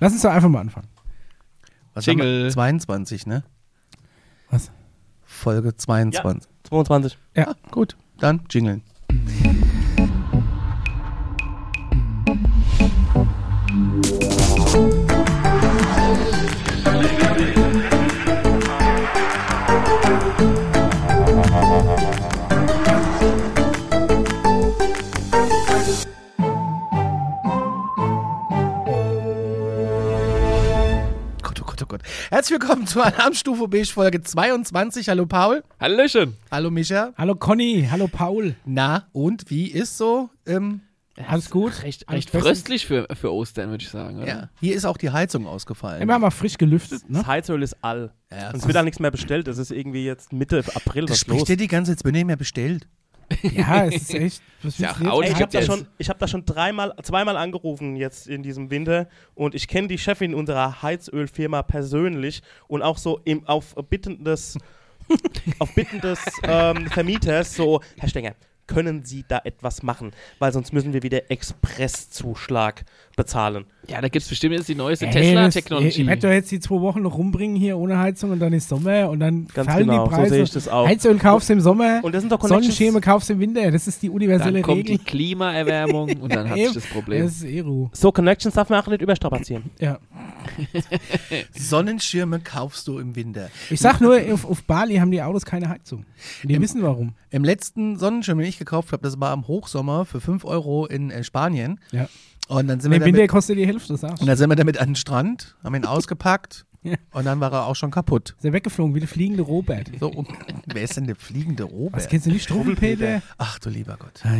Lass uns doch einfach mal anfangen. Was haben wir? Jingle. 22, ne? Was? Folge 22. 22. Ja, Gut, dann jingeln. Gott, oh Gott, oh Gott. Herzlich willkommen zur Alarmstufe B Folge 22. Hallo Paul. Hallöchen. Hallo Micha. Hallo Conny, hallo Paul. Na, und wie ist so? Ähm, Alles gut? Recht, Alles recht bestens? Fröstlich für, für Ostern, würde ich sagen. Oder? ja. Hier ist auch die Heizung ausgefallen. Immer mal frisch gelüftet, ne? Das Heizöl ist all. Ja, Und es wird auch nichts mehr bestellt. Es ist irgendwie jetzt Mitte April. das Was spricht los? dir die ganze Zeit, jetzt bin ich mehr bestellt. Ja, es ist echt. Was Ja, willst du jetzt? Audi Ey, ich habe Gibt da es? schon, ich hab da schon dreimal, zweimal angerufen jetzt in diesem Winter und ich kenne die Chefin unserer Heizölfirma persönlich und auch so im, auf Bitten des, auf Bitten des ähm, Vermieters so, Herr Stenger, können Sie da etwas machen? Weil sonst müssen wir wieder Expresszuschlag bezahlen. Ja, da gibt es bestimmt jetzt die neueste Ey, das- Ihr, Tesla-Technologie. ihr werdet doch jetzt die zwei Wochen noch rumbringen hier ohne Heizung und dann ist Sommer und dann Ganz fallen genau, die so Preise. sehe ich das auch. Heizöl kaufst du im Sommer, Und das sind doch Connections- Sonnenschirme kaufst du im Winter. Das ist die universelle dann kommt Regel. die Klimaerwärmung und dann hat sich Eben. das Problem. Das ist eh Ruhe. So, Connections darf man auch nicht überstrapazieren. Ja. Sonnenschirme kaufst du im Winter. Ich sag nur, auf, auf Bali haben die Autos keine Heizung. Und die wissen warum. Im letzten Sonnenschirm, den ich gekauft habe, das war am Hochsommer für 5 Euro in äh, Spanien. Ja. Und dann sind, wir Im damit, Winter kostet die Hälfte, sagst und du. dann sind wir damit an den Strand, haben ihn ausgepackt Ja. und dann war er auch schon kaputt. Ist er weggeflogen wie der fliegende Robert. So, um, wer ist denn der fliegende Was Robert? kennst du nicht? Strumpelpeter? Ach du lieber Gott. Ja,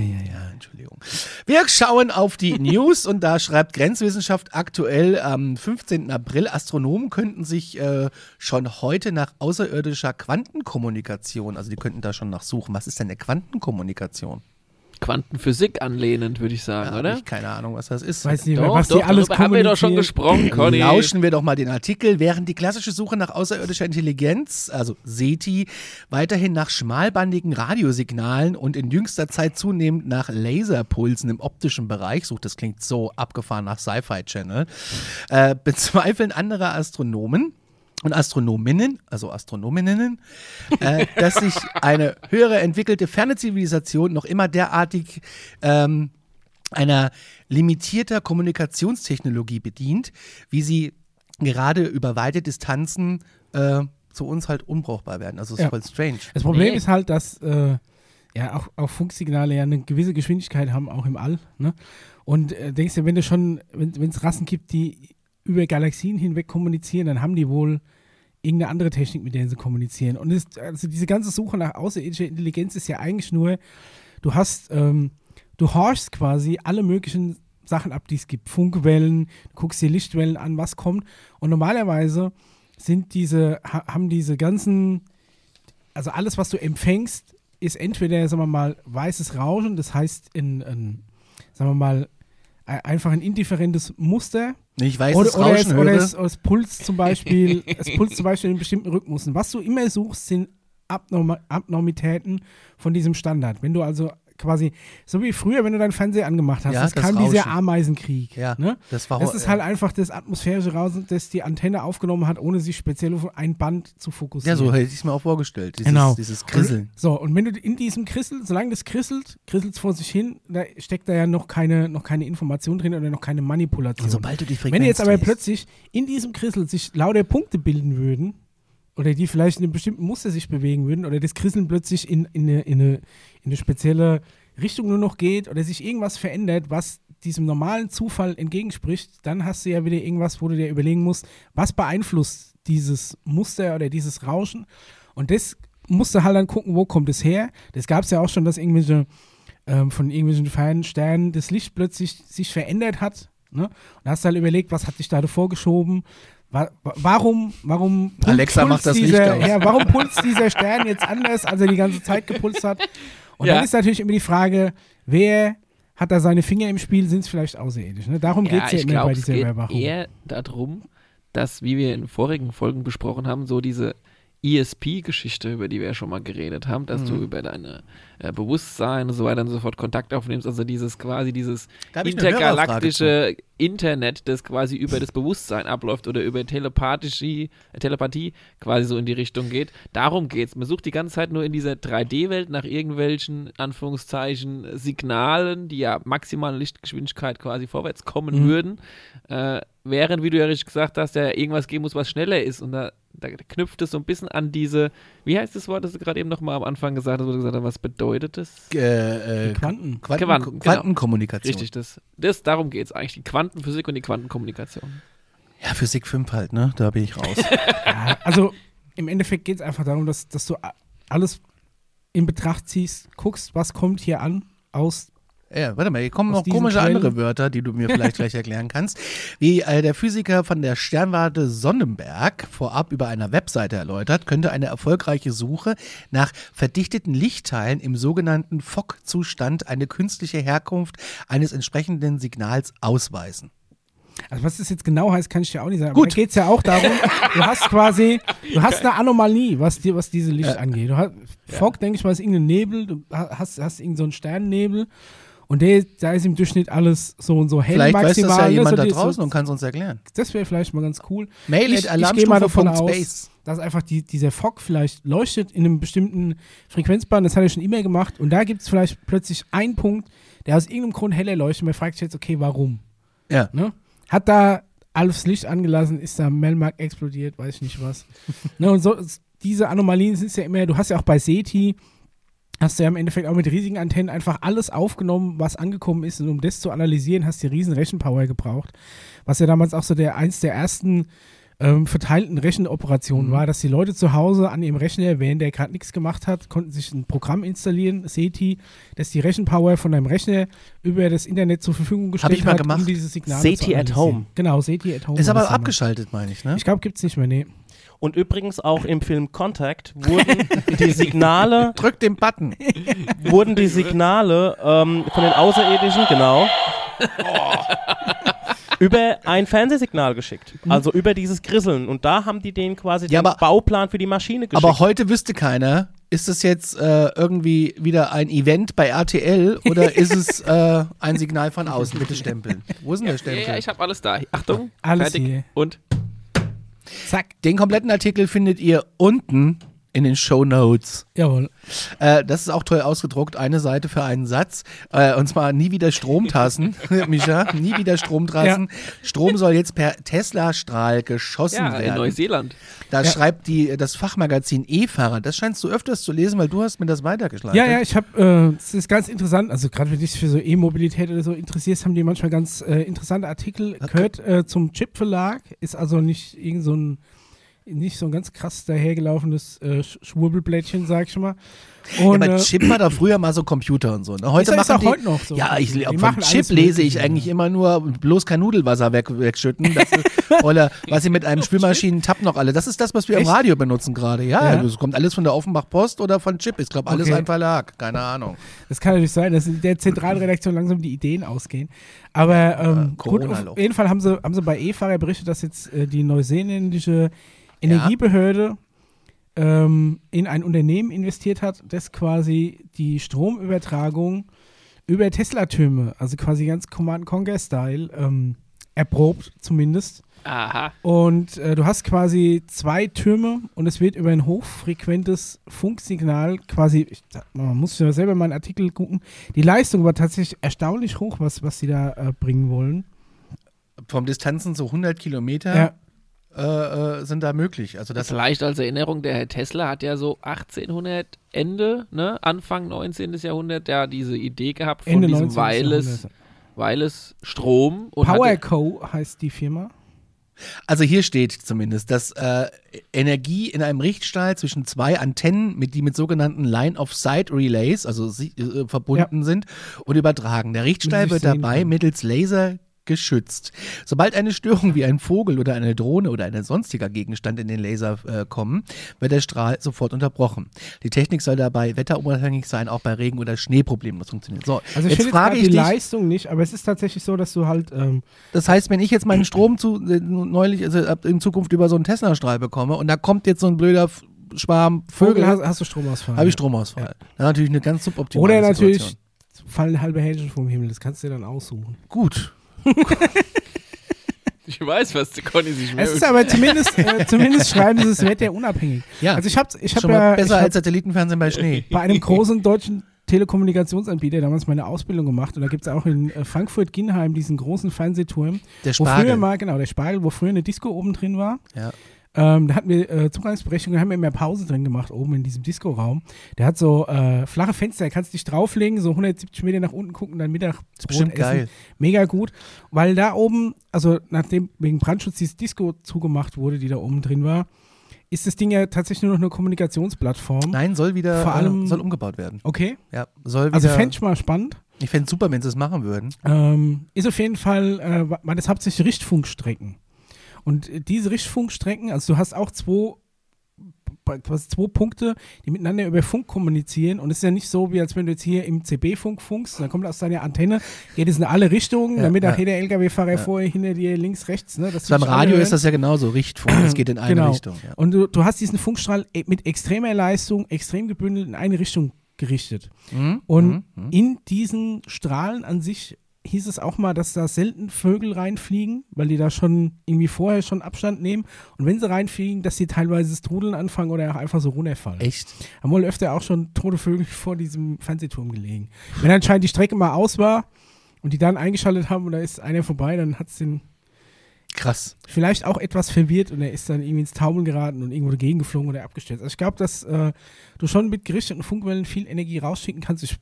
Entschuldigung. Wir schauen auf die News und da schreibt Grenzwissenschaft aktuell am 15. April, Astronomen könnten sich äh, schon heute nach außerirdischer Quantenkommunikation, also die könnten da schon nachsuchen. Was ist denn eine Quantenkommunikation? Quantenphysik anlehnend, würde ich sagen, Ja, oder? hab Ich keine Ahnung, was das ist. Weiß nicht, doch, was doch, die alles darüber haben wir doch schon kommunizieren. gesprochen, Conny. Lauschen wir doch mal den Artikel. Während die klassische Suche nach außerirdischer Intelligenz, also SETI, weiterhin nach schmalbandigen Radiosignalen und in jüngster Zeit zunehmend nach Laserpulsen im optischen Bereich sucht, das klingt so abgefahren nach Sci-Fi Channel, äh, bezweifeln andere Astronomen und Astronominnen, also Astronominnen, äh, dass sich eine höhere entwickelte ferne Zivilisation noch immer derartig ähm, einer limitierter Kommunikationstechnologie bedient, wie sie gerade über weite Distanzen äh, zu uns halt unbrauchbar werden. Also es ist Ja. voll strange. Das Problem Nee. ist halt, dass äh, ja auch, auch Funksignale ja eine gewisse Geschwindigkeit haben, auch im All. Ne? Und äh, denkst du, wenn du schon, wenn es Rassen gibt, die über Galaxien hinweg kommunizieren, dann haben die wohl irgendeine andere Technik, mit der sie kommunizieren. Und ist, also diese ganze Suche nach außerirdischer Intelligenz ist ja eigentlich nur, du hast, ähm, du horchst quasi alle möglichen Sachen ab, die es gibt. Funkwellen, du guckst dir Lichtwellen an, was kommt. Und normalerweise sind diese, ha, haben diese ganzen also alles, was du empfängst, ist entweder, sagen wir mal, weißes Rauschen, das heißt in, in sagen wir mal, e- einfach ein indifferentes Muster. Ich weiß, Oder, das oder, Rauschen es, oder, höre. es, oder es Puls zum Beispiel, es Puls zum Beispiel in bestimmten Rhythmusen. Was du immer suchst, sind Abnorma Abnormitäten von diesem Standard. Wenn du also quasi, so wie früher, wenn du deinen Fernseher angemacht hast, Ja, das das kam dieser Rauschen. Ameisenkrieg. Ja, ne? das war äh, Das ho- ist ja. halt einfach das atmosphärische Rauschen, das die Antenne aufgenommen hat, ohne sich speziell auf ein Band zu ja, fokussieren. so hätte ich es mir auch vorgestellt. Dieses, Genau. dieses Krisseln. Und, so, und wenn du in diesem Krisseln, solange das krisselt, krisselt es vor sich hin, da steckt da ja noch keine, noch keine Information drin oder noch keine Manipulation. Und sobald du die Frequenz wenn jetzt aber drehst. plötzlich in diesem Krissel sich lauter Punkte bilden würden, oder die vielleicht in einem bestimmten Muster sich bewegen würden, oder das Krisseln plötzlich in, in, eine, in, eine, in eine spezielle Richtung nur noch geht, oder sich irgendwas verändert, was diesem normalen Zufall entgegenspricht, dann hast du ja wieder irgendwas, wo du dir überlegen musst, was beeinflusst dieses Muster oder dieses Rauschen. Und das musst du halt dann gucken, wo kommt es her. Das gab es ja auch schon, dass irgendwelche ähm, von irgendwelchen fernen Sternen das Licht plötzlich sich verändert hat. Ne? Und hast halt überlegt, was hat dich da davor geschoben? Wa wa- warum, warum pul- Alexa pulst macht das Licht dieser, aus. Ja, warum pulst dieser Stern jetzt anders, als er die ganze Zeit gepulst hat? Und Ja. dann ist natürlich immer die Frage, wer hat da seine Finger im Spiel? Sind es vielleicht außerirdisch? Ne? Darum ja, geht's geht es ich ja immer glaub, bei es dieser geht Überwachung. eher darum, dass, wie wir in vorigen Folgen E Mhm. besprochen haben, so diese ESP-Geschichte, über die wir ja schon mal geredet haben, dass du über deine äh, Bewusstsein und so weiter und so fort Kontakt aufnimmst. Also dieses quasi dieses Da hab ich eine intergalaktische äh, Internet, das quasi über das Bewusstsein abläuft oder über telepathische, äh, Telepathie quasi so in die Richtung geht. Darum geht's. Man sucht die ganze Zeit nur in dieser 3D-Welt nach irgendwelchen, in Anführungszeichen, Signalen, die ja maximale Lichtgeschwindigkeit quasi vorwärts kommen würden. Äh, während, wie du ja richtig gesagt hast, ja irgendwas geben muss, was schneller ist. Und da, da knüpft es so ein bisschen an diese, wie heißt das Wort, das du gerade eben nochmal am Anfang gesagt hast, wo du gesagt hast, was bedeutet es? Äh, äh, Quanten. Quanten, Quanten, genau. Quantenkommunikation. Richtig, das, das darum geht es eigentlich, die Quantenphysik und die Quantenkommunikation. Ja, Physik 5 halt, ne? Da bin ich raus. Ja, also im Endeffekt geht es einfach darum, dass, dass du a- alles in Betracht ziehst, guckst, was kommt hier an aus. Ja, warte mal, hier kommen Aus noch diesen komische Quellen- andere Wörter, die du mir vielleicht gleich erklären kannst. Wie äh, der Physiker von der Sternwarte Sonnenberg vorab über einer Webseite erläutert, könnte eine erfolgreiche Suche nach verdichteten Lichtteilen im sogenannten Fog-Zustand eine künstliche Herkunft eines entsprechenden Signals ausweisen. Also was das jetzt genau heißt, kann ich dir auch nicht sagen. Gut. Da geht es ja auch darum, du hast quasi, du hast eine Anomalie, was, dir, was diese Äh, Licht angeht. Du hast, Fog, denke ich mal, ist irgendein Nebel, du ha- hast, hast irgendeinen so einen Sternennebel und der, da ist im Durchschnitt alles so und so hell Vielleicht weiß maximal. das ja ne? jemand so, da die- draußen so, und kann es uns erklären. Das wäre vielleicht mal ganz cool. Mail ich, at ich gehe mal davon aus, alarmstufe.space. dass einfach die, dieser Fog vielleicht leuchtet in einem bestimmten Frequenzband. Das hat er schon immer gemacht. Und da gibt es vielleicht plötzlich einen Punkt, der aus irgendeinem Grund heller leuchtet. Man fragt sich jetzt, okay, warum? Ja. Ne? Hat da Alfs Licht angelassen? Ist da Melmark explodiert? Weiß ich nicht was. ne? Und so, s- diese Anomalien sind ja immer, du hast ja auch bei SETI, hast du ja im Endeffekt auch mit riesigen Antennen einfach alles aufgenommen, was angekommen ist. Und um das zu analysieren, hast du riesen Rechenpower gebraucht. Was ja damals auch so der eins der ersten ähm, verteilten Rechenoperationen Mhm. war, dass die Leute zu Hause an ihrem Rechner, während der gerade nichts gemacht hat, konnten sich ein Programm installieren, SETI, das die Rechenpower von deinem Rechner über das Internet zur Verfügung gestellt ich mal hat, um gemacht. dieses Signal SETI zu analysieren. at home. Genau, SETI at home. Ist war aber das abgeschaltet, meine ich, damals. ne? Ich glaube, gibt's nicht mehr, nee. Und übrigens auch im Film Contact wurden die Signale, Drück den Button. wurden die Signale ähm, von den Außerirdischen, genau, über ein Fernsehsignal geschickt. Also über dieses Grisseln. Und da haben die denen quasi Ja, den aber- Bauplan für die Maschine geschickt. Aber heute wüsste keiner, ist es jetzt äh, irgendwie wieder ein Event bei RTL oder ist es äh, ein Signal von außen? Bitte stempeln. Wo ist denn der Ja, Stempel? ja, ich habe alles da. Achtung, Alles fertig hier. und Zack. Den kompletten Artikel findet ihr unten in den Show Notes. Jawohl. Äh, das ist auch toll ausgedruckt, eine Seite für einen Satz. Äh, und zwar nie wieder Stromtassen, Micha, nie wieder Stromtassen. Strom soll jetzt per Tesla-Strahl geschossen ja, in werden. Neuseeland. Da schreibt die, das Fachmagazin E-Fahrer. Das scheinst du öfters zu lesen, weil du hast mir das weitergeschlagen. Ja, ja, ich habe, äh, es ist ganz interessant, also gerade wenn du dich für so E-Mobilität oder so interessierst, haben die manchmal ganz äh, interessante Artikel. Gehört äh, zum Chip-Verlag, ist also nicht irgend so ein, nicht so ein ganz krass dahergelaufenes äh, Sch- Schwurbelblättchen, sag ich mal. Und, ja, aber äh, Chip war da früher mal so Computer und so. Ne? Heute Ist- ist machen auch die, heute noch so. Ja, ich, Die von machen Chip alles lese ich Mögliche, eigentlich immer nur bloß kein Nudelwasser weg, wegschütten. Das ist, oder was sie mit einem Spülmaschinentab noch alle. Das ist das, was wir im Echt? Radio benutzen gerade. Ja, Ja? das kommt alles von der Offenbach Post oder von Chip. Ich glaube, alles Okay. ein Verlag. Keine Ahnung. Das kann natürlich sein, dass in der Zentralredaktion langsam die Ideen ausgehen. Aber ähm, gut, Corona-Loch. auf jeden Fall haben sie, haben sie bei E-Fahrer berichtet, dass jetzt äh, die neuseeländische Energiebehörde ähm, in ein Unternehmen investiert hat, das quasi die Stromübertragung über Tesla-Türme, also quasi ganz Command Conquer-Style, ähm, erprobt zumindest. Aha. Und äh, du hast quasi zwei Türme und es wird über ein hochfrequentes Funksignal quasi, ich, sag mal, man muss ja selber mal einen Artikel gucken, die Leistung war tatsächlich erstaunlich hoch, was, was sie da äh, bringen wollen. Vom Distanzen so 100 Kilometer Ja. äh, äh, sind da möglich. Also das Vielleicht als Erinnerung, der Herr Tesla hat ja so 1800 Ende, ne, Anfang 19. Jahrhundert, ja, diese Idee gehabt von Ende diesem 19. Wireless, Jahrhundert. Wireless Strom. Und Power hatte- Co. heißt die Firma. Also hier steht zumindest, dass äh, Energie in einem Richtstrahl zwischen zwei Antennen, mit, die mit sogenannten Line-of-Sight-Relays, also sie, äh, verbunden sind, und übertragen. Der Richtstrahl Mit sich wird sehen dabei können. mittels Laser geschützt. Sobald eine Störung wie ein Vogel oder eine Drohne oder ein sonstiger Gegenstand in den Laser äh, kommen, wird der Strahl sofort unterbrochen. Die Technik soll dabei wetterunabhängig sein, auch bei Regen- oder Schneeproblemen. Das funktioniert. So, Also ich jetzt finde frage die ich dich, Leistung nicht, aber es ist tatsächlich so, dass du halt, ähm, das heißt, wenn ich jetzt meinen Strom zu äh, neulich also ab- in Zukunft über so einen Tesla-Strahl bekomme und da kommt jetzt so ein blöder F- Schwarm, Vögel Vögel, hast, hast du Stromausfall. habe ich Stromausfall. Dann natürlich eine ganz suboptimale Oder natürlich Situation. fallen halbe Hähnchen vom Himmel. Das kannst du dir dann aussuchen. Gut. Ich weiß, was die Conny sich Es ist merkt. aber zumindest, äh, zumindest schreiben, das ist wetterunabhängig. Ja, Also ich habe ich hab schon mal ja ich besser hab als Satellitenfernsehen bei Schnee. bei einem großen deutschen Telekommunikationsanbieter damals meine Ausbildung gemacht und da gibt es auch in äh, Frankfurt-Ginnheim diesen großen Fernsehturm, Der wo früher Spargel. mal, genau, der Spargel, wo früher eine Disco oben drin war. Ja. Ähm, da hatten wir äh, Zugangsberechtigung, da haben wir mehr Pause drin gemacht, oben in diesem Disco-Raum. Der hat so äh, flache Fenster, kannst dich drauflegen, so 170 Meter nach unten gucken, dann Mittag ist bestimmt geil. Mega gut, weil da oben, also nachdem wegen Brandschutz dieses Disco zugemacht wurde, die da oben drin war, ist das Ding ja tatsächlich nur noch eine Kommunikationsplattform. Nein, soll wieder Vor allem- äh, soll umgebaut werden. Okay, Ja, soll wieder, also fände ich mal spannend. ich fände es super, wenn sie es machen würden. Ähm, ist auf jeden Fall, äh, waren das hauptsächlich Richtfunkstrecken. Und äh, diese Richtfunkstrecken, also du hast auch zwei, bei- quasi zwei Punkte, die miteinander über Funk kommunizieren. Und es ist ja nicht so, wie als wenn du jetzt hier im CB-Funk funkst, dann kommt aus deiner Antenne, geht es in alle Richtungen, Ja, damit auch ja. jeder LKW-Fahrer vorher hinter dir links, rechts. Ne, dass die Beim sich Radio anhören. ist das ja genauso, Richtfunk, es geht in eine Genau. Richtung. Ja. Und du, du hast diesen Funkstrahl e- mit extremer Leistung, extrem gebündelt in eine Richtung gerichtet. Mhm, Und mhm, mhm. in diesen Strahlen an sich hieß es auch mal, dass da selten Vögel reinfliegen, weil die da schon irgendwie vorher schon Abstand nehmen. Und wenn sie reinfliegen, dass sie teilweise das Trudeln anfangen oder auch einfach so runterfallen. Echt? Haben wohl öfter auch schon tote Vögel vor diesem Fernsehturm gelegen. Wenn anscheinend die Strecke mal aus war und die dann eingeschaltet haben und da ist einer vorbei, dann hat es den Krass. vielleicht auch etwas verwirrt und er ist dann irgendwie ins Taumeln geraten und irgendwo dagegen geflogen oder abgestürzt. Also ich glaube, dass äh, du schon mit gerichteten Funkwellen viel Energie rausschicken kannst. Ich,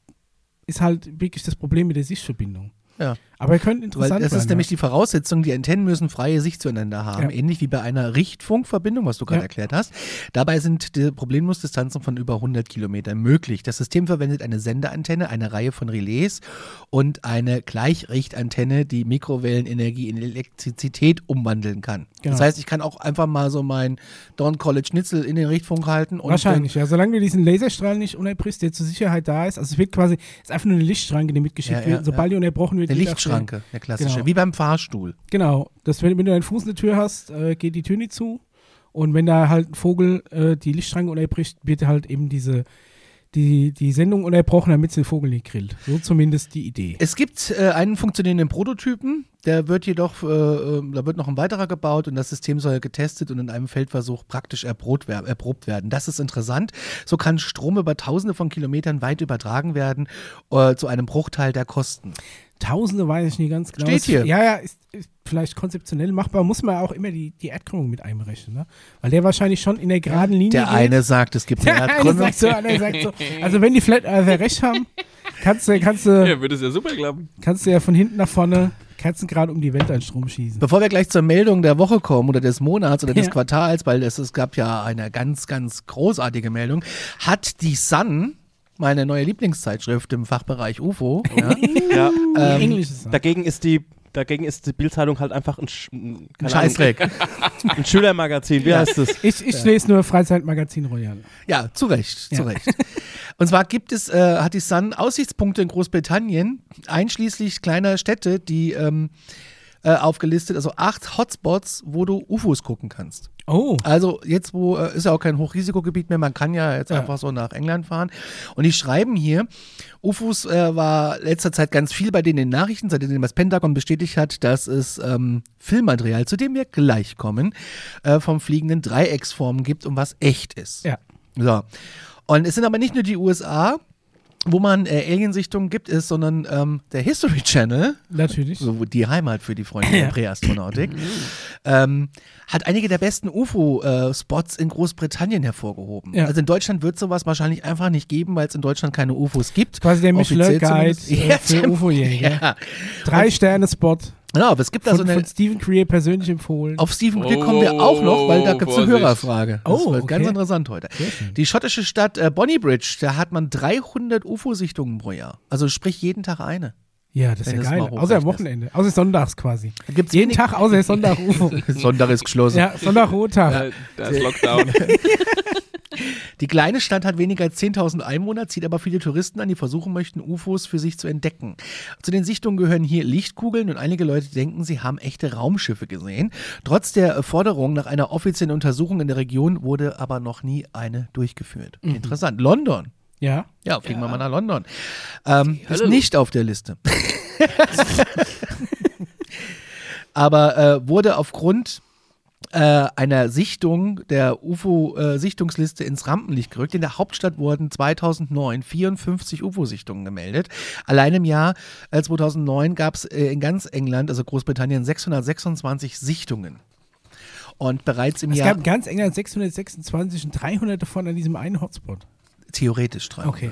ist halt wirklich das Problem mit der Sichtverbindung. Ja. Aber könnte Weil interessant das sein. ist nämlich die Voraussetzung, die Antennen müssen freie Sicht zueinander Ja. haben, ähnlich wie bei einer Richtfunkverbindung, was du gerade Ja. erklärt hast. Dabei sind die Problemlosdistanzen von über 100 Kilometern möglich. Das System verwendet eine Sendeantenne, eine Reihe von Relais und eine Gleichrichtantenne, die Mikrowellenenergie in Elektrizität umwandeln kann. Genau. Das heißt, ich kann auch einfach mal so mein Don College Schnitzel in den Richtfunk halten und äh, Wahrscheinlich, ja. Solange du diesen Laserstrahl nicht unterbrichst, der zur Sicherheit da ist. Also es wird quasi, es ist einfach nur eine Lichtschranke, die mitgeschickt Ja, ja, wird. Sobald die unterbrochen wird, Dann, eine geht das Lichtschranke, eine klassische, Genau. wie beim Fahrstuhl. schnell. Genau. Das, wenn, wenn du einen Fuß in der Tür hast, äh, geht die Tür nicht zu. Und wenn da halt ein Vogel äh, die Lichtschranke unterbricht, wird halt eben diese, die, die Sendung unterbrochen, damit sie den Vogel nicht grillt. So zumindest die Idee. Es gibt äh, einen funktionierenden Prototypen, der wird jedoch, äh, äh, da wird noch ein weiterer gebaut und das System soll getestet und in einem Feldversuch praktisch erprobt, wer- erprobt werden. Das ist interessant. So kann Strom über tausende von Kilometern weit übertragen werden äh, zu einem Bruchteil der Kosten. Tausende weiß ich nicht ganz genau. Steht Ist- hier. Ja, ja, ist, ist vielleicht konzeptionell machbar. Muss man auch immer die, die Erdkrümmung mit einberechnen, ne? Weil der wahrscheinlich schon in der geraden Linie Der geht. eine sagt, es gibt Der eine eine Erdkrümmung. sagt so, der andere sagt so. Also wenn die Flat Earther recht haben, kannst du, kannst, du, Ja, würde es ja super klappen. kannst du ja von hinten nach vorne kerzengrad um die Welt einen Strom schießen. Bevor wir gleich zur Meldung der Woche kommen oder des Monats oder des Ja. Quartals, weil es, es gab ja eine ganz, ganz großartige Meldung, hat die Sun, meine neue Lieblingszeitschrift im Fachbereich UFO, ja, Ja. Ähm, Englisch ist das. Dagegen ist die. Dagegen ist die Bildzeitung halt einfach ein, Sch ein, ein keine Ahnung, Scheißdreck. ein Schülermagazin. Wie heißt es? Ich, ich lese nur Freizeitmagazin Royal. Ja, zu Recht, zu Ja. Recht. Und zwar gibt es, äh, hat die Sun Aussichtspunkte in Großbritannien, einschließlich kleiner Städte, die ähm, äh, aufgelistet, also acht Hotspots, wo du UFOs gucken kannst. Oh. Also jetzt, wo äh, ist ja auch kein Hochrisikogebiet mehr, man kann ja jetzt Ja. einfach so nach England fahren. Und die schreiben hier, UFOs äh, war letzter Zeit ganz viel bei denen in den Nachrichten, seitdem das Pentagon bestätigt hat, dass es ähm, Filmmaterial, zu dem wir gleich kommen, äh, vom fliegenden Dreiecksformen gibt und was echt ist. Ja. So. Und es sind aber nicht nur die USA, wo man äh, Aliensichtungen gibt, ist, sondern ähm, der History Channel, Natürlich. so die Heimat für die Freunde der Präastronautik, ähm, hat einige der besten UFO-Spots äh, in Großbritannien hervorgehoben. Ja. Also in Deutschland wird sowas wahrscheinlich einfach nicht geben, weil es in Deutschland keine UFOs gibt. Quasi der Offiziell Michelin-Guide zumindest. äh, Ja, für UFO-Jäger. Ja, Drei-Sterne-Spot. genau, aber es gibt da Von, so Also, eine. von Stephen Creer persönlich empfohlen. Auf Stephen Crick Oh, kommen wir auch noch, weil da oh, gibt es eine Vorsicht. Hörerfrage. Das Oh, wird ganz okay. interessant heute. schön. Die schottische Stadt äh, Bonnybridge, da hat man 300 UFO-Sichtungen pro Jahr. Also sprich jeden Tag eine. ja, das ist wenn ja das geil. mal Außer am hochrechnest. Wochenende. Außer sonntags quasi. Da gibt's Jeden wenig- Tag außer Sonntag UFO. Sonntag ist geschlossen. Äh, ja, Sonntag, Rottag. Da, da ist Lockdown. Die kleine Stadt hat weniger als 10.000 Einwohner, zieht aber viele Touristen an, die versuchen möchten, UFOs für sich zu entdecken. Zu den Sichtungen gehören hier Lichtkugeln und einige Leute denken, sie haben echte Raumschiffe gesehen. Trotz der äh, Forderung nach einer offiziellen Untersuchung in der Region wurde aber noch nie eine durchgeführt. Mhm. Interessant. London. Ja. Ja, fliegen wir mal nach London. Ähm, ist Hölle. nicht auf der Liste. Aber äh, wurde aufgrund äh, einer Sichtung der UFO-Sichtungsliste äh, ins Rampenlicht gerückt. In der Hauptstadt wurden 2009 54 UFO-Sichtungen gemeldet. Allein im Jahr äh, 2009 gab es äh, in ganz England, also Großbritannien, 626 Sichtungen. Und bereits im Es Jahr gab ganz England 626 und 300 davon an diesem einen Hotspot. theoretisch 300. Okay.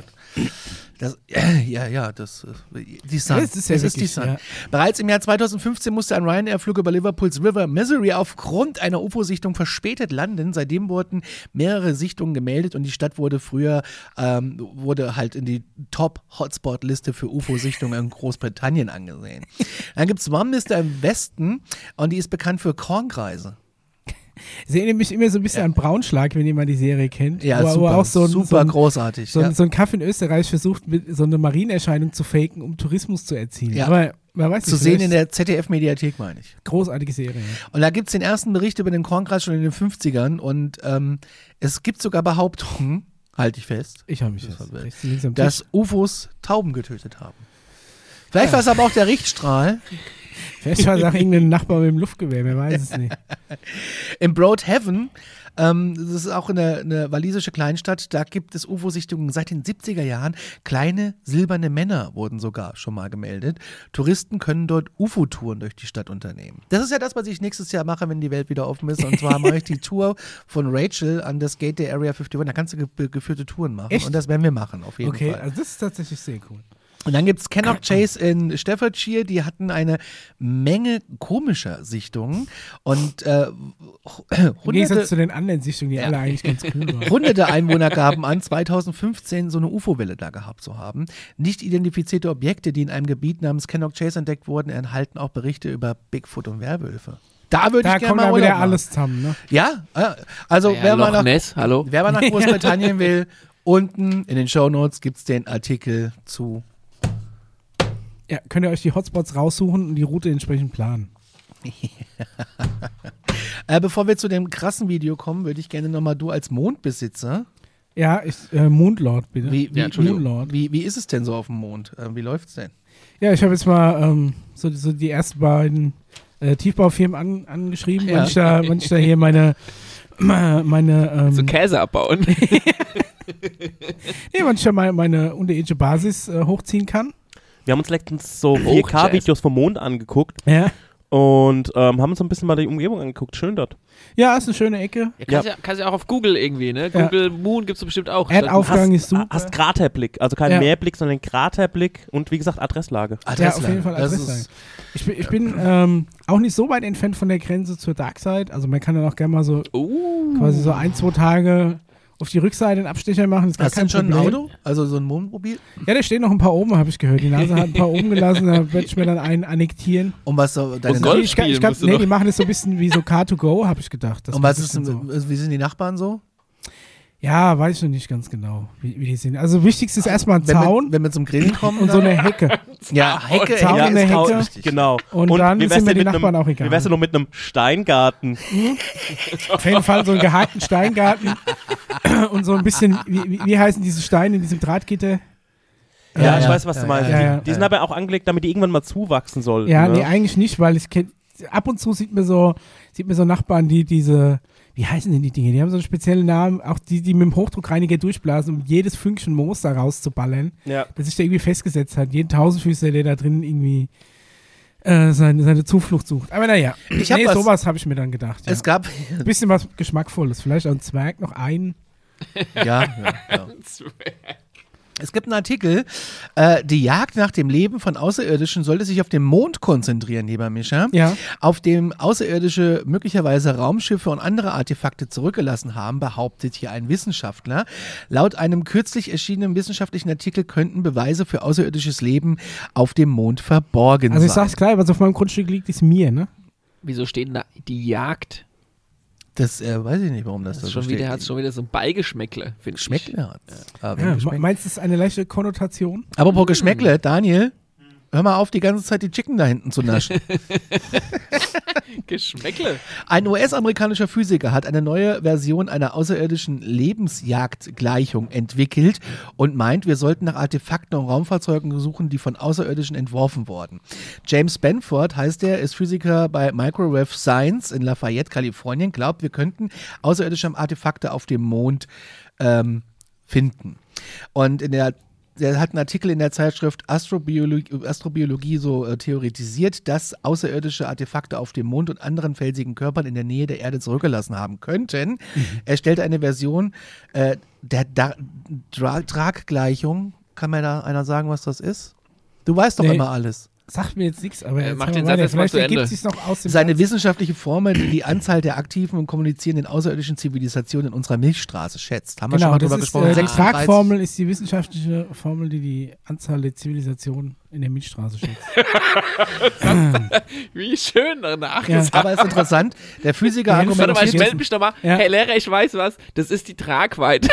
Das, ja, ja, das äh, die Sun. Das ist ja es ist die wirklich, Sun. ja. Bereits im Jahr 2015 musste ein Ryanair-Flug über Liverpools River Missouri aufgrund einer UFO-Sichtung verspätet landen. Seitdem wurden mehrere Sichtungen gemeldet und die Stadt wurde früher ähm, wurde halt in die Top-Hotspot-Liste für UFO-Sichtungen in Großbritannien angesehen. Dann gibt es Warmister im Westen und die ist bekannt für Kornkreise. Es erinnert mich immer so ein bisschen an Braunschlag, wenn ihr mal die Serie kennt. Ja, wo, wo super, auch so ein, super so ein, großartig. so, ja. ein, so ein Kaff in Österreich versucht, mit so eine Marienerscheinung zu faken, um Tourismus zu erzielen. Ja. Aber man weiß Zu nicht, sehen vielleicht in der ZDF-Mediathek, meine ich. großartige Serie. Und da gibt es den ersten Bericht über den Kornkreis schon in den 50ern und ähm, es gibt sogar Behauptungen, halte ich fest, Ich habe mich Das jetzt war wild. rechts links am dass Tisch. UFOs Tauben getötet haben. Vielleicht war es aber auch der Richtstrahl. Vielleicht war es auch irgendein Nachbar mit dem Luftgewehr, wer weiß es nicht. Im Broadhaven, ähm, das ist auch eine, eine walisische Kleinstadt, da gibt es UFO-Sichtungen seit den 70er Jahren. Kleine silberne Männer wurden sogar schon mal gemeldet. Touristen können dort UFO-Touren durch die Stadt unternehmen. Das ist ja das, was ich nächstes Jahr mache, wenn die Welt wieder offen ist. Und zwar mache ich die Tour von Rachel an das Gate der Area 51. Da kannst du ge geführte Touren machen. Echt? Und das werden wir machen, auf jeden Okay, Fall. also das ist tatsächlich sehr cool. Und dann gibt's Cannock Chase in Staffordshire, die hatten eine Menge komischer Sichtungen und äh, Im Gegensatz hunderte, zu den anderen Sichtungen, die alle eigentlich ganz cool waren. hunderte Einwohner gaben an, 2015 so eine UFO-Welle da gehabt zu haben. Nicht identifizierte Objekte, die in einem Gebiet namens Cannock Chase entdeckt wurden, enthalten auch Berichte über Bigfoot und Werwölfe. Da würde Da ich gerne kommt mal ja Urlaub wieder machen. alles zusammen. Ne? Ja, äh, also Naja, wer mal Loch nach Ness, hallo. Wer mal nach Großbritannien will, unten in den Shownotes gibt's den Artikel zu Ja, könnt ihr euch die Hotspots raussuchen und die Route entsprechend planen. Äh, bevor wir zu dem krassen Video kommen, würde ich gerne nochmal du als Mondbesitzer. Ja, ich, äh, Mondlord bitte. Wie, wie, Ja, Entschuldigung. Moonlord. wie, wie ist es denn so auf dem Mond? Äh, wie läuft's denn? Ja, ich habe jetzt mal ähm, so, so die ersten beiden äh, Tiefbaufirmen an, angeschrieben, Ja. wenn, ich da, wenn ich da hier meine, meine ähm, So Käse abbauen. nee, wenn ich da meine, meine unterirdische Basis äh, hochziehen kann. Wir haben uns letztens so Hochjazz. 4K-Videos vom Mond angeguckt Ja. und ähm, haben uns so ein bisschen mal die Umgebung angeguckt. Schön dort. ja, ist eine schöne Ecke. Ja, kannst, ja. kannst ja auch auf Google irgendwie, ne? Ja. Google Moon gibt's bestimmt auch. Erdauf- Aufgang hast, ist super. Hast Kraterblick, also kein Ja. Meerblick, sondern Kraterblick und wie gesagt Adresslage. Ja, Ah, auf jeden Fall Ah, also Das Adresse. ist- Ich bin, ich bin ähm, auch nicht so weit entfernt von der Grenze zur Dark Side. Also man kann dann auch gerne mal so Oh. quasi so ein, zwei Tage auf die Rückseite einen Abstecher machen. Das ist gar Hast du kein denn schon ein Problem. Auto? Also so ein Mondmobil? Ja, da stehen noch ein paar oben, habe ich gehört. Die NASA hat ein paar oben gelassen, da werde ich mir dann einen annektieren. Und was, so deine Und Golf Nee, ich, glaub- ich spielen glaub, musst du nee, noch. die machen das so ein bisschen wie so Car2Go, habe ich gedacht. Das Und was macht ist das denn, so. wie sind die Nachbarn so? Ja, weiß ich noch nicht ganz genau, wie, wie die sind. Also wichtig ist erstmal ein Wenn Zaun wir, wenn wir zum Grillen kommen? und so dann- eine Hecke. ja, Hecke, Zaun ja, in der ist Hecke. auch Ja. wichtig. Genau. Und dann wie wär's sind mir denn die mit Nachbarn einem, auch egal. Wie wär's denn noch mit einem Steingarten? Auf jeden Fall so einen gehakten Steingarten und so ein bisschen, wie, wie- wie heißen diese Steine in diesem Drahtgitter? Ja, Ja, ich ja, weiß, was ja, du meinst. ja, die, ja. die sind aber auch angelegt, damit die irgendwann mal zuwachsen sollen. Ja, ne? nee, eigentlich nicht, weil ich kenn, ab und zu sieht man so, sieht man so Nachbarn, die diese, wie heißen denn die Dinge? Die haben so einen speziellen Namen, auch die, die mit dem Hochdruckreiniger durchblasen, um jedes Fünkchen Moos da rauszuballern, ja. das sich da irgendwie festgesetzt hat. Jeden Tausendfüßer, der da drin irgendwie äh, seine, seine Zuflucht sucht. Aber naja, Ich hab was- sowas habe ich mir dann gedacht. Ja. Es gab, Ein bisschen was Geschmackvolles, vielleicht auch ein Zwerg, noch ein. ja, ja, ja. Es gibt einen Artikel, äh, die Jagd nach dem Leben von Außerirdischen sollte sich auf den Mond konzentrieren, lieber Mischa. Ja. Auf dem Außerirdische möglicherweise Raumschiffe und andere Artefakte zurückgelassen haben, behauptet hier ein Wissenschaftler. Laut einem kürzlich erschienenen wissenschaftlichen Artikel könnten Beweise für außerirdisches Leben auf dem Mond verborgen Also ich sein. sag's gleich, was auf meinem Grundstück liegt, ist mir, ne? Wieso steht denn da die Jagd? Das äh, weiß ich nicht, warum das, Das da ist so schon steht. wieder, hat schon wieder so ein Beigeschmäckle, finde ich. Geschmäckle hat's. Ah, wenn Ja, Geschmäck- me- meinst du, es ist eine leichte Konnotation? Apropos Geschmäckle, Daniel, hör mal auf, die ganze Zeit die Chicken da hinten zu naschen. Geschmäckle. Ein US-amerikanischer Physiker hat eine neue Version einer außerirdischen Lebensjagdgleichung entwickelt und meint, wir sollten nach Artefakten und Raumfahrzeugen suchen, die von Außerirdischen entworfen wurden. James Benford heißt er, ist Physiker bei Microwave Science in Lafayette, Kalifornien, glaubt, wir könnten außerirdische Artefakte auf dem Mond ähm, finden. Und in der der hat einen Artikel in der Zeitschrift Astrobiologie, Astrobiologie so äh, theoretisiert, dass außerirdische Artefakte auf dem Mond und anderen felsigen Körpern in der Nähe der Erde zurückgelassen haben könnten. Mhm. Er stellte eine Version äh, der da Dra Traggleichung. Kann mir da einer sagen, was das ist? Du weißt doch Nee. immer alles. Sagt mir jetzt nichts, aber Äh, jetzt mach haben den wir Satz jetzt mal Vielleicht zu Ende. ergibt sich's noch aus dem Seine wissenschaftliche Formel, die die Anzahl der aktiven und kommunizierenden außerirdischen Zivilisationen in unserer Milchstraße schätzt. Haben wir schon Genau, mal das drüber ist, gesprochen. äh, die 36. Quark-Formel ist die wissenschaftliche Formel, die die Anzahl der Zivilisationen in der Milchstraße schätzt. Wie schön danach. Ja. Aber es ist interessant, der Physiker Ja, das Warte mal, ich argumentiert, melde mich nochmal. Ja. Herr Lehrer, ich weiß was. Das ist die Tragweite.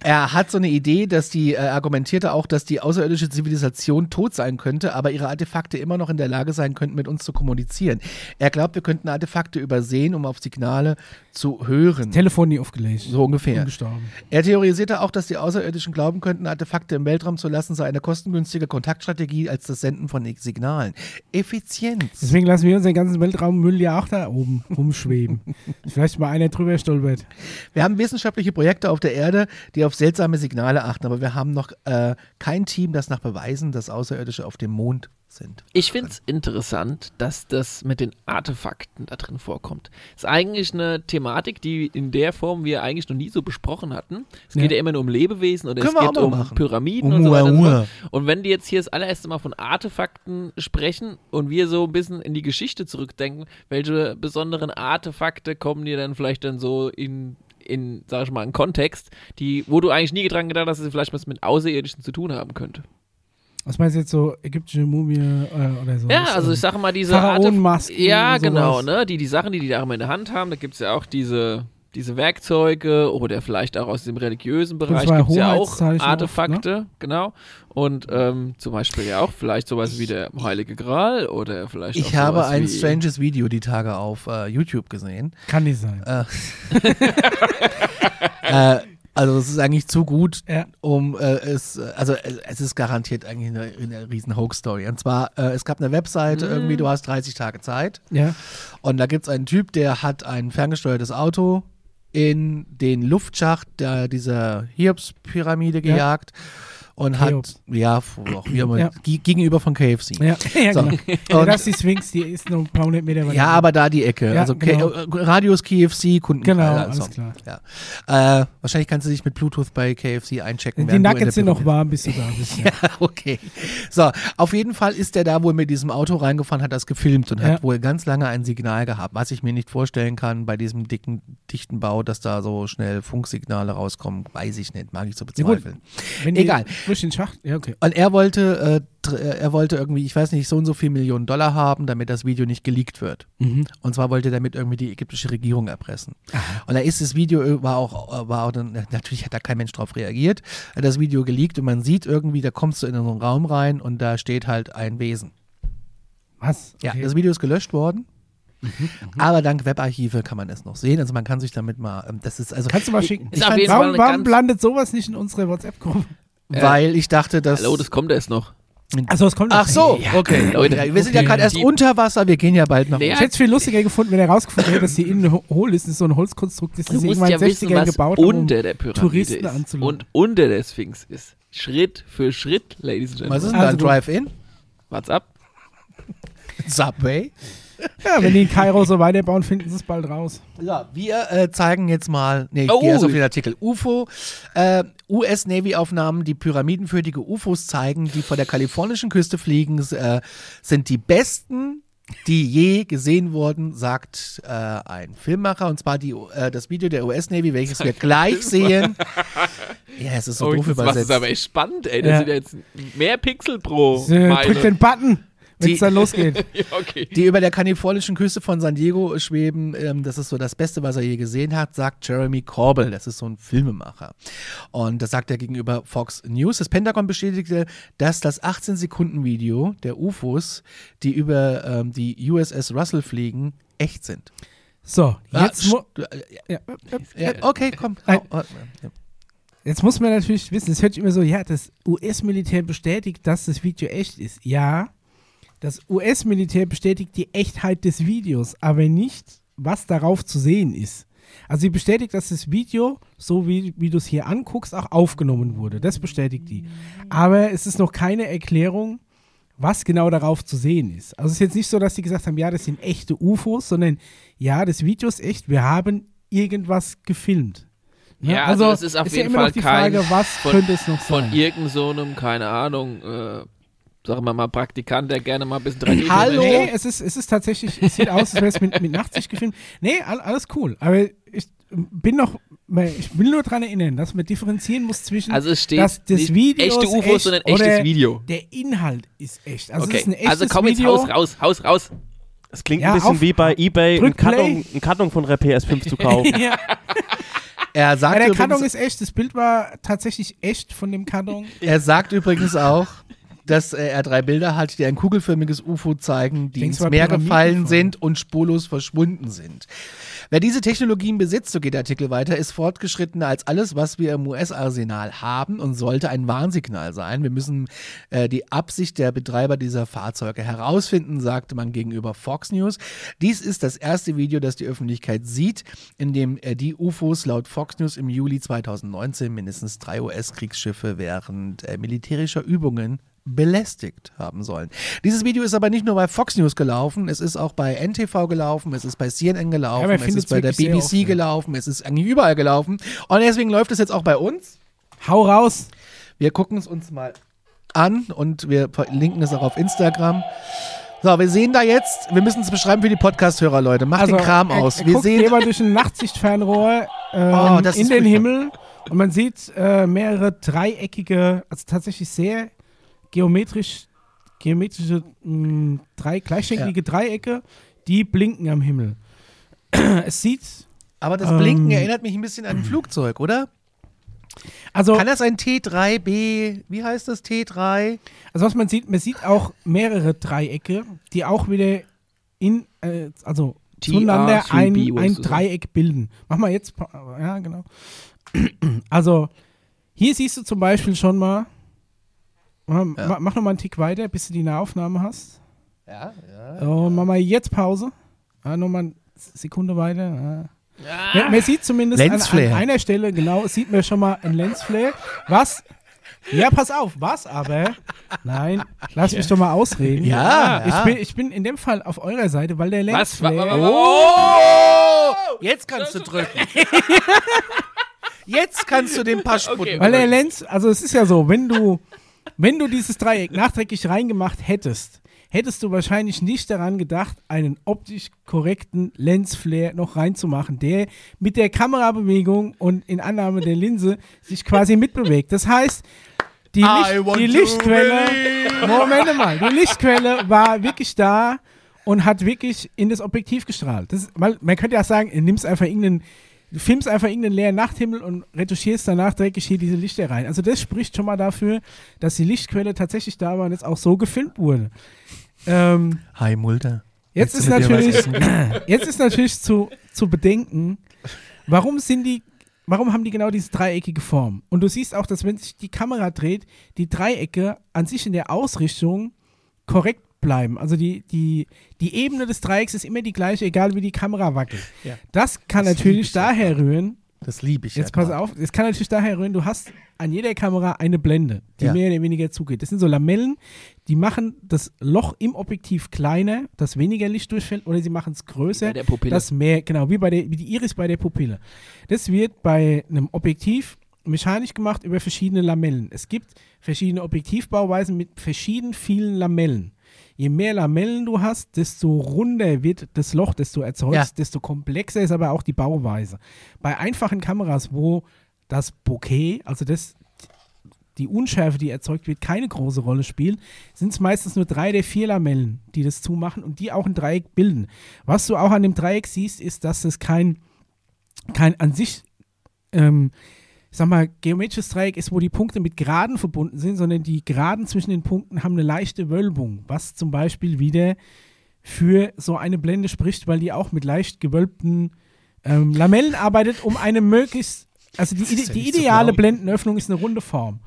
Er hat so eine Idee, dass die, äh, argumentierte auch, dass die außerirdische Zivilisation tot sein könnte, aber ihre Artefakte immer noch in der Lage sein könnten, mit uns zu kommunizieren. Er glaubt, wir könnten Artefakte übersehen, um auf Signale zu hören. Telefon nie aufgelegt. So ungefähr. Umgestorben. Er theorisierte auch, dass die Außerirdischen glauben könnten, Artefakte im Weltraum zu lassen, sei eine kostengünstige Kontaktstrategie als das Senden von Signalen. Effizienz. Deswegen lassen wir unseren ganzen Weltraummüll ja auch da oben rumschweben. Vielleicht mal einer drüber stolpert. Wir haben wissenschaftliche Projekte auf der Erde, die auf seltsame Signale achten, aber wir haben noch äh, kein Team, das nach Beweisen, dass Außerirdische auf dem Mond sind. Ich finde es interessant, dass das mit den Artefakten da drin vorkommt. Ist eigentlich eine Thematik, die in der Form wir eigentlich noch nie so besprochen hatten. Es geht ja, Ja. immer nur um Lebewesen oder Können es wir geht auch mal um machen. Pyramiden Um und so weiter. Und, so Ua-Ua. fort. und wenn die jetzt hier das allererste Mal von Artefakten sprechen und wir so ein bisschen in die Geschichte zurückdenken, welche besonderen Artefakte kommen dir dann vielleicht dann so in in, sag ich mal, einen Kontext, die, wo du eigentlich nie dran gedacht hast, dass es vielleicht was mit Außerirdischen zu tun haben könnte. Was meinst du jetzt so ägyptische Mumie äh, oder so? Ja, also ich sage mal, diese Pharaonenmasken, Artef- Ja, sowas. genau, ne? Die, die Sachen, die die da immer in der Hand haben, da gibt es ja auch diese, diese Werkzeuge oder vielleicht auch aus dem religiösen Bereich war ja gibt es ja auch Hoheitszeichen oft, ne? Artefakte, genau. Und ähm, zum Beispiel ja auch vielleicht sowas wie der Heilige Gral oder vielleicht auch Ich habe sowas ein wie, stranges Video die Tage auf äh, YouTube gesehen. Kann nicht sein. Äh, äh, also es ist eigentlich zu gut, Ja. um äh, es, äh, also äh, es ist garantiert eigentlich eine, eine riesen Hoax-Story. Und zwar, äh, es gab eine Mhm. Webseite, irgendwie, du hast 30 Tage Zeit Ja. und da gibt es einen Typ, der hat ein ferngesteuertes Auto in den Luftschacht der, dieser Hiobs-Pyramide Ja. gejagt und Cheops. hat, ja, auch, wie immer, Ja. ge- gegenüber von KFC. Ja, ja So. genau. Und- Und das ist die Sphinx, die ist noch ein paar hundert Meter weiter. Ja, aber da die Ecke. genau. Ja, also K genau. äh, Radius KFC, Kunden. Genau, äh, alles klar. Ja. Äh, wahrscheinlich kannst du dich mit Bluetooth bei KFC einchecken. Die während du in Nuggets der sind noch Pyramide- warm, bis du da bist. Ja. Okay. So, auf jeden Fall ist der da wohl mit diesem Auto reingefahren, hat das gefilmt und Ja. hat wohl ganz lange ein Signal gehabt, was ich mir nicht vorstellen kann bei diesem dicken, dichten Bau, dass da so schnell Funksignale rauskommen, weiß ich nicht, mag ich zu gut. bezweifeln. Wenn die Egal. Durch den Schacht, ja, okay. Und er wollte, äh, tr- äh, er wollte irgendwie, ich weiß nicht, so und so viel Millionen Dollar haben, damit das Video nicht geleakt wird. Mhm. Und zwar wollte er damit irgendwie die ägyptische Regierung erpressen. Und da ist das Video, äh, war auch, äh, war auch dann, natürlich hat da kein Mensch drauf reagiert, hat das Video geleakt und man sieht irgendwie, da kommst du in so einen Raum rein und da steht halt ein Wesen. Was? Ja, okay. Mhm, das Video ist gelöscht worden. Aber dank Webarchive kann man es noch sehen. Also man kann sich damit mal, ähm, das ist also, Kannst du mal schicken. Ist auf jeden Fall warum eine warum ganz- landet sowas nicht in unsere WhatsApp-Gruppe? weil ich dachte, dass. äh, Hallo, das kommt erst noch. Achso, Also, es kommt Ach so, Ja. okay. Leute, ja, wir sind ja okay. gerade erst Die- unter Wasser, wir gehen ja bald nach Naja, Ich hätte es viel lustiger gefunden, wenn er rausgefunden hätte, dass die innen ho- hohl ist. Das ist so ein Holzkonstrukt, das Du ist musst irgendwann ja in den wissen, 60ern was gebaut haben, unter der Pyramide Touristen ist anzulocken. und unter der Sphinx ist. Schritt für Schritt, Ladies and Was ist denn Gentlemen. da ein Also gut. Drive-In? What's up? Subway? Ja, wenn die in Kairo so weiterbauen, finden sie es bald raus. Ja, wir äh, zeigen jetzt mal, nee, ich Oh. gehe erst auf den Artikel. UFO, äh, US-Navy-Aufnahmen, die pyramidenführige UFOs zeigen, die vor der kalifornischen Küste fliegen, s- äh, sind die besten, die je gesehen wurden, sagt äh, ein Filmmacher. Und zwar die, äh, das Video der US-Navy, welches wir gleich sehen. Ja, es ist so oh, doof das macht es übersetzt. aber echt spannend, ey. Das Ja. sind ja jetzt mehr Pixel pro So, Meile. drück Äh, den Button. Wenn wenn es dann losgeht. Ja, okay. die über der kalifornischen Küste von San Diego schweben. Ähm, das ist so das Beste, was er je gesehen hat, sagt Jeremy Corbell. Das ist so ein Filmemacher. Und das sagt er gegenüber Fox News. Das Pentagon bestätigte, dass das 18-Sekunden-Video der UFOs, die über ähm, die USS Russell fliegen, echt sind. So, jetzt, mu Ah, st- äh, ja, ja, ja, ja, okay, komm. Nein. hau- hau- ja. jetzt muss man natürlich wissen, es hört sich immer so, ja, das US-Militär bestätigt, dass das Video echt ist. Ja, das US-Militär bestätigt die Echtheit des Videos, aber nicht, was darauf zu sehen ist. Also sie bestätigt, dass das Video, so wie, wie du es hier anguckst, auch aufgenommen wurde. Das bestätigt die. Aber es ist noch keine Erklärung, was genau darauf zu sehen ist. Also es ist jetzt nicht so, dass sie gesagt haben, ja, das sind echte UFOs, sondern ja, das Video ist echt, wir haben irgendwas gefilmt. Ne? Ja, also es ist auf jeden ja immer Fall noch die kein Frage, was von- könnte es noch sein? Von irgend so einem, keine Ahnung, äh, sagen wir mal Praktikant, der gerne mal ein bisschen 3D Hallo? Nee, es ist, es ist tatsächlich, es sieht aus, als wäre es mit, mit Nachtsicht gefilmt. Nee, all, alles cool. Aber ich bin noch, ich will nur daran erinnern, dass man differenzieren muss zwischen Also es steht dass das nicht Video echte ist UFOs, echt sondern oder echtes Video. Der Inhalt ist echt. Also es ist ein Okay, echtes also komm jetzt Video. raus, raus, raus, raus. Es klingt Ja, ein bisschen auf- wie bei eBay, einen drück Karton, Play. einen Karton von der PS5 zu kaufen. ja. Er sagt Aber der übrigens- Karton ist echt, das Bild war tatsächlich echt von dem Karton. Er sagt übrigens auch, dass äh, er drei Bilder hat, die ein kugelförmiges UFO zeigen, die Denkst ins du, war Meer Pyramiden gefallen von- sind und spurlos verschwunden sind. Wer diese Technologien besitzt, so geht der Artikel weiter, ist fortgeschrittener als alles, was wir im US-Arsenal haben und sollte ein Warnsignal sein. Wir müssen äh, die Absicht der Betreiber dieser Fahrzeuge herausfinden, sagte man gegenüber Fox News. Dies ist das erste Video, das die Öffentlichkeit sieht, in dem äh, die UFOs laut Fox News im Juli 2019 mindestens drei US-Kriegsschiffe während äh, militärischer Übungen belästigt haben sollen. Dieses Video ist aber nicht nur bei Fox News gelaufen, es ist auch bei NTV gelaufen, es ist bei CNN gelaufen, aber er es findet's ist bei der wirklich sehr BBC oft, ja. gelaufen, es ist eigentlich überall gelaufen und deswegen läuft es jetzt auch bei uns. Hau raus. Wir gucken es uns mal an und wir verlinken es auch auf Instagram. So, wir sehen da jetzt, wir müssen es beschreiben für die Podcast-Hörer, Leute. Macht den Kram Also, er, aus. Er Wir guckt sehen jemand durch ein Nachtsichtfernrohr ähm, Oh, das in ist den furchtbar. Himmel und man sieht äh, mehrere dreieckige, also tatsächlich sehr geometrisch, geometrische mh, drei gleichschenklige Dreiecke, die blinken am Himmel. es sieht Aber das Blinken Ähm. erinnert mich ein bisschen an ein Flugzeug, oder? also Kann das ein T3B? Wie heißt das T3? Also was man sieht, man sieht auch mehrere Dreiecke, die auch wieder in, äh, also TR3B zueinander ein, oder ein so. Dreieck bilden. Mach mal jetzt, pa- ja genau. Also hier siehst du zum Beispiel schon mal, mach, ja. mach noch mal einen Tick weiter, bis du die Nahaufnahme hast. Ja, ja. Und mach mal jetzt Pause. Ja, noch mal eine Sekunde weiter. Ja. Man, man sieht zumindest an, an Lensflare. einer Stelle genau, sieht man schon mal ein Lensflare. Was? Ja, pass auf, was aber? Nein, lass mich doch mal ausreden. Ah, Ja, ja. Ich, bin, ich bin in dem Fall auf eurer Seite, weil der Was? Wa- Lensflare. wa- Oh! wa- Jetzt kannst du drücken. Jetzt kannst du den Passsputen. Weil der Lenz, also es ist ja so, wenn du, wenn du dieses Dreieck nachträglich reingemacht hättest, hättest du wahrscheinlich nicht daran gedacht, einen optisch korrekten Lensflare noch reinzumachen, der mit der Kamerabewegung und in Annahme der Linse sich quasi mitbewegt. Das heißt, die, I Licht, want die to Lichtquelle, believe. Moment mal, die Lichtquelle war wirklich da und hat wirklich in das Objektiv gestrahlt. Das, ist- weil man könnte ja sagen, nimmst einfach irgendeinen Du filmst einfach irgendeinen leeren Nachthimmel und retuschierst danach dreckig hier diese Lichter rein. Also das spricht schon mal dafür, dass die Lichtquelle tatsächlich da war und jetzt auch so gefilmt wurde. Ähm, Hi, Mulder. jetzt, ist Willst du mit mir was natürlich, essen jetzt ist natürlich zu, zu bedenken, warum sind die, warum haben die genau diese dreieckige Form? Und du siehst auch, dass wenn sich die Kamera dreht, die Dreiecke an sich in der Ausrichtung korrekt bleiben. Also die, die, die Ebene des Dreiecks ist immer die gleiche, egal wie die Kamera wackelt. Ja. Das kann Das lieb natürlich ich ja. daher rühren, Das liebe ich. Jetzt ja pass gerade. auf, es kann natürlich daher rühren, du hast an jeder Kamera eine Blende, die Ja. mehr oder weniger zugeht. Das sind so Lamellen, die machen das Loch im Objektiv kleiner, dass weniger Licht durchfällt, oder sie machen es größer, Bei der Pupille. dass mehr, genau, wie, bei der, wie die Iris bei der Pupille. Das wird bei einem Objektiv mechanisch gemacht über verschiedene Lamellen. Es gibt verschiedene Objektivbauweisen mit verschieden vielen Lamellen. Je mehr Lamellen du hast, desto runder wird das Loch, das du erzeugst, Ja. desto komplexer ist aber auch die Bauweise. Bei einfachen Kameras, wo das Bokeh, also das die Unschärfe, die erzeugt wird, keine große Rolle spielt, sind es meistens nur drei der vier Lamellen, die das zumachen und die auch ein Dreieck bilden. Was du auch an dem Dreieck siehst, ist, dass es kein, kein an sich, ähm, ich sag mal, geometrisches Dreieck ist, wo die Punkte mit Geraden verbunden sind, sondern die Geraden zwischen den Punkten haben eine leichte Wölbung, was zum Beispiel wieder für so eine Blende spricht, weil die auch mit leicht gewölbten ähm, Lamellen arbeitet, um eine möglichst, also die, Das ist ide- ja die nicht so ideale blau. Blendenöffnung ist eine runde Form.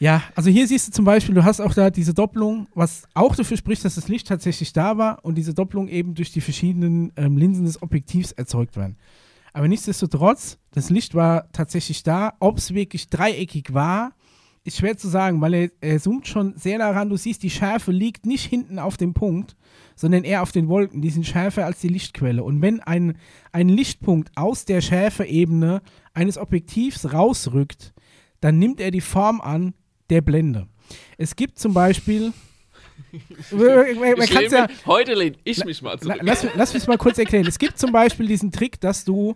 Ja, also hier siehst du zum Beispiel, du hast auch da diese Doppelung, was auch dafür spricht, dass das Licht tatsächlich da war und diese Doppelung eben durch die verschiedenen ähm, Linsen des Objektivs erzeugt werden. Aber nichtsdestotrotz, das Licht war tatsächlich da. Ob es wirklich dreieckig war, ist schwer zu sagen, weil er, er zoomt schon sehr daran. Du siehst, die Schärfe liegt nicht hinten auf dem Punkt, sondern eher auf den Wolken. Die sind schärfer als die Lichtquelle. Und wenn ein, ein Lichtpunkt aus der Schärfeebene eines Objektivs rausrückt, dann nimmt er die Form an der Blende. Es gibt zum Beispiel. Man, man Ich kann's lehne mich- heute lehne ich mich mal La- zurück. Lass, lass mich mal kurz erklären. Es gibt zum Beispiel diesen Trick, dass du,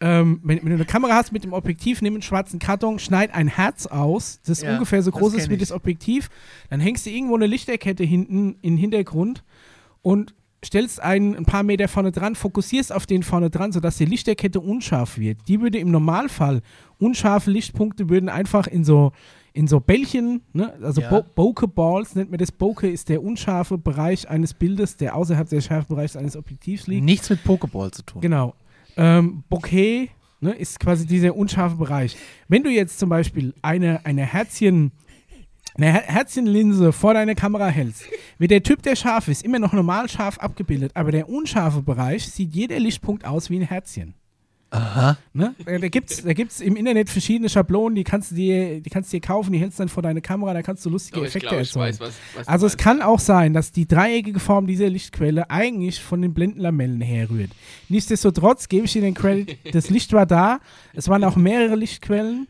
ähm, wenn, wenn du eine Kamera hast mit dem Objektiv, nimm einen schwarzen Karton, schneid ein Herz aus, das Ja, ungefähr so das groß ist kenn wie ich. das Objektiv, dann hängst du irgendwo eine Lichterkette hinten in den Hintergrund und stellst einen ein paar Meter vorne dran, fokussierst auf den vorne dran, sodass die Lichterkette unscharf wird. Die würde im Normalfall, unscharfe Lichtpunkte würden einfach in so, in so Bällchen, ne? also Ja. Bo Bokeh-Balls nennt man das. Bokeh ist der unscharfe Bereich eines Bildes, der außerhalb des schärfen Bereichs eines Objektivs liegt. Nichts mit Pokéball zu tun. Genau. Ähm, Bokeh ne, ist quasi dieser unscharfe Bereich. Wenn du jetzt zum Beispiel eine, eine Herzchen eine Her Herzchenlinse vor deine Kamera hältst, wird der Typ, der scharf ist, immer noch normal scharf abgebildet, aber der unscharfe Bereich sieht jeder Lichtpunkt aus wie ein Herzchen. Aha. Ne? Da gibt es da gibt's im Internet verschiedene Schablonen, die kannst du dir, die kannst du dir kaufen, die hältst du dann vor deine Kamera, da kannst du lustige Aber ich Effekte glaube, ich erzeugen. weiß, was, was du Also es meinst. kann auch sein, dass die dreieckige Form dieser Lichtquelle eigentlich von den blinden Lamellen herrührt. Nichtsdestotrotz gebe ich dir den Credit, das Licht war da, es waren auch mehrere Lichtquellen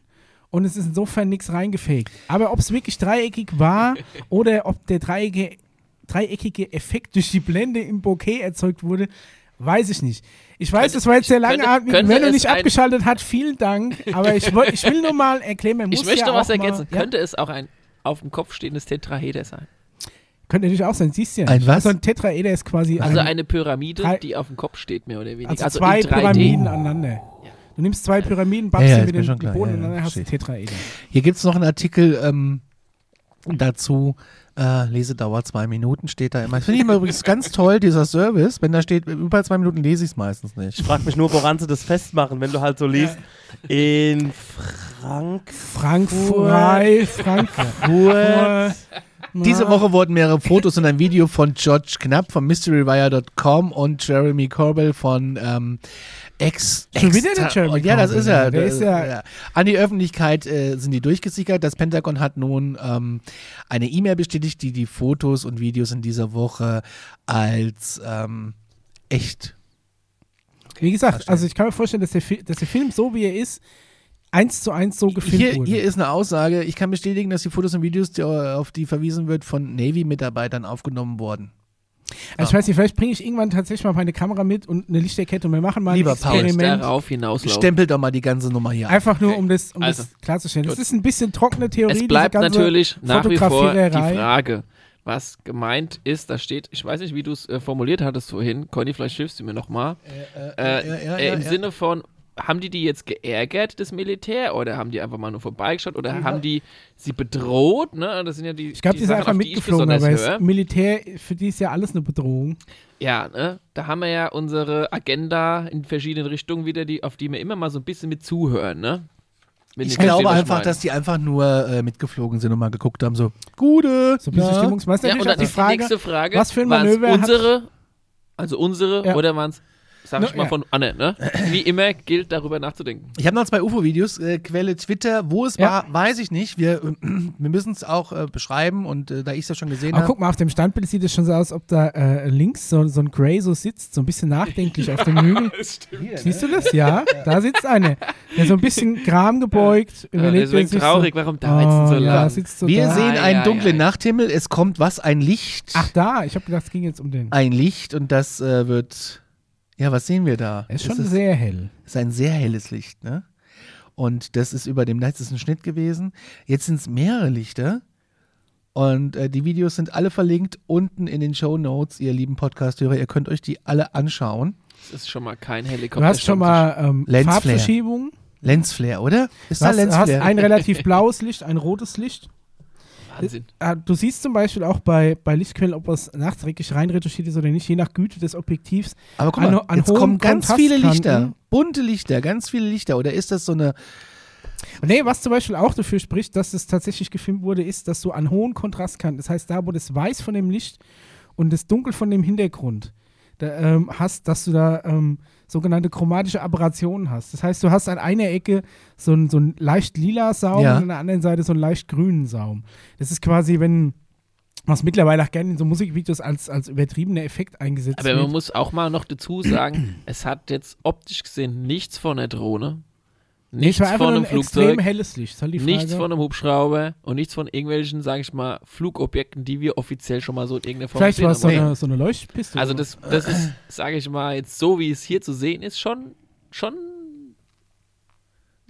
und es ist insofern nichts reingefegt. Aber ob es wirklich dreieckig war oder ob der dreieckige, dreieckige Effekt durch die Blende im Bokeh erzeugt wurde, weiß ich nicht. Ich weiß, Könnte- das war jetzt sehr Also könnte- langatmig. könnte Wenn du es nicht ein- abgeschaltet hat, vielen Dank. Aber ich, woll- ich will nur mal erklären, man muss Ich möchte ja was auch ergänzen. Mal, ja, Könnte es auch ein auf dem Kopf stehendes Tetraheder sein? könnte natürlich auch sein. Siehst du ja. Ein nicht. was? Also ein Tetraeder ist quasi Also ein- eine Pyramide, Drei- die auf dem Kopf steht, mehr oder weniger. Also, Also, zwei in 3D. Pyramiden aneinander. Du nimmst zwei Pyramiden, babst Ja, ja, sie ist mit mir den schon klar. Boden Ja, und ja, dann hast du verstehe. Tetraeder. Hier gibt es noch einen Artikel ähm, dazu. Äh, Lesedauer zwei Minuten steht da immer. Das finde ich immer übrigens ganz toll, dieser Service. Wenn da steht, über zwei Minuten lese ich es meistens nicht. Ich frage mich nur, woran sie das festmachen, wenn du halt so liest. In Frank. Frankfurt, Frankfurt. Diese Woche wurden mehrere Fotos und ein Video von George Knapp von MysteryWire.com und Jeremy Corbell von ähm, Ex. Schon wieder Extra- der Jeremy und Ja, das Corbell, ist er. ja, der Das- ist ja- An die Öffentlichkeit äh, sind die durchgesickert. Das Pentagon hat nun ähm, eine E-Mail bestätigt, die die Fotos und Videos in dieser Woche als ähm, echt. Wie gesagt, also ich kann mir vorstellen, dass der, Fi dass der Film so wie er ist, eins zu eins so gefilmt Hier, wurde. hier ist eine Aussage. Ich kann bestätigen, dass die Fotos und Videos, die, auf die verwiesen wird, von Navy-Mitarbeitern aufgenommen wurden. also ich weiß nicht, vielleicht bringe ich irgendwann tatsächlich mal meine Kamera mit und eine Lichterkette und wir machen mal Lieber ein Paul, Jetzt Experiment. darauf hinauslaufen. Stempel doch mal die ganze Nummer hier ab. Einfach nur, um das, um Also, das klarzustellen. Das gut. ist ein bisschen trockene Theorie. Es bleibt diese ganze natürlich nach wie vor die Fotografiererei. Frage, was gemeint ist. Da steht, ich weiß nicht, wie du es äh, formuliert hattest vorhin. Conny, vielleicht hilfst du mir nochmal. Äh, ja, ja, äh, ja, Im ja. Sinne von, haben die die jetzt geärgert, das Militär? Oder haben die einfach mal nur vorbeigeschaut? Oder haben die sie bedroht? Ne? Das sind ja die, Ich glaube, die, sind Sachen, einfach auf die ich mitgeflogen, besonders aber höre. das Militär, für die ist ja alles eine Bedrohung. Ja, ne? da haben wir ja unsere Agenda in verschiedenen Richtungen wieder, die, auf die wir immer mal so ein bisschen mit zuhören. Ne? Wenn Ich ihr versteht, glaube was ich einfach, meine. dass die einfach nur äh, mitgeflogen sind und mal geguckt haben, so, Gude, So ein bisschen na? Stimmungsmeister. Ja, und Natürlich dann auch die ist die Frage, nächste Frage, was für ein waren's Manöver hat- unsere, also unsere, Ja. oder waren es, sag ich No, mal, ja. von Anne, ne? Wie immer gilt, darüber nachzudenken. Ich habe noch zwei UFO-Videos, äh, Quelle Twitter, wo es Ja. war, weiß ich nicht. Wir, wir müssen es auch äh, beschreiben und äh, da ich es ja schon gesehen aber ne? habe. guck mal, auf dem Standbild sieht es schon so aus, ob da äh, links so, so ein Grey so sitzt, so ein bisschen nachdenklich auf dem Hügel. Siehst ne? du das? Ja, da sitzt einer. Der so ein bisschen Gram gebeugt, Ja, überlegt deswegen sich traurig, warum so, da jetzt so oh, ja, lang? sitzt so Wir da. sehen Ah, einen ja, dunklen ja, ja. Nachthimmel, es kommt was, ein Licht. Ach da, ich habe gedacht, es ging jetzt um den. Ein Licht und das äh, wird, ja, was sehen wir da? Er ist schon es ist, sehr hell. ist ein sehr helles Licht, ne? Und das ist über dem Netz ist ein Schnitt gewesen. Jetzt sind es mehrere Lichter. Und äh, die Videos sind alle verlinkt unten in den Show Notes, ihr lieben Podcasthörer. Ihr könnt euch die alle anschauen. Das ist schon mal kein Du Helikopter. hast schon mal ähm, Lensflare. Farbverschiebung. Lensflare, oder? Ist Du da hast, hast Lensflare? ein relativ blaues Licht, ein rotes Licht. Wahnsinn. Ah, Du siehst zum Beispiel auch bei, bei Lichtquellen, ob was nachträglich reinretuschiert ist oder nicht, je nach Güte des Objektivs. Aber guck mal, an- an jetzt hohen kommen ganz viele Kontrastkanten. Lichter. Bunte Lichter, ganz viele Lichter. Oder ist das so eine. Nee, was zum Beispiel auch dafür spricht, dass es tatsächlich gefilmt wurde, ist, dass du an hohen Kontrastkanten, das heißt da, wo das Weiß von dem Licht und das Dunkel von dem Hintergrund da, ähm, hast, dass du da ähm, sogenannte chromatische Aberrationen hast. Das heißt, du hast an einer Ecke so einen so einen leicht lila Saum Ja. und an der anderen Seite so einen leicht grünen Saum. Das ist quasi, wenn was mittlerweile auch gerne in so Musikvideos als, als übertriebener Effekt eingesetzt Aber wird. man muss auch mal noch dazu sagen, es hat jetzt optisch gesehen nichts von einer Drohne, Nee, es nichts war einfach von nur einem ein extrem Flugzeug, helles Licht. Ist halt die Frage. nichts von einem Hubschrauber und nichts von irgendwelchen, sage ich mal, Flugobjekten, die wir offiziell schon mal so in irgendeiner Form Vielleicht sehen war es so haben. eine, so eine Leuchtpistole. Also das, das ist, sage ich mal, jetzt so wie es hier zu sehen ist, schon, schon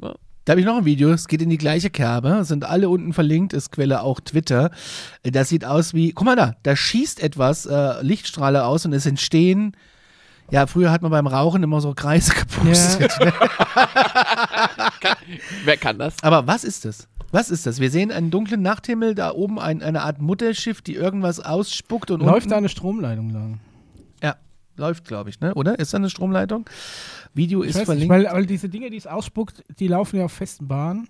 Da habe ich noch ein Video, es geht in die gleiche Kerbe, sind alle unten verlinkt, ist Quelle auch Twitter. Das sieht aus wie, guck mal da, da schießt etwas äh, Lichtstrahler aus und es entstehen, ja, früher hat man beim Rauchen immer so Kreise gepustet. Wer kann das? Aber was ist das? Was ist das? Wir sehen einen dunklen Nachthimmel, da oben ein, eine Art Mutterschiff, die irgendwas ausspuckt und Läuft unten, da eine Stromleitung lang? Ja, läuft, glaube ich, ne? oder? Ist da eine Stromleitung? Video Ich ist weiß nicht, verlinkt. weil, weil diese Dinge, die es ausspuckt, die laufen ja auf festen Bahnen.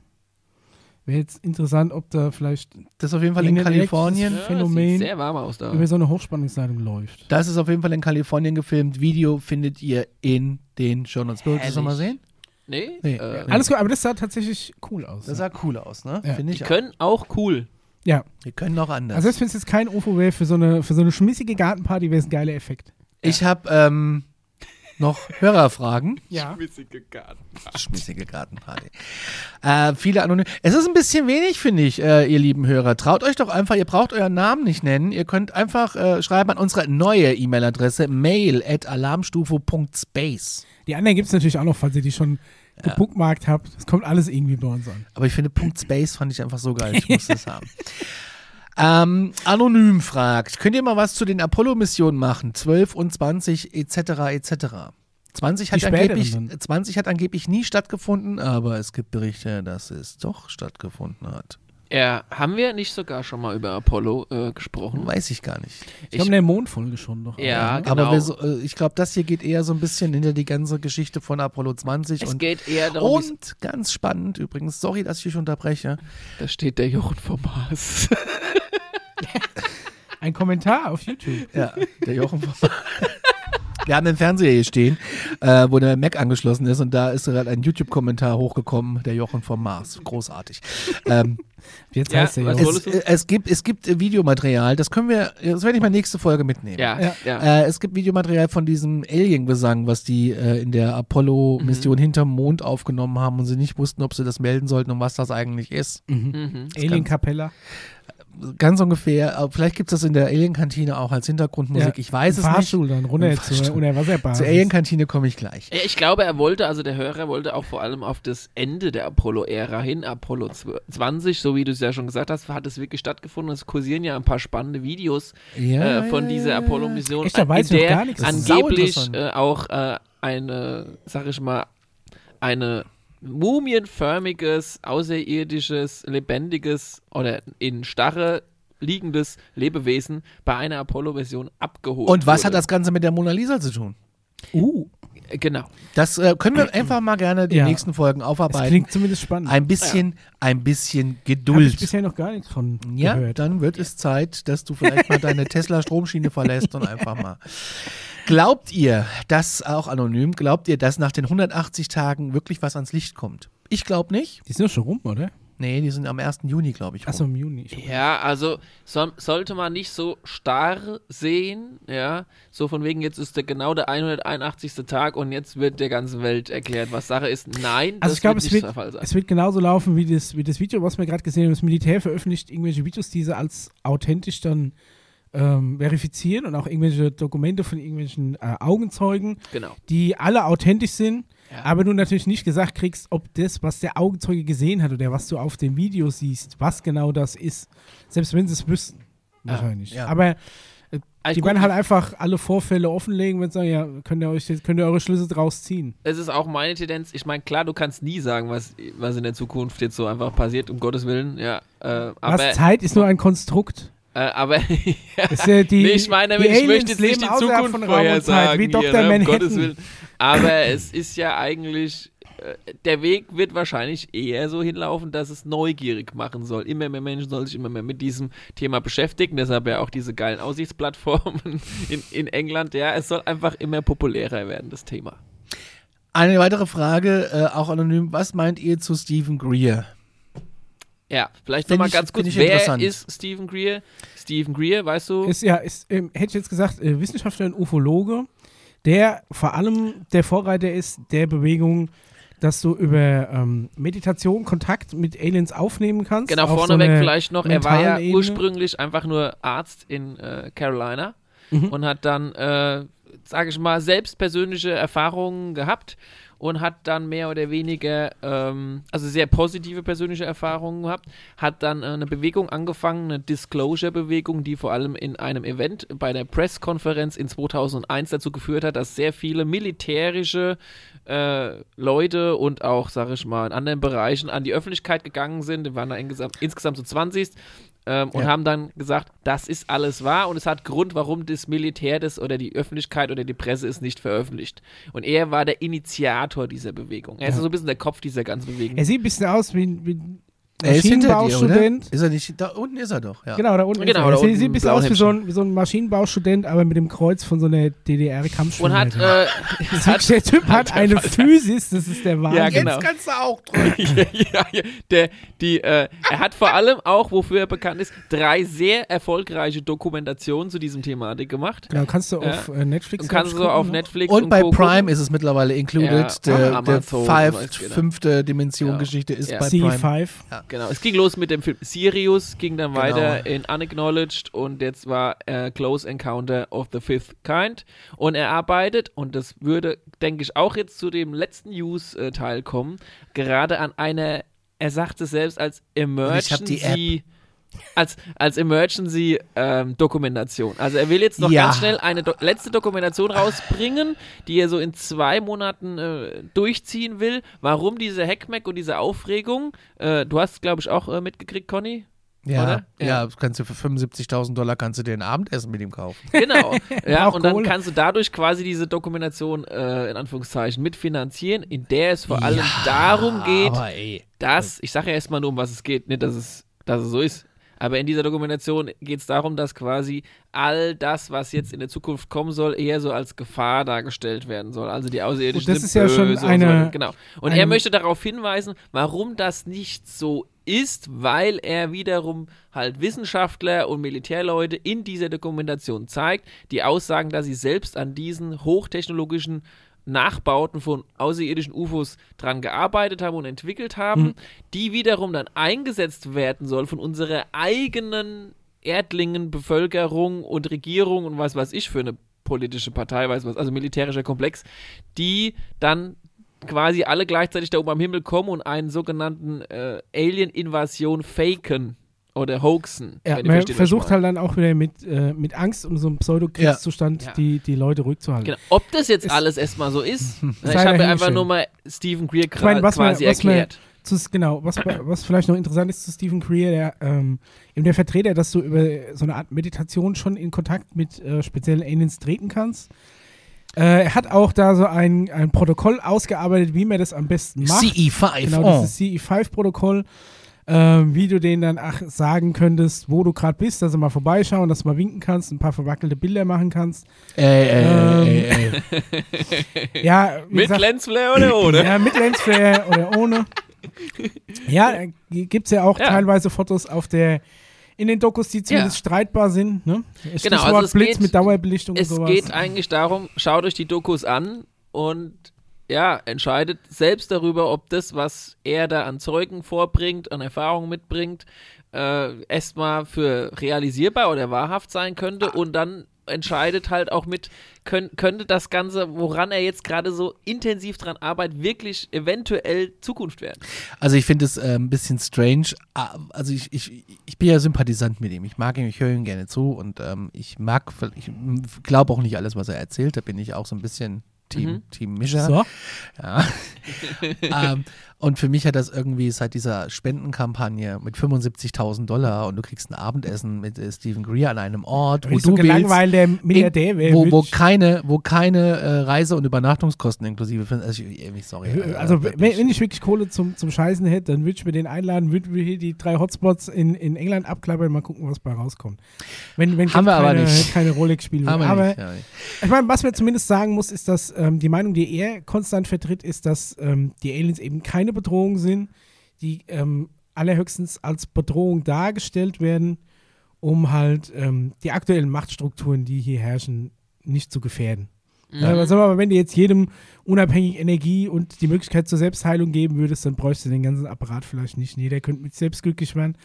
Wäre jetzt interessant, ob da vielleicht Das ist auf jeden Fall in irgendein Kalifornien. elektrisches Phänomen sieht sehr warm aus da. über so eine Hochspannungsleitung läuft. Das ist auf jeden Fall in Kalifornien gefilmt. Video findet ihr in den Shownotes. Willst du das Herrlich. nochmal sehen? Nee, Nee, äh, ja. Alles gut, aber das sah tatsächlich cool aus. Das ja. sah cool aus, ne? Ja. Finde die ich auch. können auch cool. ja. Wir können noch anders. Also selbst wenn es jetzt kein UFO wäre, für so eine, für so eine schmissige Gartenparty wäre es ein geiler Effekt. ich habe ähm, noch Hörerfragen. Ja. Schmissige Garten. Schmissige Gartenparty. Äh, viele anonym. Es ist ein bisschen wenig, finde ich, äh, ihr lieben Hörer. Traut euch doch einfach, ihr braucht euren Namen nicht nennen. Ihr könnt einfach äh, schreiben an unsere neue E-Mail-Adresse mail at alarmstufe.space. Die anderen gibt es natürlich auch noch, falls ihr die schon gebookmarkt habt. Das kommt alles irgendwie bei uns an. Aber ich finde Punkt Space fand ich einfach so geil. Ich muss das haben. Ähm, anonym fragt, könnt ihr mal was zu den Apollo-Missionen machen? 12 und 20 etc. etc. 20 hat, Die späteren angeblich, dann. 20 hat angeblich nie stattgefunden, aber es gibt Berichte, dass es doch stattgefunden hat. Ja, haben wir nicht sogar schon mal über Apollo äh, gesprochen? Weiß ich gar nicht. Ich habe Ich- eine Mondfolge schon noch. Ja, aber, ne? Aber Genau. wir so, äh, ich glaube, das hier geht eher so ein bisschen hinter die ganze Geschichte von Apollo 20 Es und geht eher darum, wie's- und ganz spannend übrigens, sorry, dass ich dich unterbreche. da steht der Jochen vom Mars. ne? Ein Kommentar auf YouTube. Ja, der Jochen vom Wir haben den Fernseher hier stehen, äh, wo der Mac angeschlossen ist und da ist gerade ein YouTube-Kommentar hochgekommen, der Jochen vom Mars. Großartig. Ähm, Jetzt Ja, heißt der was ja. soll- es, äh, es gibt, es gibt äh, Videomaterial, das können wir, das werde ich mal nächste Folge mitnehmen. ja, ja. Ja. Äh, es gibt Videomaterial von diesem Alien-Gesang, was die äh, in der Apollo-Mission hinterm Mond aufgenommen haben und sie nicht wussten, ob sie das melden sollten und was das eigentlich ist. Mhm. Alien-Kapella. Ganz ungefähr, äh, vielleicht gibt es das in der Alien-Kantine auch als Hintergrundmusik, Ja, ich weiß es nicht. Fahrstuhl dann runter äh, Im zur Fahrstuhl. Unterwasserbasis. Zur Alien-Kantine komme ich gleich. Ja, Ich glaube, er wollte, also der Hörer wollte auch vor allem auf das Ende der Apollo-Ära hin, Apollo 20, so wie du es ja schon gesagt hast, hat es wirklich stattgefunden. Es kursieren ja ein paar spannende Videos Ja, äh, von ja, dieser ja, Apollo-Mission, Echt, da an- weiß in ich noch der gar nichts. Das ist angeblich sauinteressant. äh, auch äh, eine, sag ich mal, eine mumienförmiges, außerirdisches, lebendiges oder in Starre liegendes Lebewesen bei einer Apollo-Mission abgeholt Und was hat wurde. das Ganze mit der Mona Lisa zu tun? Uh, Genau. Das äh, können wir einfach mal gerne die Ja. nächsten Folgen das aufarbeiten. klingt zumindest spannend. Ein bisschen, ein bisschen Hab ich Geduld. bisher noch gar nichts von Ja, gehört. dann wird es Zeit, dass du vielleicht mal deine Tesla-Stromschiene verlässt und einfach mal. Glaubt ihr, dass auch anonym, glaubt ihr, dass nach den 180 Tagen wirklich was ans Licht kommt? Ich glaube nicht. Die sind doch schon rum, oder? Nee, die sind am 1. Juni, glaube ich. rum. Achso, im Juni. Ich Ja, also soll, sollte man nicht so starr sehen, ja, so von wegen jetzt ist der genau der 181. Tag und jetzt wird der ganzen Welt erklärt, was Sache ist. Nein, das also ich glaube, wird es, nicht wird- der Fall sein. es wird genauso laufen wie das, wie das Video, was wir gerade gesehen haben. Das Militär veröffentlicht irgendwelche Videos, die sie als authentisch dann ähm, verifizieren und auch irgendwelche Dokumente von irgendwelchen äh, Augenzeugen, Genau. die alle authentisch sind, Ja. aber du natürlich nicht gesagt kriegst, ob das, was der Augenzeuge gesehen hat oder was du auf dem Video siehst, was genau das ist. Selbst wenn sie es wüssten. Wahrscheinlich. ja. Aber Also die gut, werden halt einfach alle Vorfälle offenlegen und sagen, ja, könnt ihr, euch, könnt ihr eure Schlüsse draus ziehen. es ist auch meine Tendenz. Ich meine, klar, du kannst nie sagen, was, was in der Zukunft jetzt so einfach passiert, um Gottes Willen. Ja, äh, aber, was Zeit ist nur ein Konstrukt. äh, aber Das ist ja die, nee, ich meine, die damit, ich Aliens möchte jetzt nicht leben die außerhalb Zukunft von Raum und Zeit, vorhersagen. wie Dr. Hier, ne, um Manhattan. Gottes Willen. Aber es ist ja eigentlich, äh, der Weg wird wahrscheinlich eher so hinlaufen, dass es neugierig machen soll. Immer mehr Menschen sollen sich immer mehr mit diesem Thema beschäftigen. Deshalb ja auch diese geilen Aussichtsplattformen in, in England. Ja, es soll einfach immer populärer werden, das Thema. Eine weitere Frage, äh, auch anonym. Was meint ihr zu Stephen Greer? Ja, vielleicht Find nochmal ich- ganz kurz, find ich wer interessant. ist Stephen Greer? Stephen Greer, weißt du? Ist ja, ist, ähm, hätte ich jetzt gesagt, äh, Wissenschaftler und Ufologe, der vor allem der Vorreiter ist der Bewegung, dass du über ähm, Meditation Kontakt mit Aliens aufnehmen kannst. Genau, auf so vorneweg einer vielleicht noch, er war ja mentalen Ebene. ursprünglich einfach nur Arzt in äh, Carolina und hat dann, äh, sage ich mal, selbst persönliche Erfahrungen gehabt und hat dann mehr oder weniger, ähm, also sehr positive persönliche Erfahrungen gehabt, hat dann äh, eine Bewegung angefangen, eine Disclosure-Bewegung, die vor allem in einem Event bei der Pressekonferenz in 2001 dazu geführt hat, dass sehr viele militärische äh, Leute und auch, sage ich mal, in anderen Bereichen an die Öffentlichkeit gegangen sind. Wir waren da insgesamt, insgesamt so 20 ähm, und Ja. haben dann gesagt, das ist alles wahr und es hat Grund, warum das Militär das oder die Öffentlichkeit oder die Presse es nicht veröffentlicht. Und er war der Initiator dieser Bewegung. Er ist Ja. so ein bisschen der Kopf dieser ganzen Bewegung. Er sieht ein bisschen aus wie ein, wie ein Er ist hinter dir, oder? Maschinenbaustudent. Ist er nicht? Da unten ist er doch. Ja. Genau, da unten. Genau, ist er. da er sieht- unten sieht ein bisschen blauen aus wie so, ein, wie so ein Maschinenbaustudent, aber mit dem Kreuz von so einer und DDR-Kampfschule. hat, äh, hat der Typ hat eine Physis, das ist der Wahnsinn. Ja, genau. Jetzt kannst du auch drücken. ja, ja, ja. Der, die, äh, er hat vor allem auch, wofür er bekannt ist, drei sehr erfolgreiche Dokumentationen zu diesem Thematik gemacht. Genau, kannst du Ja. auf äh, Netflix Und kannst du glaub so ich, auf gucken, ne? Netflix Und bei Co. Prime gucken. ist es mittlerweile included. Ja, der und der Amazon, five, weiß jeder. fünfte Dimension-Geschichte ist Ja. bei Prime. C5. Genau. Es ging los mit dem Film Sirius, ging dann Genau. weiter in Unacknowledged und jetzt war äh, Close Encounter of the Fifth Kind. Und er arbeitet, und das würde, denke ich, auch jetzt zu dem letzten News-Teil kommen, gerade an einer, er sagt es selbst als ich hab die App. Emergency. Als, als Emergency-Dokumentation. also er will jetzt noch Ja. ganz schnell eine Do letzte Dokumentation rausbringen, die er so in zwei Monaten äh, durchziehen will. Warum diese Hackmack und diese Aufregung? Äh, du hast, glaube ich, auch äh, mitgekriegt, Conny. Ja, oder? ja. Ja. kannst du für 75.000 Dollar kannst du dir ein Abendessen mit ihm kaufen. Genau. ja, Braucht und dann Kohle. kannst du dadurch quasi diese Dokumentation äh, in Anführungszeichen mitfinanzieren, in der es vor allem darum geht, Aber ey. dass, ich sage ja erstmal nur, um was es geht, nicht, dass es, dass es so ist. Aber in dieser Dokumentation geht es darum, dass quasi all das, was jetzt in der Zukunft kommen soll, eher so als Gefahr dargestellt werden soll. Also die Außerirdischen Und das sind ist ja schon böse eine- und so weiter. Genau. Und er eine- möchte darauf hinweisen, warum das nicht so ist, weil er wiederum halt Wissenschaftler und Militärleute in dieser Dokumentation zeigt, die aussagen, dass sie selbst an diesen hochtechnologischen Nachbauten von außerirdischen UFOs dran gearbeitet haben und entwickelt haben, die wiederum dann eingesetzt werden soll von unserer eigenen Erdlingen, Bevölkerung und Regierung und was weiß ich für eine politische Partei, weiß was, also militärischer Komplex, die dann quasi alle gleichzeitig da oben am Himmel kommen und einen sogenannten äh, Alien-Invasion faken oder hoaxen. Ja, man wenn ihr versteht, was ich versucht meine. halt dann auch wieder mit, äh, mit Angst und so einem Pseudokriegszustand Ja. Ja. Die, die Leute ruhigzuhalten. Genau. Ob das jetzt Ist- alles erstmal so ist, ich Sei habe einfach dahingestellt. nur mal Stephen Greer Ich meine, was man, quasi was man, erklärt. zu, genau, was, was vielleicht noch interessant ist zu Stephen Greer, der, ähm, eben der Vertreter, dass du über so eine Art Meditation schon in Kontakt mit äh, speziellen Aliens treten kannst. Äh, er hat auch da so ein, ein Protokoll ausgearbeitet, wie man das am besten macht. E CE5. Genau, oh. das ist CE5-Protokoll, ähm, wie du denen dann ach, sagen könntest, wo du gerade bist, dass sie mal vorbeischauen, dass du mal winken kannst, ein paar verwackelte Bilder machen kannst. Ey, Ähm. ey, ey, ey, ey. Äh, Ja, wie Mit gesagt, Lensflare oder ohne? ja, mit Lensflare oder ohne. Ja, gibt es ja auch Ja. teilweise Fotos auf der in den Dokus, die zumindest streitbar sind. Ne? Genau, also Stichwort es Blitz geht- mit Dauerbelichtung es und sowas. geht eigentlich darum, schaut euch die Dokus an und ja, entscheidet selbst darüber, ob das, was er da an Zeugen vorbringt, an Erfahrungen mitbringt, äh, erstmal für realisierbar oder wahrhaft sein könnte und dann entscheidet halt auch mit, könn- könnte das Ganze, woran er jetzt gerade so intensiv dran arbeitet, wirklich eventuell Zukunft werden. Also ich finde es äh, ein bisschen strange. Ah, Also ich, ich, ich bin ja Sympathisant mit ihm. Ich mag ihn, ich höre ihm gerne zu und ähm, ich mag, ich glaube auch nicht alles, was er erzählt. Da bin ich auch so ein bisschen Team, Team Mischer. Mhm. So, Ja. ähm, und für mich hat das irgendwie seit dieser Spendenkampagne mit 75.000 Dollar und du kriegst ein Abendessen mit äh, Stephen Greer an einem Ort, wenn wo ich so du willst, gelangweilter Milliardär in- wäre. wo, wo würd ich- keine, wo keine äh, Reise- und Übernachtungskosten inklusive sind. Also, ich, ich, sorry. äh, Also, wenn, wirklich. wenn ich wirklich Kohle zum, zum Scheißen hätte, dann würde ich mir den einladen, würden wir hier die drei Hotspots in, in England abklappern, mal gucken, was bei rauskommt. Wenn, wenn Kind Haben wir aber keine, nicht. keine Rolex spielen will. Haben wir Aber nicht, ja, nicht. ich meine, was man zumindest sagen muss, ist, dass ähm, die Meinung, die er konstant vertritt, ist, dass ähm, die Aliens eben keine Bedrohung sind, die ähm, allerhöchstens als Bedrohung dargestellt werden, um halt ähm, die aktuellen Machtstrukturen, die hier herrschen, nicht zu gefährden. Mhm. Ja, aber sag mal, wenn du jetzt jedem unabhängig Energie und die Möglichkeit zur Selbstheilung geben würdest, dann bräuchst du den ganzen Apparat vielleicht nicht. Nee, der könnte mit sich selbst glücklich werden.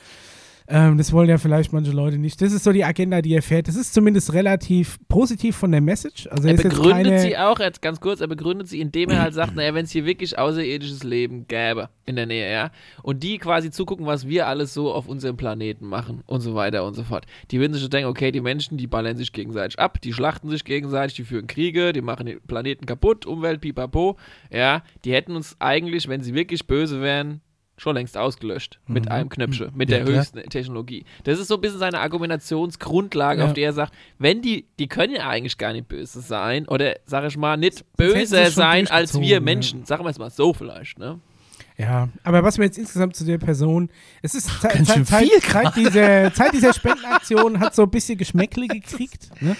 Ähm, das wollen ja vielleicht manche Leute nicht. Das ist so die Agenda, die er fährt. Das ist zumindest relativ positiv von der Message. Also Er ist jetzt begründet keine, sie auch, jetzt ganz kurz, er begründet sie, indem er halt sagt, naja, wenn es hier wirklich außerirdisches Leben gäbe in der Nähe, ja, und die quasi zugucken, was wir alles so auf unserem Planeten machen und so weiter und so fort. Die würden sich so denken, okay, die Menschen, die ballern sich gegenseitig ab, die schlachten sich gegenseitig, die führen Kriege, die machen den Planeten kaputt, Umwelt, pipapo, ja, die hätten uns eigentlich, wenn sie wirklich böse wären, schon längst ausgelöscht Mhm. mit einem Knöpfchen, mit Ja, der klar. höchsten Technologie. Das ist so ein bisschen seine Argumentationsgrundlage, Ja. auf der er sagt, wenn die, die können ja eigentlich gar nicht böse sein, oder sag ich mal, nicht hätten sie böser schon sein als durchgezogen, wir ja. Menschen. Sagen wir es mal so vielleicht, ne? Ja, aber was mir jetzt insgesamt zu der Person, es ist Zeit, Ganz schön Zeit, Zeit, viel Zeit, dieser, Zeit dieser Spendenaktion hat so ein bisschen Geschmäckle gekriegt. Ne?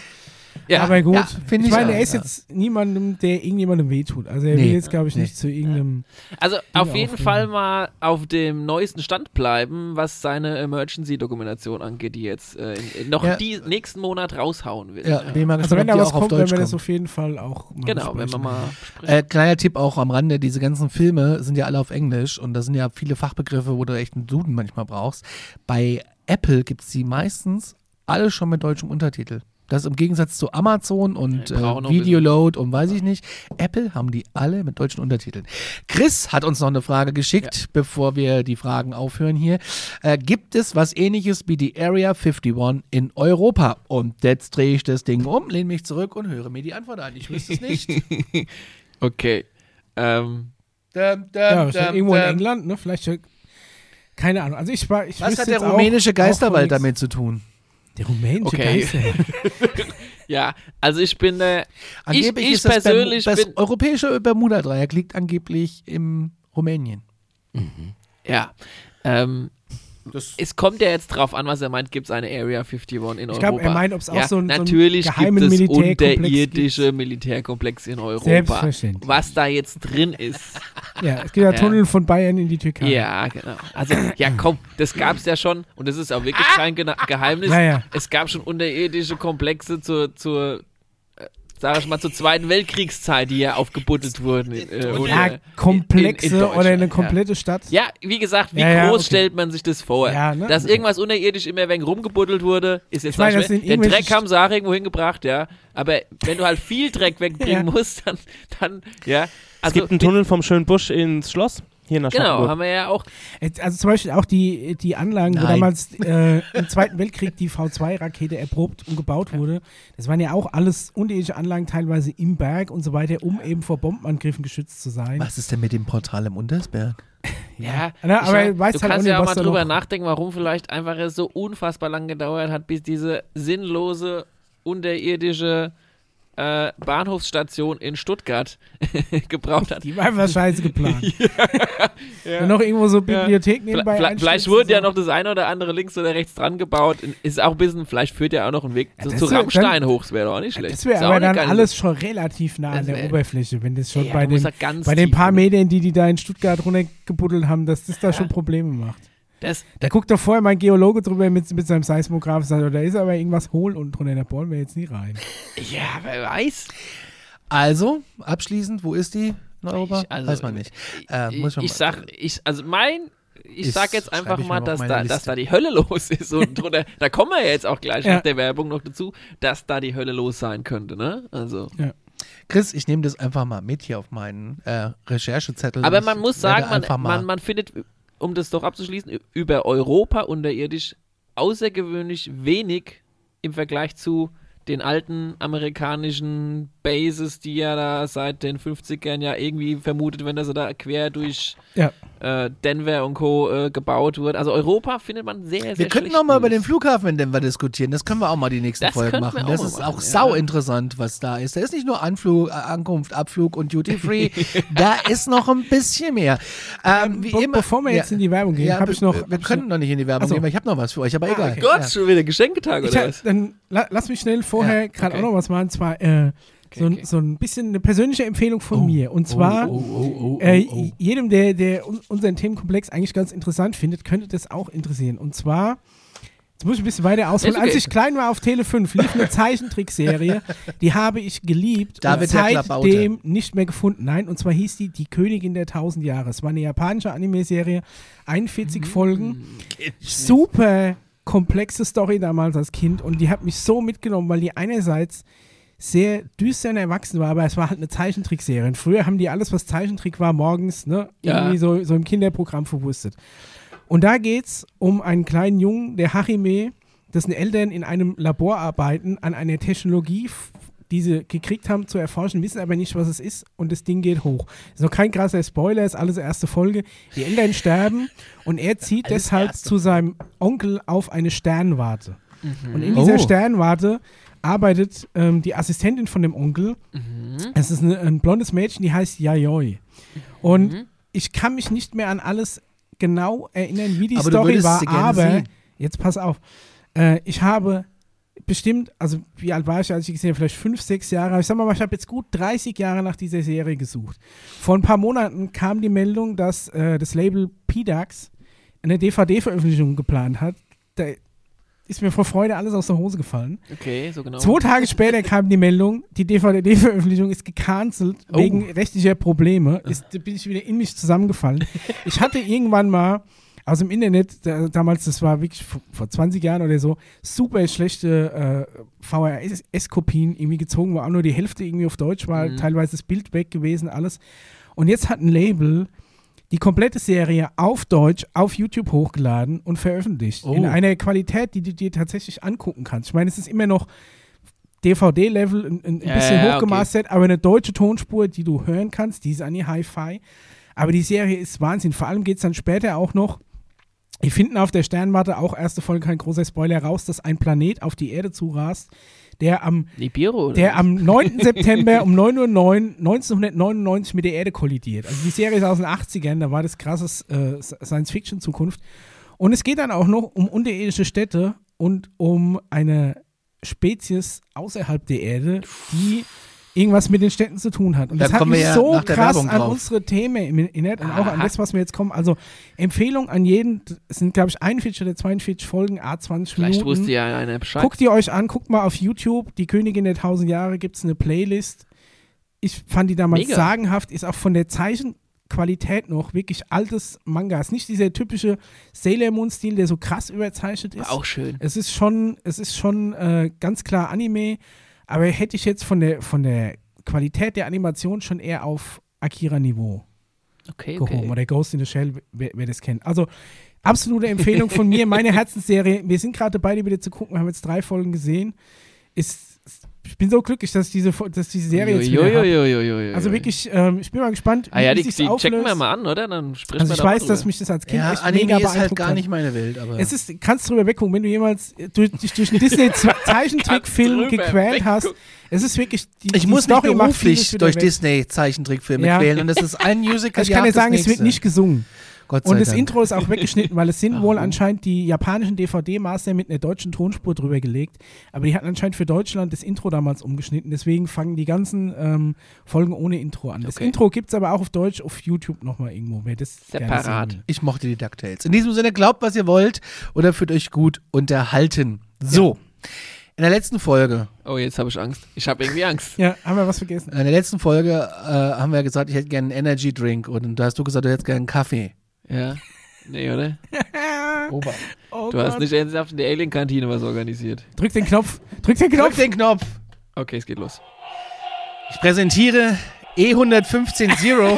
Ja, aber gut, ja, ich, finde ich meine, auch, er ist ja. jetzt niemandem, der irgendjemandem wehtut. Also er Nee, will jetzt, glaube ich, nee. nicht zu irgendeinem. also auf jeden aufnehmen. Fall mal auf dem neuesten Stand bleiben, was seine Emergency-Dokumentation angeht, die jetzt äh, in, in noch Ja. die nächsten Monat raushauen will. Ja, bin ich mal Also gespannt, wenn ob da die was auch auf kommt, werden Deutsch wir das kommen. auf jeden Fall auch mal Genau, wenn man besprechen. mal Äh, kleiner Tipp auch am Rande, diese ganzen Filme sind ja alle auf Englisch und da sind ja viele Fachbegriffe, wo du echt einen Duden manchmal brauchst. Bei Apple gibt es die meistens alle schon mit deutschem Untertitel. Das im Gegensatz zu Amazon und Die äh, brauchen noch ein Videoload und weiß ich nicht. Apple haben die alle mit deutschen Untertiteln. Chris hat uns noch eine Frage geschickt, bevor wir die Fragen aufhören hier. Äh, gibt es was ähnliches wie die Area 51 in Europa? Und jetzt drehe ich das Ding um, lehne mich zurück und höre mir die Antwort an. Ich wüsste es nicht. Okay. Ähm, Dum, dum, Ja, wahrscheinlich dum, irgendwo in dum. England, ne? Vielleicht. äh, Keine Ahnung. Also ich war. Ich Was wüsste hat der jetzt auch- auch rumänische von Geisterwald nix. damit zu tun? Der rumänische Okay. Geisterwald. ja, also ich bin der. Ich, Angeblich ich ist das, persönlich Bermu- bin. das europäische Bermuda-Dreieck liegt angeblich im Rumänien. Ja. Ähm, Das es kommt ja jetzt drauf an, was er meint. Gibt es eine Area 51 in Europa? Ich glaube, er meint, ob es auch ja, so einen- so einen natürlich geheimen gibt es Militärkomplex unterirdische Militärkomplex in Europa. Selbstverständlich. Was da jetzt drin ist. Ja, es gibt ja Ja. Tunnel von Bayern in die Türkei. ja, genau. Also, ja, komm, das gab es ja schon und das ist auch wirklich kein Gena- Geheimnis. Ah! Ja, ja. Es gab schon unterirdische Komplexe zur, zur äh, sag ich mal, zur Zweiten Weltkriegszeit, die ja aufgebuddelt wurden. äh, oder in- Ja, in- Komplexe in Deutschland, oder eine ja. komplette Stadt. Ja, wie gesagt, wie Ja, ja, groß okay. stellt man sich das vor? Ja, ne? Dass irgendwas unterirdisch immer wegen rumgebuddelt wurde, ist jetzt Ich meine, nicht das schwer. sind Der irgendwelche Dreck haben sie auch irgendwo hingebracht, ja. Aber wenn du halt viel Dreck wegbringen Ja. musst, dann, dann ja. Es Also, gibt einen Tunnel vom schönen Busch ins Schloss, hier nach Genau, Charlottenburg. haben wir ja auch. Jetzt, Also zum Beispiel auch die, die Anlagen, wo Nein. damals äh, im Zweiten Weltkrieg die V2-Rakete erprobt und gebaut wurde. Das waren ja auch alles unterirdische Anlagen, teilweise im Berg und so weiter, um eben vor Bombenangriffen geschützt zu sein. Was ist denn mit dem Portal im Untersberg? Ja, Na, ich aber mein, er weiß du halt auch kannst nicht, ja auch was mal da drüber noch- nachdenken, warum vielleicht einfach es so unfassbar lang gedauert hat, bis diese sinnlose unterirdische äh, Bahnhofsstation in Stuttgart gebraucht hat. Die war einfach scheiße geplant. Wenn noch irgendwo so Bibliothek nebenbei Vielleicht, vielleicht einstellst und wurde ja so. noch das eine oder andere links oder rechts dran gebaut. Ist auch ein bisschen, vielleicht führt ja auch noch ein Weg zu, das zu wär- Rammstein dann- hoch. Das wäre doch auch nicht schlecht. Das wäre Ist auch aber nicht dann gar nicht alles schon relativ nah an Das der wär- Oberfläche, wenn das schon Ja, bei du musst den, da ganz bei den tief paar runter. Medien, die die da in Stuttgart runtergebuddelt haben, dass das da schon Probleme macht. so- Das, Da guckt doch vorher mein Geologe drüber mit, mit seinem Seismograph und sagt, oh, da ist aber irgendwas hohl unten drunter, da bohren wir jetzt nie rein. ja, wer weiß. Also, abschließend, wo ist die in Europa? Ich- also, Weiß man nicht. Äh, muss ich, man ich mal- sag, ich, also mein ich Ist- sag jetzt schreib einfach ich mir mal, auf dass meine da, Liste. dass da die Hölle los ist. Und drunter, da kommen wir ja jetzt auch gleich Ja. nach der Werbung noch dazu, dass da die Hölle los sein könnte, ne? Also. Chris, ich nehme das einfach mal mit hier auf meinen äh, Recherchezettel. Aber Ich man muss werde sagen, einfach man, mal- man, man findet, um das doch abzuschließen, ü- über Europa unterirdisch außergewöhnlich wenig im Vergleich zu den alten amerikanischen Bases, die ja da seit den 50ern ja irgendwie vermutet werden, dass sie da quer durch Ja. äh, Denver und Co. Äh, gebaut wird. Also Europa findet man sehr, sehr wir könnten schlecht noch mal über den News. Flughafen in Denver diskutieren. Das können wir auch mal die nächste Das Folge könnten machen. wir auch Das mal ist machen, auch ja. sau interessant, was da ist. Da ist nicht nur Anflug, äh, Ankunft, Abflug und Duty Free. da ist noch ein bisschen mehr. Ähm, wie Be- immer, bevor wir jetzt in die Werbung gehen, hab wir- ich noch- Wir hab ich können noch nicht in die Werbung Ach so. Ah, gehen, weil ich habe noch was für euch, aber egal. okay. Gott, Ja. schon wieder Geschenketag, Ich, oder hab- was? dann la, lass mich schnell vorher Ja, gerade okay. auch noch was machen. Und zwar äh, so, ein- okay. so ein bisschen eine persönliche Empfehlung von mir. Und Oh, zwar oh, oh, oh, äh, oh, oh. jedem, der, der un unseren Themenkomplex eigentlich ganz interessant findet, könnte das auch interessieren. Und zwar, jetzt muss ich ein bisschen weiter ausholen. Ist okay. Als ich klein war auf Tele 5, lief eine Zeichentrickserie, die habe ich geliebt David und der Klabaute. seitdem nicht mehr gefunden. Nein, und zwar hieß die Die Königin der Tausend Jahre. Es war eine japanische Anime-Serie, 41 Mhm. Folgen. Super komplexe Story damals als Kind und die hat mich so mitgenommen, weil die einerseits sehr düster und erwachsen war, aber es war halt eine Zeichentrickserie. Und früher haben die alles, was Zeichentrick war, morgens, ne, Ja. irgendwie so, so im Kinderprogramm verwurstet. Und da geht's um einen kleinen Jungen, der Hachime, dessen Eltern in einem Labor arbeiten, an einer Technologie, f- die sie gekriegt haben, zu erforschen, wissen aber nicht, was es ist und das Ding geht hoch. Ist noch kein krasser Spoiler, ist alles erste Folge. Die Eltern sterben und er zieht Alles deshalb erste zu seinem Onkel auf eine Sternwarte. Und in Oh. dieser Sternwarte arbeitet ähm, die Assistentin von dem Onkel. Mhm. Es ist eine, ein blondes Mädchen, die heißt Yayoi. Und Mhm. ich kann mich nicht mehr an alles genau erinnern, wie die Aber du Story würdest war, sie gerne aber sehen. jetzt pass auf. Äh, ich habe bestimmt, also wie alt war ich, als ich die gesehen habe, vielleicht fünf, sechs Jahre. Aber Ich sag mal, ich habe jetzt gut 30 Jahre nach dieser Serie gesucht. Vor ein paar Monaten kam die Meldung, dass äh, das Label PDAX eine DVD-Veröffentlichung geplant hat. Da ist mir vor Freude alles aus der Hose gefallen. Okay, so genau. Zwei Tage später kam die Meldung, die DVD-Veröffentlichung ist gecancelt Oh. wegen rechtlicher Probleme. Ist, da bin ich wieder in mich zusammengefallen. Ich hatte irgendwann mal aus dem Internet, da, damals, das war wirklich vor, vor 20 Jahren oder so, super schlechte äh, VHS-Kopien irgendwie gezogen, wo auch nur die Hälfte irgendwie auf Deutsch war, Mhm. teilweise das Bild weg gewesen, alles. Und jetzt hat ein Label die komplette Serie auf Deutsch auf YouTube hochgeladen und veröffentlicht. Oh. In einer Qualität, die du dir tatsächlich angucken kannst. Ich meine, es ist immer noch DVD-Level ein, ein ein Ja, bisschen ja, okay. hochgemastert, aber eine deutsche Tonspur, die du hören kannst, die ist an die Hi-Fi. Aber die Serie ist Wahnsinn. Vor allem geht es dann später auch noch. Wir finden auf der Sternwarte auch erste Folge kein großer Spoiler raus, dass ein Planet auf die Erde zurast, der am, Nibiru, oder? der am 9. September um 9.09 1999 mit der Erde kollidiert. Also die Serie ist aus den 80ern, da war das krasses äh, Science-Fiction-Zukunft. Und es geht dann auch noch um unterirdische Städte und um eine Spezies außerhalb der Erde, die irgendwas mit den Städten zu tun hat. Und Da das hat kommen mich wir ja so nach der krass Werbung an drauf. Ah, unsere Themen im Internet und auch an Aha. das, was wir jetzt kommen. Also Empfehlung an jeden, es sind glaube ich 41 oder 42 Folgen, a 20 Vielleicht Minuten. wusste ja einer Bescheid. Guckt ihr euch an, guckt mal auf YouTube, die Königin der 1000 Jahre, gibt es eine Playlist. Ich fand die damals Mega. sagenhaft, ist auch von der Zeichenqualität noch wirklich altes Manga. Ist nicht dieser typische Sailor Moon-Stil, der so krass überzeichnet ist. War auch schön. Es ist schon, es ist schon äh, ganz klar Anime, aber hätte ich jetzt von der, von der Qualität der Animation schon eher auf Akira-Niveau Okay, gehoben. okay. Oder Ghost in the Shell, wer, wer das kennt. Also, absolute Empfehlung von mir, meine Herzensserie. Wir sind gerade beide wieder zu gucken, wir haben jetzt drei Folgen gesehen. Ist, ich bin so glücklich, dass diese, Fo- dass diese Serie jetzt wieder hab. Uiuiuiuiuiuiuiiuiuiuiuiui. Also wirklich, ähm, ich bin mal gespannt, Ah ja, wie die, sich's die checken auflöst. wir mal an, oder? Dann sprechen Also wir ich da mal weiß, dass drüber. mich das als Kind Ja, echt Anime mega ist halt beeindruckt gar hat. nicht meine Welt, aber. Es ist, kannst drüber weggucken, wenn du jemals äh, durch, dich durch einen Disney-Zeichentrickfilm Kannst drüber gequält hast. weggucken. Es ist wirklich die, ich die muss mich Story macht vieles beruflich wieder durch weg. Disney-Zeichentrickfilme Ja. quälen und es ist ein Musical. Also ich kann jagt dir sagen, das es wird nächste. nicht gesungen. Gott sei Und das Dank. Intro ist auch weggeschnitten, weil es sind wohl Warum? anscheinend die japanischen DVD-Master mit einer deutschen Tonspur drüber gelegt. Aber die hatten anscheinend für Deutschland das Intro damals umgeschnitten. Deswegen fangen die ganzen ähm, Folgen ohne Intro an. Das Okay. Intro gibt es aber auch auf Deutsch auf YouTube nochmal irgendwo. Wer das gerne sehen Separat. will. Ich mochte die DuckTales. In diesem Sinne, glaubt, was ihr wollt oder fühlt euch gut unterhalten. So. In der letzten Folge, Oh, jetzt habe ich Angst. Ich habe irgendwie Angst. Ja, haben wir was vergessen? in der letzten Folge äh, haben wir gesagt, ich hätte gerne einen Energy Drink und da hast du gesagt, du hättest gerne einen Kaffee. ja. Nee, oder? Ober. Oh Du hast nicht ernsthaft in der Alien-Kantine was organisiert. Drück den Knopf. Drück den Knopf Knopf. den Knopf. Okay, es geht los. Ich präsentiere E115 Zero.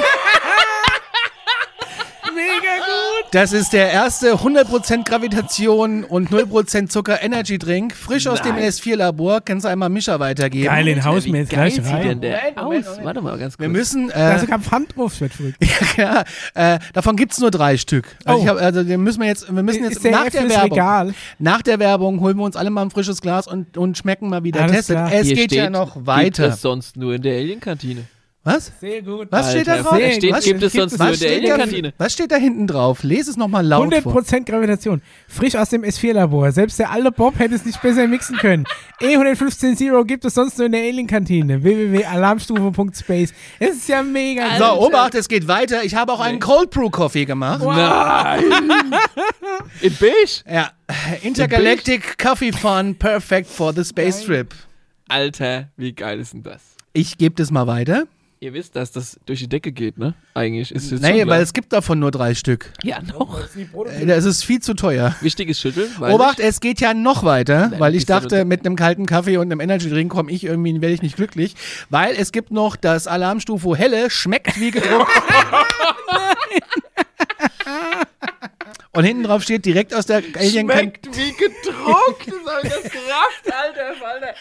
Mega gut. Das ist der erste 100% Gravitation und 0% Zucker Energy Drink. Frisch aus dem Nein. NS4-Labor. Kannst du einmal Mischa weitergeben? Geil, den haus mir Wie jetzt geil gleich sieht denn rein. der Moment, Moment, aus? Moment. Warte mal ganz kurz. Wir müssen. Da Äh, ist sogar Pfand drauf, ich werd verrückt. ja, äh, davon gibt es nur drei Stück. Also, Oh. ich hab, also den müssen wir jetzt. Wir müssen jetzt Ist der nach F der fürs Werbung. Regal? Nach der Werbung holen wir uns alle mal ein frisches Glas und, und schmecken mal, wie der Alles testet. klar. Es Hier geht steht, ja noch Gibt weiter. es sonst nur in der Alien-Kantine. Was? Sehr gut. Was steht da Alter, drauf? es steht, was, gibt es sonst nur was, in der steht da, Alien-Kantine. was steht da hinten drauf? Lese es nochmal laut vor. 100% Gravitation. Frisch aus dem S4-Labor. Selbst der alte Bob hätte es nicht besser mixen können. E115 Zero gibt es sonst nur in der Alien-Kantine. www.alarmstufe.space. Es ist ja mega. So, Obacht, es geht weiter. Ich habe auch einen Cold Brew Coffee gemacht. Oh. Nein! in Beige? Ja, Intergalactic Coffee Fun, perfect for the space trip. Alter, wie geil ist denn das? Ich gebe das mal weiter. Ihr wisst, dass das durch die Decke geht, ne? Eigentlich ist es Nee, weil es gibt davon nur drei Stück. Ja, Oh, noch. Äh, Das ist viel zu teuer. Wichtiges Schütteln. Weil Obacht, es geht ja noch weiter, Also Nein, weil die ich ist ja dachte, nur- mit einem kalten Kaffee und einem Energy Drink komme ich irgendwie, werde ich nicht glücklich, weil es gibt noch das Alarmstufe Helle, schmeckt wie gedruckt. und hinten drauf steht direkt aus der Alien Schmeckt wie gedruckt. Das hab ich das gerafft, Alter, Alter.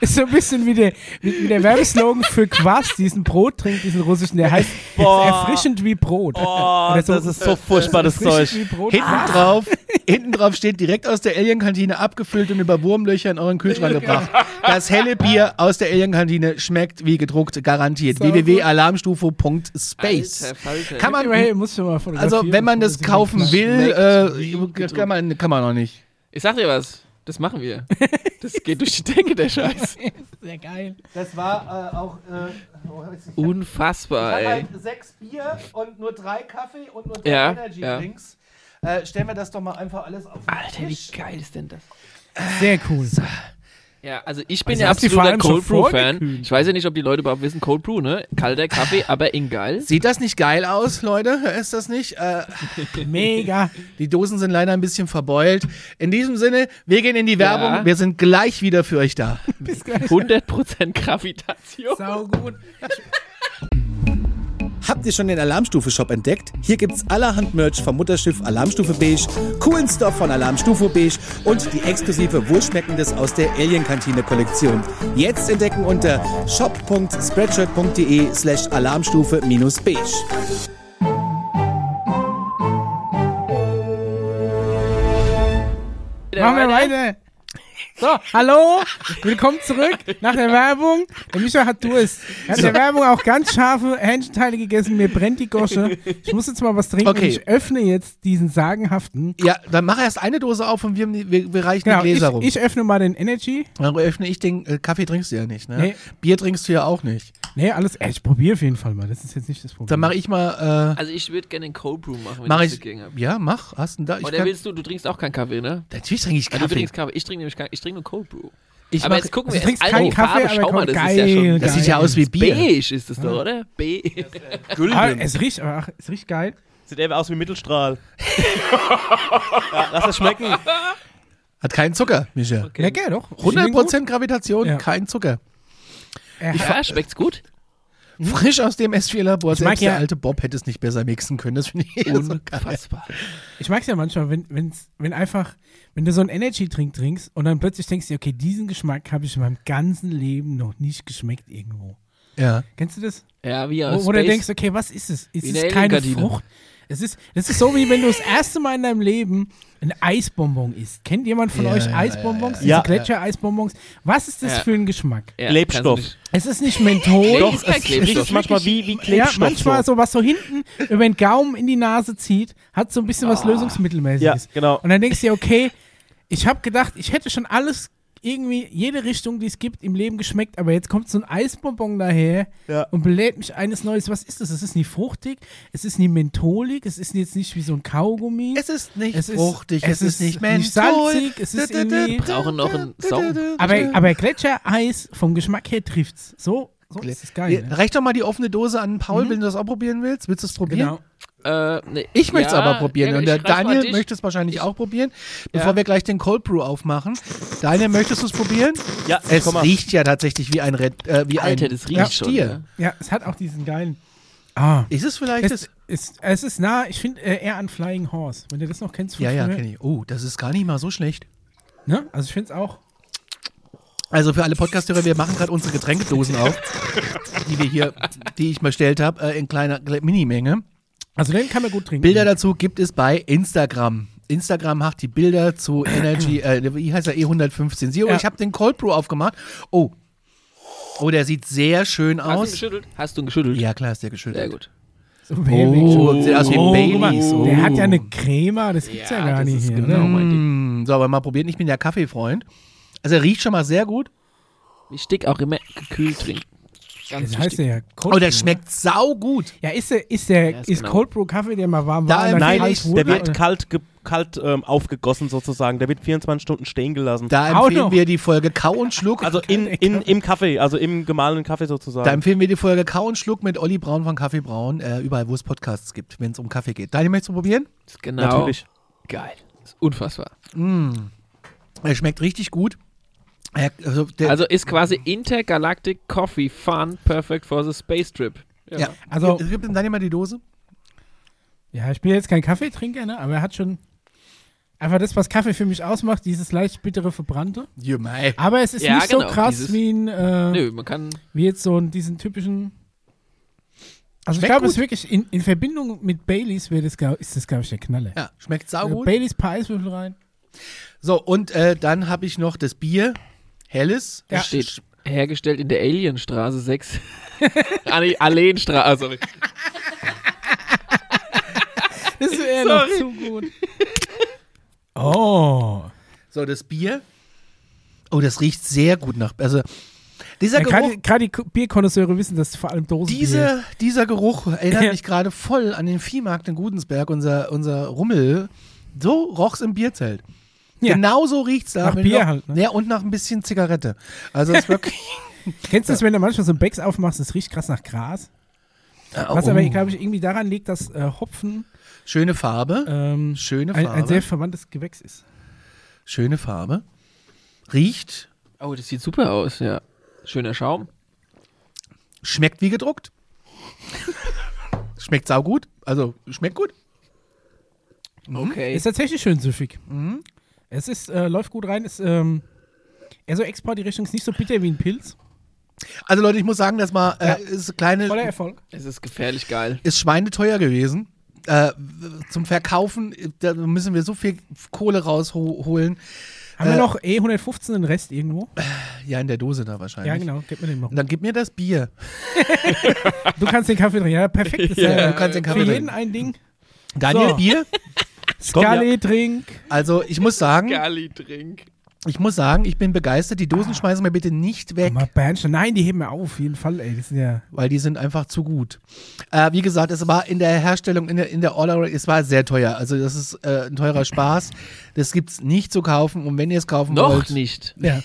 Ist so ein bisschen wie der, wie, wie der Werbeslogan für Quass, diesen Brot trinkt, diesen russischen, der heißt Boah. erfrischend wie Brot. Oh, Oder das ist so furchtbar, das erfrischend Zeug. wie Brot. Hinten drauf, hinten drauf steht direkt aus der Alien-Kantine abgefüllt und über Wurmlöcher in euren Kühlschrank gebracht. Das helle Bier aus der Alien-Kantine schmeckt wie gedruckt, garantiert. So gut. www.alarmstufe.space. Alter, Falter. Kann Immerhin man, muss schon mal fotografieren, also wenn man das bevor kaufen sieht. will, Schmeckt wie äh, kann, man, kann man noch nicht. Ich sag dir was. Das machen wir. Das geht durch die Decke, der Scheiß. Sehr geil. Das war äh, auch. Unfassbar, ey. sechs Bier und nur drei Kaffee und nur drei Ja, Energy-Drinks. stellen wir das doch mal einfach alles auf Alter, wie geil ist denn das? Sehr cool. Ja, also ich bin Also ja hast du die absoluter vor allem Cold schon Brew Fan. vorgekühlt? Ich weiß ja nicht, ob die Leute überhaupt wissen, Cold Brew, ne? Kalter Kaffee, aber in geil. Sieht das nicht geil aus, Leute? Ist das nicht? Äh, Mega. Die Dosen sind leider ein bisschen verbeult. In diesem Sinne, wir gehen in die Werbung. Wir sind gleich wieder für euch da. Bis gleich. 100% Gravitation. Sau gut. Habt ihr schon den Alarmstufe-Shop entdeckt? Hier gibt's allerhand Merch vom Mutterschiff Alarmstufe Beige, coolen Stuff von Alarmstufe Beige und die exklusive Wohlschmeckendes aus der Alien-Kantine-Kollektion. Jetzt entdecken unter shop.spreadshirt.de slash alarmstufe-beige. Machen wir weiter. So, hallo, willkommen zurück nach der Werbung. Der Micha hat Durst. Er hat in der Werbung auch ganz scharfe Hähnchenteile gegessen. Mir brennt die Gosche. Ich muss jetzt mal was trinken. Okay. Ich öffne jetzt diesen sagenhaften. Genau, Ja, dann mach erst eine Dose auf und wir, wir, wir reichen Genau, die Gläser rum. ich, ich öffne mal den Energy. dann öffne ich den äh, Kaffee, trinkst du ja nicht, ne? Nee. Bier trinkst du ja auch nicht. Nee, alles. Ey, ich probiere auf jeden Fall mal. Das ist jetzt nicht das Problem. Dann mache ich mal. Äh, Also ich würde gerne einen Cold Brew machen, wenn mach ich ich. dagegen habe. Ja, mach. Hast du da? Ich Oder kann- willst du, du trinkst auch keinen Kaffee, ne? natürlich trinke ich Ja, du Kaffee. trinkst Kaffee. Ich trinke nämlich keinen, ich trinke nur Cold Brew. Ich aber mach- jetzt gucken also wir trinkst erst keinen alle die Kaffee, Farbe. aber Schau mal, Cold- das ist ja schon geil. das sieht ja aus wie Bier. beige ist das doch, oder? Beige. Ah, es riecht, aber ach, es riecht geil. Sieht eher aus wie Mittelstrahl. ja, lass es schmecken. Hat keinen Zucker, Micha. Lecker, doch. 100% Gravitation, Ja. kein Zucker. Er hat Ja, schmeckt's gut? Frisch aus dem S4-Labor. mag Selbst der ja- alte Bob hätte es nicht besser mixen können. Das finde ich eher so geil. Unfassbar. Ich mag es ja manchmal, wenn, wenn's, wenn einfach, wenn du so einen Energy-Drink trinkst und dann plötzlich denkst du, dir, okay, diesen Geschmack habe ich in meinem ganzen Leben noch nicht geschmeckt irgendwo. Ja. Kennst du das? Ja, wie aus Wo, wo du Äh, Space. denkst, okay, was ist es? Ist Wie eine es keine Alienkantine. Frucht? Es ist, das ist so, wie wenn du das erste Mal in deinem Leben ein Eisbonbon isst. Kennt jemand von Ja, euch ja, Eisbonbons? ja, ja. Diese Gletscher-Eisbonbons? Was ist das Ja. für ein Geschmack? ja, Klebstoff. kannst du nicht- Es ist nicht Menthol. Doch, Doch, kein es Klebstoff. riecht es manchmal wie, wie Ja, Klebstoff. manchmal so. so, was so hinten über den Gaumen in die Nase zieht, hat so ein bisschen was Ah. Ja, Lösungsmittelmäßiges. genau. Und dann denkst du dir, okay, ich habe gedacht, ich hätte schon alles irgendwie, jede Richtung, die es gibt, im Leben geschmeckt, aber jetzt kommt so ein Eisbonbon daher Ja. und belädt mich eines Neues. Was ist das? Es ist nie fruchtig, es ist nie mentholig, es ist jetzt nicht wie so ein Kaugummi. Es ist nicht Es ist- fruchtig, es, es ist ist nicht nicht menthol. salzig, es ist Dü- dü- irgendwie- dü- brauchen noch einen dü- dü- Song. dü- aber, dü- aber Gletschereis vom Geschmack her trifft's. So, so dü- ist es geil. Ja, Ne? Reich doch mal die offene Dose an Paul, wenn du das auch probieren willst. Willst du es probieren? Genau. Äh, nee, Ich möchte es ja, aber probieren ja, und ich der frag's mal Daniel dich. möchte es wahrscheinlich auch probieren, bevor wir gleich den Cold Brew aufmachen. Daniel, möchtest du es probieren? Ja, Es komm mal. riecht ja tatsächlich wie ein Red, äh, wie Alter, ein das riecht ja, schon, Stier. ne? Ja, es hat auch diesen geilen. Ah. Ist es vielleicht das? Es ist, es ist nah, ich finde äh, eher an Flying Horse. Wenn du das noch kennst, von Ja, ja, früher, kenne ich. Oh, das ist gar nicht mal so schlecht. ne? Also ich finde es auch. Also für alle Podcasthörer, wir machen gerade unsere Getränkedosen auf, die wir hier, die ich bestellt habe, äh, in kleiner Kle- Minimenge. Also den kann man gut trinken. Bilder dazu gibt es bei Instagram. Instagram hat die Bilder zu Energy, äh, wie heißt er, E115. Zero. Ja. Ich habe den Cold Brew aufgemacht. Oh. Oh, der sieht sehr schön Hast du ihn aus. geschüttelt? Hast du ihn geschüttelt? Ja, klar, ist der geschüttelt. Sehr gut. So Baileys. Oh, sieht aus wie Oh, guck mal, Baileys. Oh. Der hat ja eine Crema, das gibt's ja, Ja, gar das nicht ist hier. genau Ne? mein Ding. Mm, So, aber mal probieren. Ich bin ja Kaffeefreund. Also er riecht schon mal sehr gut. Ich stick auch immer gekühlt trinken. Ganz Das heißt wichtig. der ja Cold Oh, der Brew, schmeckt saugut. ne? Ja, ist der, ist der Ja, ist ist genau. Cold Brew Kaffee, der mal warm Da war. und dann empfehle kalt ich- wurde, Der wird oder? kalt, ge kalt ähm, aufgegossen sozusagen. Der wird 24 Stunden stehen gelassen. Da Auch empfehlen noch. wir die Folge Kau und Schluck. also in, in, im Kaffee, also im gemahlenen Kaffee sozusagen. Da empfehlen wir die Folge Kau und Schluck mit Olli Braun von Kaffee Braun, äh, überall, wo es Podcasts gibt, wenn es um Kaffee geht. Daniel, möchtest du probieren? Genau. Natürlich. Geil. Ist unfassbar. Er schmeckt richtig gut. Er, also, der, Also ist quasi Intergalactic Coffee Fun perfect for the space trip. ja. Also- Gib- Gib ihm Daniel mal die Dose. Ja, ich bin jetzt kein Kaffeetrinker, ne? aber er hat schon einfach das, was Kaffee für mich ausmacht, dieses leicht bittere Verbrannte. Ja, mei. Aber es ist Ja, nicht genau, so krass dieses- wie ein, äh, Nö, man kann. wie jetzt so ein, diesen typischen. Also ich Schmeckt glaube, gut. es ist wirklich in, in Verbindung mit Baileys wäre das, glaub- ist das glaube ich der Knaller. Ja, schmeckt also saugut. Baileys paar Eiswürfel rein. So, und äh, dann habe ich noch das Bier. Helles. Ja. Das Steht hergestellt in der Alienstraße 6. Ah, nee, Alleenstraße, ah, sorry. Das ist eher noch zu gut. Oh, So, das Bier. Oh, das riecht sehr gut nach. Also, dieser ja, Geruch. gerade gerade die Äh, K- Bierkonnoisseure wissen, dass vor allem Dosen. Diese, dieser Geruch erinnert Ja. mich gerade voll an den Viehmarkt in Gudensberg, unser, unser Rummel. So roch's im Bierzelt. Ja. Genauso riecht's da. Nach wenn du Bier noch, halt, ne? Ja, und nach ein bisschen Zigarette. Also es ist wirklich. Kennst du das, wenn du manchmal so ein Becks aufmachst, das riecht krass nach Gras? Oh. Was aber, glaube ich, irgendwie daran liegt, dass äh, Hopfen Schöne Farbe. ähm, Schöne ein, Farbe. ein sehr verwandtes Gewächs ist. Schöne Farbe. Riecht, Oh, das sieht super aus, ja. Schöner Schaum. schmeckt wie gedruckt. schmeckt saugut. Also schmeckt gut. Okay. Mhm. Ist tatsächlich schön süffig. Mhm. Es ist, äh, läuft gut rein, ist ähm, eher so extra, die Richtung ist nicht so bitter wie ein Pilz. Also Leute, ich muss sagen, das war äh, ist kleine Voller Erfolg. Es ist gefährlich geil. ist schweineteuer gewesen. Äh, zum Verkaufen, äh, da müssen wir so viel Kohle rausholen. Haben wir Äh, noch E115 den Rest irgendwo? Ja, in der Dose da wahrscheinlich. Ja, genau. Gib mir den noch. Und dann gib mir das Bier. Du kannst den Kaffee trinken. Ja, perfekt. Das ist äh, Ja, du kannst den Kaffee Für jeden trinken. ein Ding. Daniel, So. Bier. Komm, ja. Skale, trink. Also ich muss sagen, Gali-Drink. ich muss sagen, ich bin begeistert. Die Dosen schmeißen wir bitte nicht weg, Mal Bernstein. Nein, die heben wir auf, auf jeden Fall, ey. Das sind ja. weil die sind einfach zu gut. Äh, wie gesagt, es war in der Herstellung, in der, in der Order, es war sehr teuer. Also das ist äh, ein teurer Spaß. Das gibt's nicht zu kaufen. Und wenn ihr es kaufen Noch wollt, nicht. ja.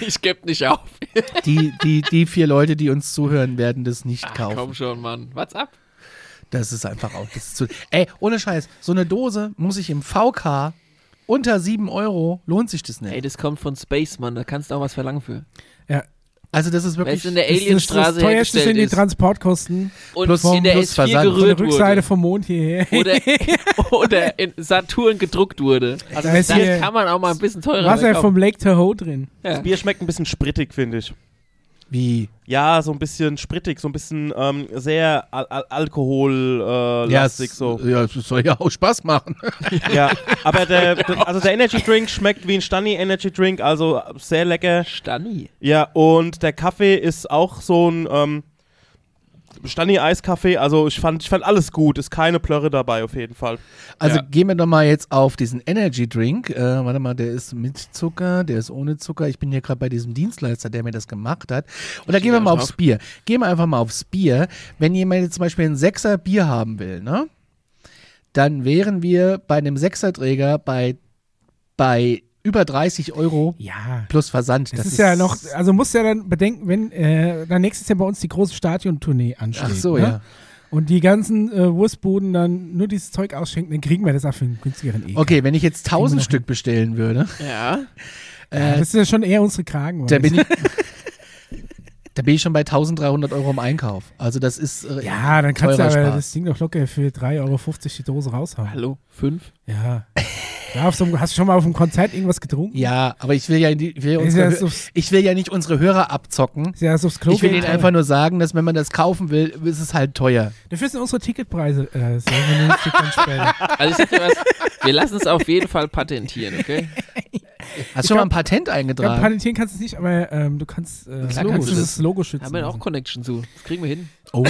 Ich geb nicht auf. Die, die, die vier Leute, die uns zuhören, werden das nicht Ach, kaufen. komm schon, Mann. What's up? Das ist einfach auch. Das ist zu, ey, ohne Scheiß, so eine Dose muss ich im VK unter 7 Euro lohnt sich das Ey, nicht. das kommt von Space, Mann. Da kannst du auch was verlangen für. ja. Also das ist Weil wirklich. es in der E- Das- das- Alienstraße Das teuerste hergestellt sind die ist. Transportkosten. Und Plus- in der plus S4 Versand. Von der gerührt Rückseite wurde. vom Mond hierher. Oder, oder in Saturn gedruckt wurde. Also da ist Dann hier kann man auch mal ein bisschen teurer Wasser verkaufen. vom Lake Tahoe drin. Ja. Das Bier schmeckt ein bisschen sprittig, finde ich. Wie? Ja, so ein bisschen sprittig, so ein bisschen ähm, sehr al al alkohollastig. Äh, Ja, lastig, es- so. ja, es soll ja auch Spaß machen. ja. Aber der, der, also der Energy Drink schmeckt wie ein Stani Energy Drink, also sehr lecker. Stani. Ja, und der Kaffee ist auch so ein ähm, Stani-Eiskaffee. Also ich fand, ich fand alles gut. Ist keine Plörre dabei auf jeden Fall. Also Ja. gehen wir doch mal jetzt auf diesen Energy Drink. Äh, warte mal, der ist mit Zucker, der ist ohne Zucker. Ich bin hier gerade bei diesem Dienstleister, der mir das gemacht hat. Und da gehen wir auch mal aufs drauf. Bier. Gehen wir einfach mal aufs Bier. Wenn jemand jetzt zum Beispiel ein Sechser Bier haben will, ne? Dann wären wir bei einem Sechserträger bei, bei über 30 Euro Ja. plus Versand. Das, ist, ja noch, also musst ja dann bedenken, wenn äh, dann nächstes Jahr bei uns die große Stadiontournee ansteht. Ach so, ne? ja. und die ganzen äh, Wurstbuden dann nur dieses Zeug ausschenken, dann kriegen wir das auch für einen günstigeren E. Okay, wenn ich jetzt 1000 Stück bestellen würde, äh, Ja. Ja, das ist ja schon eher unsere Kragen. da bin ich. Da bin ich schon bei 1300 Euro im Einkauf. Also das ist äh, ja, dann kannst du teurer aber Spaß. das Ding doch locker für 3,50 Euro die Dose raushauen. Hallo, fünf. Ja. ja auf so einem, hast du schon mal auf einem Konzert irgendwas getrunken? Ja, aber ich will ja, die, ich will ja, Ist unsere, ja so- ich will ja nicht unsere Hörer abzocken. Ist ja so aufs Klo Ich will gehen, ihnen aber- einfach nur sagen, dass wenn man das kaufen will, ist es halt teuer. Dafür sind unsere Ticketpreise äh, so, wenn wir nicht ganz später. Also ich sag dir was, wir lassen es auf jeden Fall patentieren, okay? Hast du schon mal ein Patent eingetragen? Ja, patentieren kannst du es nicht, aber ähm, du kannst, äh, Klar kannst du das Logo schützen. Haben wir auch lassen. Connection zu. Das kriegen wir hin. oh.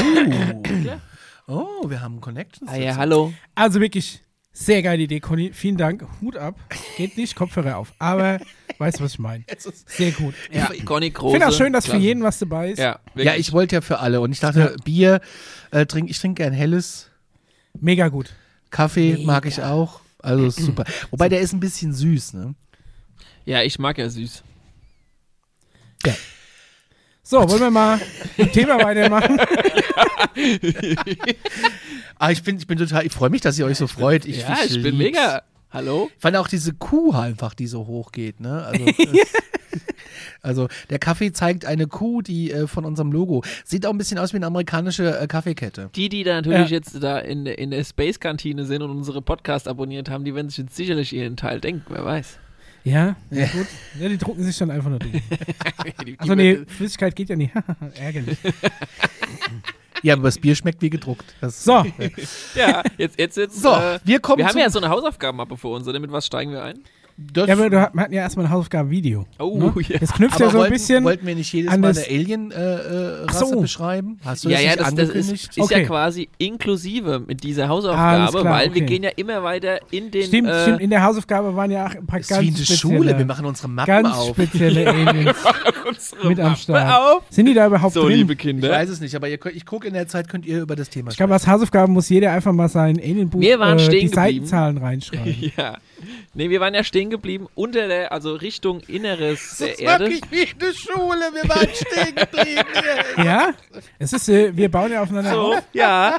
oh, wir haben Connections. Ah ja, dazu. hallo. also wirklich, sehr geile Idee, Conny. Vielen Dank. Hut ab. Geht nicht, Kopfhörer auf. Aber weißt du, was ich meine. Sehr gut. Ja, Conny Ich Große. finde auch schön, dass für Klasse. jeden was dabei ist. Ja, wirklich. ja, ich wollte ja für alle. Und ich dachte, Bier, äh, trink, ich trinke gern helles. Mega gut. Kaffee mag ich auch. Also ist super. Wobei der ist ein bisschen süß, ne? ja, ich mag ja süß. So, wollen wir mal ein Thema weitermachen? Ah, ich bin, ich bin total, ich freue mich, dass ihr euch so freut. Ich, ja, ich bin lieb's. mega. Hallo? Ich fand auch diese Kuh einfach, die so hoch geht, ne? Also, das- also der Kaffee zeigt eine Kuh, die äh, von unserem Logo. Sieht auch ein bisschen aus wie eine amerikanische äh, Kaffeekette. Die, die da natürlich Ja. jetzt da in, der- in der Space-Kantine sind und unsere Podcast abonniert haben, die werden sich jetzt sicherlich ihren Teil denken, wer weiß. Ja, ja. gut. Ja, die drucken sich dann einfach nur durch. Die- Achso, die- Also nee, Flüssigkeit geht ja nicht. Ärgerlich. Ja, aber das Bier schmeckt wie gedruckt. Das, So, Ja, jetzt, jetzt, jetzt. So, äh, wir kommen Wir haben zum- ja so eine Hausaufgabenmappe vor uns, oder? Mit was steigen wir ein? das, ja, aber du, wir hatten ja erstmal ein Hausaufgaben-Video. Oh, ja. Das knüpft aber ja so ein wollten, bisschen. wollten wir nicht jedes an Mal das- eine Alien-Rasse äh, Ach Rasse so. beschreiben? Hast du Ja, das ja, nicht das, das ist, angekündigt? ist Okay. ja quasi inklusive mit dieser Alles Hausaufgabe, klar, weil wir okay. gehen ja immer weiter in den. Stimmt, äh, stimmt. In der Hausaufgabe waren ja auch ein paar Das ist ganz wie in der spezielle, Schule, wir machen unsere Mappen ganz auf. spezielle Aliens unsere mit am Mappe Start. Auf. Sind die da überhaupt So, drin? liebe Ich Kinder. weiß es nicht, aber ihr, könnt- ich gucke in der Zeit, könnt ihr über das Thema ich glaube, als Hausaufgaben muss jeder einfach mal sein Alienbuch Wir waren äh, die stehen geblieben. Seitenzahlen reinschreiben. Ja. Nee, wir waren ja stehen geblieben unter der, also Richtung Inneres der Das ist Erde. wirklich nicht eine Schule, wir waren stehen geblieben. ja? Es ist, äh, wir bauen ja aufeinander So, auf. ja.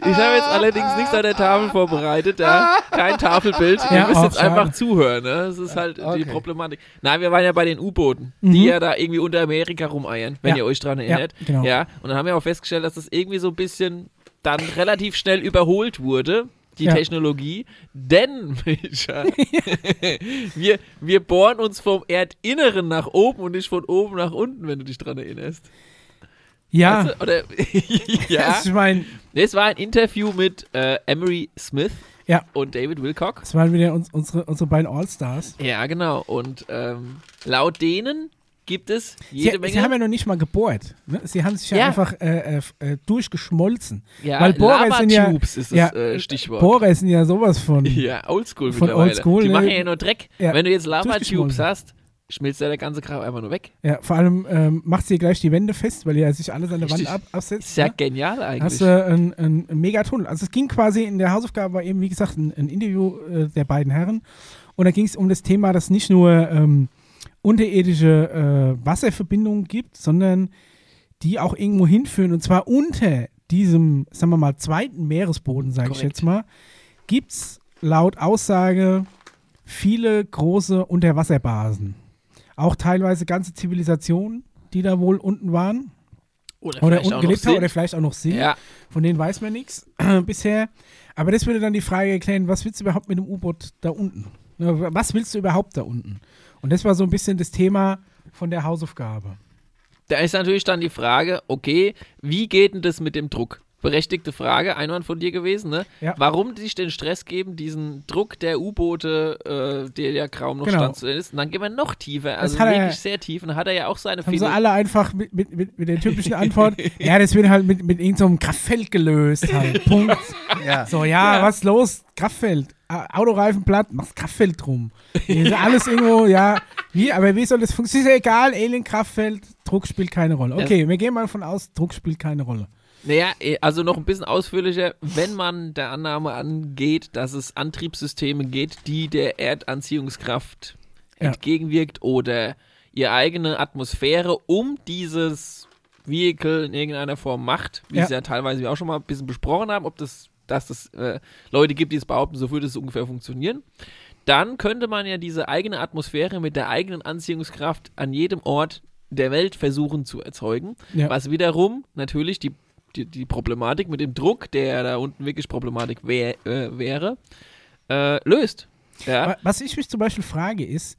Ich habe jetzt allerdings nichts an der Tafel vorbereitet, da. Kein Tafelbild. Ja, Ihr müsst auch jetzt schade. einfach zuhören, ne? Das ist halt okay. die Problematik. Nein, wir waren ja bei den U-Booten, die ja da irgendwie unter Amerika rumeiern, wenn Mhm. Ja. ihr euch dran erinnert. Ja, genau. ja. Und dann haben wir auch festgestellt, dass das irgendwie so ein bisschen dann relativ schnell überholt wurde. Die Ja. Technologie, denn Micha, wir, wir bohren uns vom Erdinneren nach oben und nicht von oben nach unten, wenn du dich dran erinnerst. Ja. Weißt du? Oder, also, ja. Ich meine, Nee, es war ein Interview mit äh, Emery Smith ja. und David Wilcock. Das waren wieder uns, unsere, unsere beiden All-Stars. Ja, genau. Und ähm, laut denen gibt es Sie, jede Menge. sie haben ja noch nicht mal gebohrt. Ne? Sie haben sich ja, Ja. einfach äh, äh, f- äh, durchgeschmolzen. Ja, Weil Bohrer sind ja, Lava-Tubes ist das, ja, äh, Stichwort. Bohrer sind ja sowas von. ja, oldschool Von mittlerweile. oldschool, die ne? machen ja nur Dreck. Ja. Wenn du jetzt Lava-Tubes Durchgeschmolzen. hast, schmilzt ja der ganze Kram einfach nur weg. Ja, vor allem ähm, macht sie gleich die Wände fest, weil ihr sich alles an der Richtig. Wand ab absetzt. Ist ja ne? genial eigentlich. Hast du einen, einen Megatunnel. Also es ging quasi in der Hausaufgabe war eben, wie gesagt, ein, ein Interview äh, der beiden Herren. Und da ging es um das Thema, dass nicht nur ähm, unterirdische äh, Wasserverbindungen gibt, sondern die auch irgendwo hinführen. Und zwar unter diesem, sagen wir mal, zweiten Meeresboden, sage ich Korrekt. jetzt mal, gibt es laut Aussage viele große Unterwasserbasen. Auch teilweise ganze Zivilisationen, die da wohl unten waren oder vielleicht auch unten noch gelebt haben Sinn. oder vielleicht auch noch sind. ja, Von denen weiß man nichts bisher. Aber das würde dann die Frage erklären, was willst du überhaupt mit dem U-Boot da unten? Ne, Was willst du überhaupt da unten? Und das war so ein bisschen das Thema von der Hausaufgabe. Da ist natürlich dann die Frage, okay, wie geht denn das mit dem Druck? Berechtigte Frage, Einwand von dir gewesen, ne? Ja. Warum sich den Stress geben, diesen Druck der U-Boote, äh, der ja kaum noch Genau. standzunehmen ist. Und dann gehen wir noch tiefer, also hat er- wirklich sehr tief. Und dann hat er ja auch seine Haben sie viele- alle einfach mit, mit, mit, mit der typischen Antwort, ja, das wird halt mit, mit irgendeinem Kraftfeld gelöst. Halt. Punkt. Ja. So, ja, was ist los? Kraftfeld. A- Autoreifen platt, machst Kraftfeld drum. Ist Alles irgendwo, ja. Wie, aber wie soll das funktionieren? Ist ja egal, Alien, Kraftfeld, Druck spielt keine Rolle. Okay, wir gehen mal davon aus, Druck spielt keine Rolle. Naja, eh, also noch ein bisschen ausführlicher, wenn man der Annahme angeht, dass es Antriebssysteme geht, die der Erdanziehungskraft Ja. entgegenwirkt oder ihre eigene Atmosphäre um dieses Vehicle in irgendeiner Form macht, wie Ja. es ja teilweise wir auch schon mal ein bisschen besprochen haben, ob das, dass das äh, Leute gibt, die es behaupten, so würde es ungefähr funktionieren, dann könnte man ja diese eigene Atmosphäre mit der eigenen Anziehungskraft an jedem Ort der Welt versuchen zu erzeugen, Ja. was wiederum natürlich die, die, die Problematik mit dem Druck, der ja da unten wirklich Problematik wär, äh, wäre, äh, löst. Ja, Wa- Was ich mich zum Beispiel frage, ist,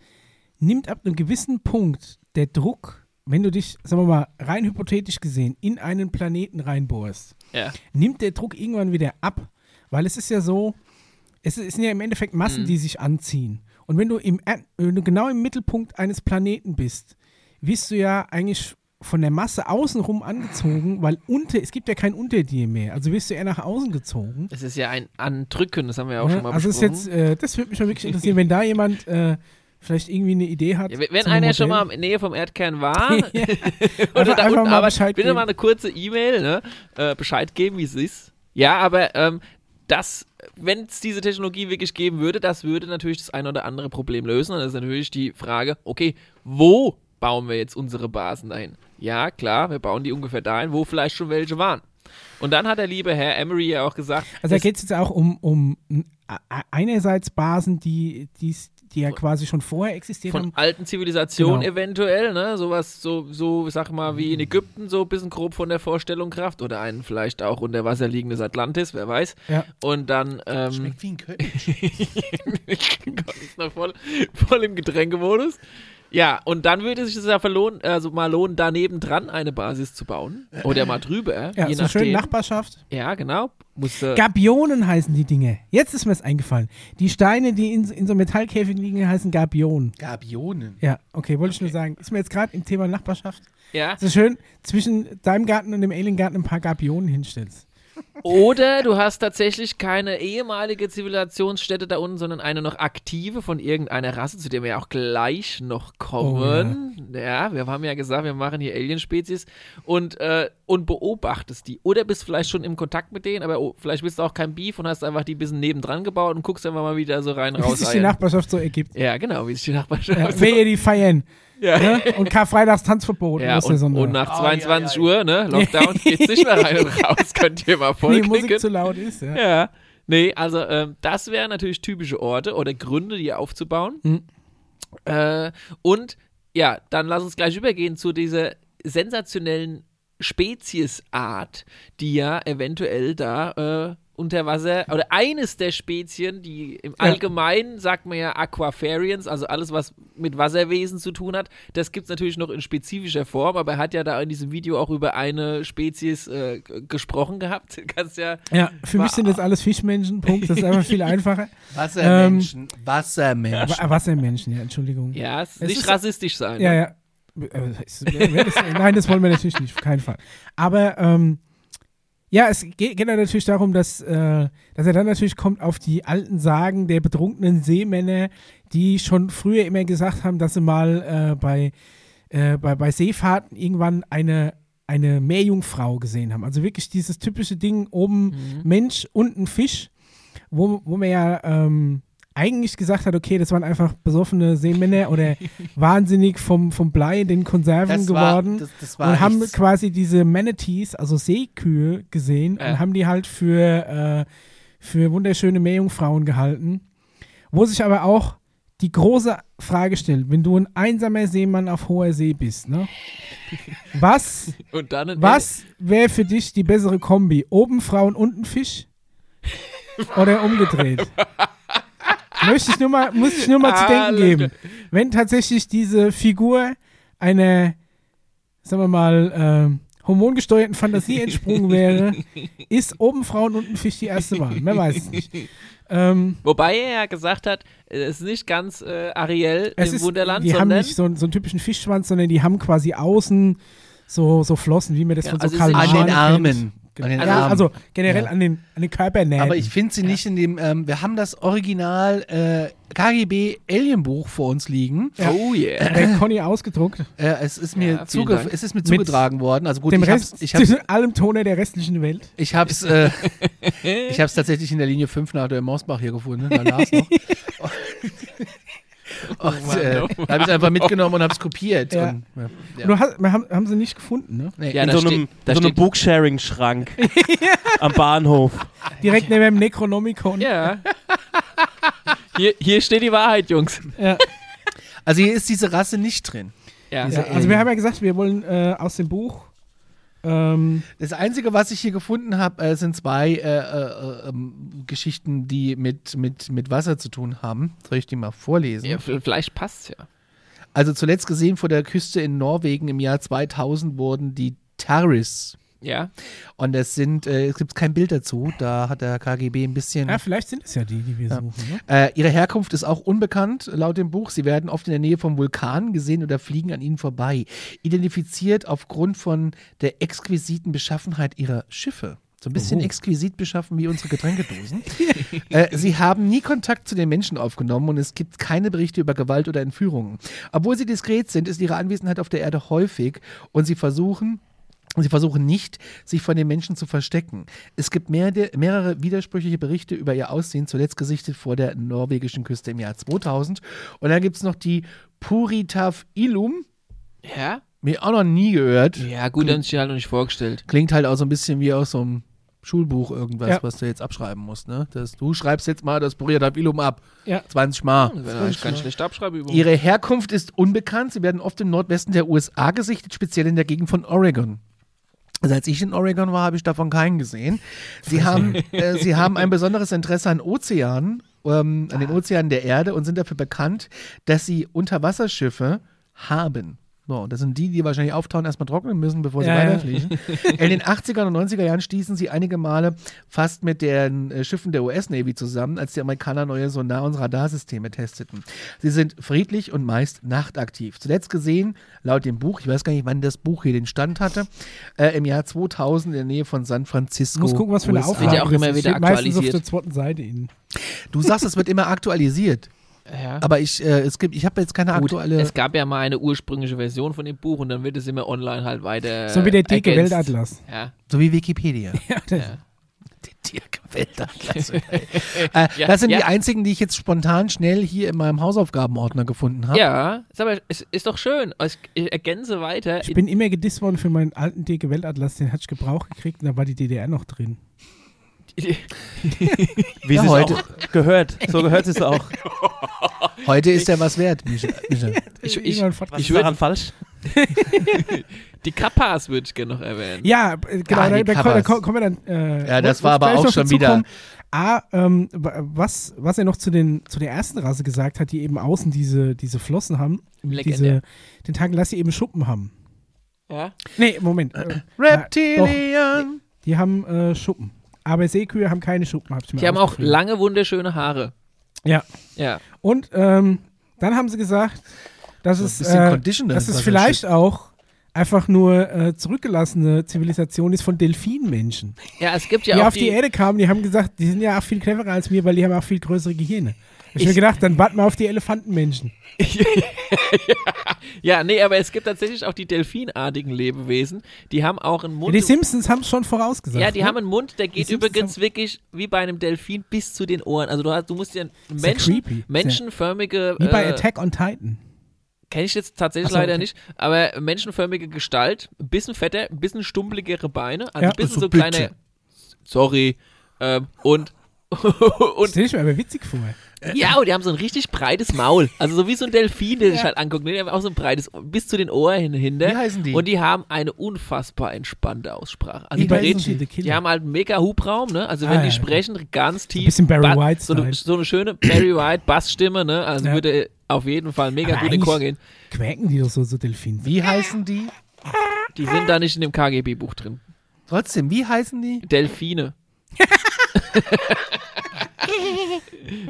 nimmt ab einem gewissen Punkt der Druck, wenn du dich, sagen wir mal, rein hypothetisch gesehen, in einen Planeten reinbohrst, ja. nimmt der Druck irgendwann wieder ab? Weil es ist ja so, es ist- es sind ja im Endeffekt Massen, die sich anziehen. Und wenn du, im, Erd- wenn du genau im Mittelpunkt eines Planeten bist, wirst du ja eigentlich von der Masse außenrum angezogen, weil unter, es gibt ja kein Unter dir mehr. Also wirst du eher nach außen gezogen. Es ist ja ein Andrücken, das haben wir ja auch Ne? schon mal also ist besprochen. jetzt, äh, das würde mich mal wirklich interessieren, wenn da jemand äh, vielleicht irgendwie eine Idee hat. Ja, wenn- wenn zum einer schon mal Modell. in Nähe vom Erdkern war, Ja. oder Also einfach da unten mal arbeitet, Bescheid bitte geben. mal eine kurze E-Mail, ne? äh, Bescheid geben, wie es ist. Ja, aber ähm, das, wenn es diese Technologie wirklich geben würde, das würde natürlich das ein oder andere Problem lösen. Und das ist natürlich die Frage, okay, wo bauen wir jetzt unsere Basen dahin? Ja, klar, wir bauen die ungefähr dahin, wo vielleicht schon welche waren. Und dann hat der liebe Herr Emery ja auch gesagt, Also da es- geht es jetzt auch um, um n- a- a- einerseits Basen, die, die's- die ja quasi schon vorher existiert von haben. alten Zivilisationen Genau. eventuell, ne? Sowas, so, so, ich sag mal, wie in Ägypten, so ein bisschen grob von der Vorstellung Kraft oder ein vielleicht auch unter Wasser liegendes Atlantis, wer weiß. Ja. Und dann, ähm, Schmeckt wie ein Köln. Gott, ist noch voll, voll im Getränkemodus. Ja, und dann würde sich das ja verlohnen, also mal lohnen, daneben dran eine Basis zu bauen. Oder mal drüber. Ja, je so nachdem. schön Nachbarschaft. ja, genau. Muss, äh, Gabionen heißen die Dinge. Jetzt ist mir es eingefallen. Die Steine, die in, so- in so Metallkäfigen liegen, heißen Gabionen. Gabionen. Ja, okay, wollte ich nur sagen. Ist mir jetzt gerade im Thema Nachbarschaft. ja. So schön zwischen deinem Garten und dem Aliengarten ein paar Gabionen hinstellst. Oder du hast tatsächlich keine ehemalige Zivilisationsstätte da unten, sondern eine noch aktive von irgendeiner Rasse, zu der wir ja auch gleich noch kommen. Oh, ja. wir haben ja gesagt, wir machen hier Alien-Spezies und, äh, und beobachtest die. Oder bist vielleicht schon im Kontakt mit denen, aber oh, vielleicht bist du auch kein Beef und hast einfach die ein bisschen nebendran gebaut und guckst einfach mal wieder so rein Wie raus. ah, sich die Nachbarschaft so ergibt. ja, genau, wie sich die Nachbarschaft. Ja, wehe, die feiern. Ja. Ne? Und Karfreitags Tanzverbot. Ja, muss der und, Sonntag. und nach Ah, 22 ja, ja, Uhr, ne, Lockdown, geht's nicht mehr rein und raus, könnt ihr mal voll nee, knicken. Musik zu laut ist. Ja. Ja. Nee, also ähm, das wären natürlich typische Orte oder Gründe, die aufzubauen. Mhm. Äh, und ja, dann lass uns gleich übergehen zu dieser sensationellen Speziesart, die ja eventuell da äh, unter Wasser oder eines der Spezien, die im Allgemeinen sagt man ja Aquafarians, also alles, was mit Wasserwesen zu tun hat, das gibt es natürlich noch in spezifischer Form, aber er hat ja da in diesem Video auch über eine Spezies äh, g- gesprochen gehabt. Kannst ja Ja, für War- mich sind das alles Fischmenschen, Punkt. Das ist einfach viel einfacher. Wassermenschen. Ähm, Wassermenschen. Wa- Wassermenschen, ja, Entschuldigung. Ja, ne? es Es nicht ist- rassistisch sein. ja. ja. Äh, ist- wer das- Nein, das wollen wir natürlich nicht, auf keinen Fall. Aber ähm, ja, es geht, geht dann natürlich darum, dass, äh, dass er dann natürlich kommt auf die alten Sagen der betrunkenen Seemänner, die schon früher immer gesagt haben, dass sie mal äh, bei, äh, bei, bei Seefahrten irgendwann eine, eine Meerjungfrau gesehen haben. Also wirklich dieses typische Ding, oben Mhm. Mensch und ein Fisch, wo, wo man ja ähm, eigentlich gesagt hat, okay, das waren einfach besoffene Seemänner oder wahnsinnig vom, vom Blei in den Konserven Das war, geworden das, das war und haben nichts. quasi diese Manatees, also Seekühe, gesehen Ja. und haben die halt für, äh, für wunderschöne Meerjungfrauen gehalten. Wo sich aber auch die große Frage stellt, wenn du ein einsamer Seemann auf hoher See bist, ne? Was, Und dann ein- was wäre für dich die bessere Kombi? Oben Frau und unten Fisch? Oder umgedreht? Möchte ich nur mal, muss ich nur mal zu denken Alles geben. Wenn tatsächlich diese Figur einer, sagen wir mal, ähm, hormongesteuerten Fantasie entsprungen wäre, ist oben Frau und unten Fisch die erste Wahl. Mehr weiß es nicht. Ähm, Wobei er ja gesagt hat, es ist nicht ganz äh, Ariel es im ist, Wunderland, die haben sondern nicht so, einen- so einen typischen Fischschwanz, sondern die haben quasi außen so, so Flossen, wie man das Ja, von so also Karl es Marx sind an den kennt. Armen. An den Ja, Armen. also generell Ja. an den, an den ne? Körpernähten. Aber ich finde sie nicht in dem, ähm, wir haben das Original äh, KGB Alienbuch vor uns liegen. oh yeah. der Conny ausgedruckt. Äh, es, ist mir Ja, vielen zuge- Dank. es ist mir zugetragen worden. Also gut, dem ich hab's, Rest, ich hab's, zu allem Tone der restlichen Welt. ich hab's, äh, ich hab's tatsächlich in der Linie 5 nach der Mausbach hier gefunden. Da lag's noch. Oh Und, äh, habe ich einfach mitgenommen und habe es kopiert. Ja. Und, ja. Nur ha- wir haben, haben sie nicht gefunden, ne? Nee. Ja, in da so einem, steht- da so einem steht- Booksharing-Schrank am Bahnhof. Direkt neben dem Necronomicon. Ja. Hier, hier steht die Wahrheit, Jungs. Ja. Also hier ist diese Rasse nicht drin. Ja. Ja, also wir haben ja gesagt, wir wollen äh, aus dem Buch. Ähm, Das Einzige, was ich hier gefunden habe, äh, sind zwei äh, äh, ähm, Geschichten, die mit, mit, mit Wasser zu tun haben. Soll ich die mal vorlesen? Ja, v- vielleicht passt's ja. Also zuletzt gesehen vor der Küste in Norwegen im Jahr 2000 wurden die Terrorists. Ja. Und es sind, äh, es gibt kein Bild dazu, da hat der KGB ein bisschen. ja, vielleicht sind es ja die, die wir suchen. Ne? Äh, ihre Herkunft ist auch unbekannt, laut dem Buch. Sie werden oft in der Nähe von Vulkanen gesehen oder fliegen an ihnen vorbei. Identifiziert aufgrund von der exquisiten Beschaffenheit ihrer Schiffe. So ein bisschen exquisit beschaffen wie unsere Getränkedosen. äh, sie haben nie Kontakt zu den Menschen aufgenommen und es gibt keine Berichte über Gewalt oder Entführungen. Obwohl sie diskret sind, ist ihre Anwesenheit auf der Erde häufig und sie versuchen, und Sie versuchen nicht, sich von den Menschen zu verstecken. Es gibt mehrere, mehrere widersprüchliche Berichte über ihr Aussehen, zuletzt gesichtet vor der norwegischen Küste im Jahr 2000. Und dann gibt es noch die Puritaf Ilum, Ja? mir auch noch nie gehört. Ja, gut, haben sich halt noch nicht vorgestellt. Klingt halt auch so ein bisschen wie aus so einem Schulbuch irgendwas, Ja. was du jetzt abschreiben musst. Ne? Das, du schreibst jetzt mal das Puritaf Ilum ab. Ja. 20 Mal. Das wäre eigentlich keine schlechte Abschreibübung. Ihre Herkunft ist unbekannt. Sie werden oft im Nordwesten der USA gesichtet, speziell in der Gegend von Oregon. Also als ich in Oregon war, habe ich davon keinen gesehen. Sie haben, äh, sie haben ein besonderes Interesse an Ozeanen, ähm, an den Ozeanen der Erde und sind dafür bekannt, dass sie Unterwasserschiffe haben. So, und das sind die, die wahrscheinlich auftauen, erstmal trocknen müssen, bevor sie Ja, ja. weiterfliegen. Mhm. In den 80er und 90er Jahren stießen sie einige Male fast mit den äh, Schiffen der US Navy zusammen, als die Amerikaner neue Sonar- und Radarsysteme testeten. Sie sind friedlich und meist nachtaktiv. Zuletzt gesehen, laut dem Buch, ich weiß gar nicht, wann das Buch hier den Stand hatte, äh, im Jahr 2000 in der Nähe von San Francisco. Muss gucken, was für eine USA. Auflage Wird ja auch das immer ist. wieder Steht meistens auf aktualisiert. der zweiten Seite in. Du sagst, es wird immer aktualisiert. ja. Aber ich, äh, es gibt, ich habe jetzt keine Gut, aktuelle. es gab ja mal eine ursprüngliche Version von dem Buch und dann wird es immer online halt weiter. So wie der dicke ergänzt. Weltatlas. Ja. So wie Wikipedia. Ja, das, äh, Ja, das sind die ja. einzigen, die ich jetzt spontan schnell hier in meinem Hausaufgabenordner gefunden habe. Ja, ist aber es ist doch schön. Ich, ich ergänze weiter. Ich bin immer gedisst worden für meinen alten dicke Weltatlas, den hatte ich Gebrauch gekriegt und da war die DDR noch drin. Wie Ja, sie heute. es auch gehört. So gehört sie es auch. Heute ist ja was wert, Micha. Micha. Ich- Äh, ich- irgendwann fort- Was Ich ist würd- daran falsch? die Kappas würde ich gerne noch erwähnen. ja, äh, genau, Ah, da, die da, Covers. da ko- kommen wir dann. Äh, Ja, das wollt- wollt war aber gleich auch noch schon dazu wieder- kommen. A, ähm, wa- was, was er noch zu, den, zu der ersten Rasse gesagt hat, die eben außen diese, diese Flossen haben, diese, Legendär. den Tagen, dass sie eben Schuppen haben. Ja. Nee, Moment. äh, Reptilian. die haben äh, Schuppen. Aber Seekühe haben keine Schuppen. Hab ich mir Die haben auch aufgeschrieben. lange, wunderschöne Haare. Ja. Ja. Und ähm, dann haben sie gesagt, dass So ein es, bisschen äh, Conditioner dass ist es das vielleicht auch einfach nur äh, zurückgelassene Zivilisation ist von Delfinmenschen. Ja, es gibt Die ja auch auf die, Erde kamen, die haben gesagt, die sind ja auch viel cleverer als wir, weil die haben auch viel größere Gehirne. Ich, ich mir Ich- gedacht, dann warten wir auf die Elefantenmenschen. Ja, nee, aber es gibt tatsächlich auch die delfinartigen Lebewesen. Die haben auch einen Mund. Die Simpsons haben es schon vorausgesagt. Ja, die ne? haben einen Mund, der geht Die Simpsons übrigens wirklich wie bei einem Delfin bis zu den Ohren. Also du, hast, du musst dir ja Menschen, creepy. menschenförmige. Wie bei äh, Attack on Titan. Kenne ich jetzt tatsächlich Ach so, leider okay. nicht, aber menschenförmige Gestalt, ein bisschen fetter, ein bisschen stumpligere Beine, also Ja. ein bisschen So so kleine. bitte. Sorry. Ähm, und. Und und stell ich mir aber witzig vor. ja, und die haben so ein richtig breites Maul. Also so wie so ein Delfin, der sich halt anguckt. Ne? Die haben auch so ein breites, bis zu den Ohren hinter. Wie heißen die? Und die haben eine unfassbar entspannte Aussprache. Also Wie die, heißen reden, die? The die, Killer? haben halt einen mega Hubraum, ne? Also Ah, wenn ja, die okay. sprechen, ganz tief. bisschen Barry Ba- White so, eine, Style. so eine schöne Barry White Bassstimme, ne? Also Ja. würde auf jeden Fall mega Aber gut in den Chor eigentlich gehen. Quäken die doch so, so Delfine. Wie heißen die? Die sind da nicht in dem KGB-Buch drin. Trotzdem, wie heißen die? Delfine.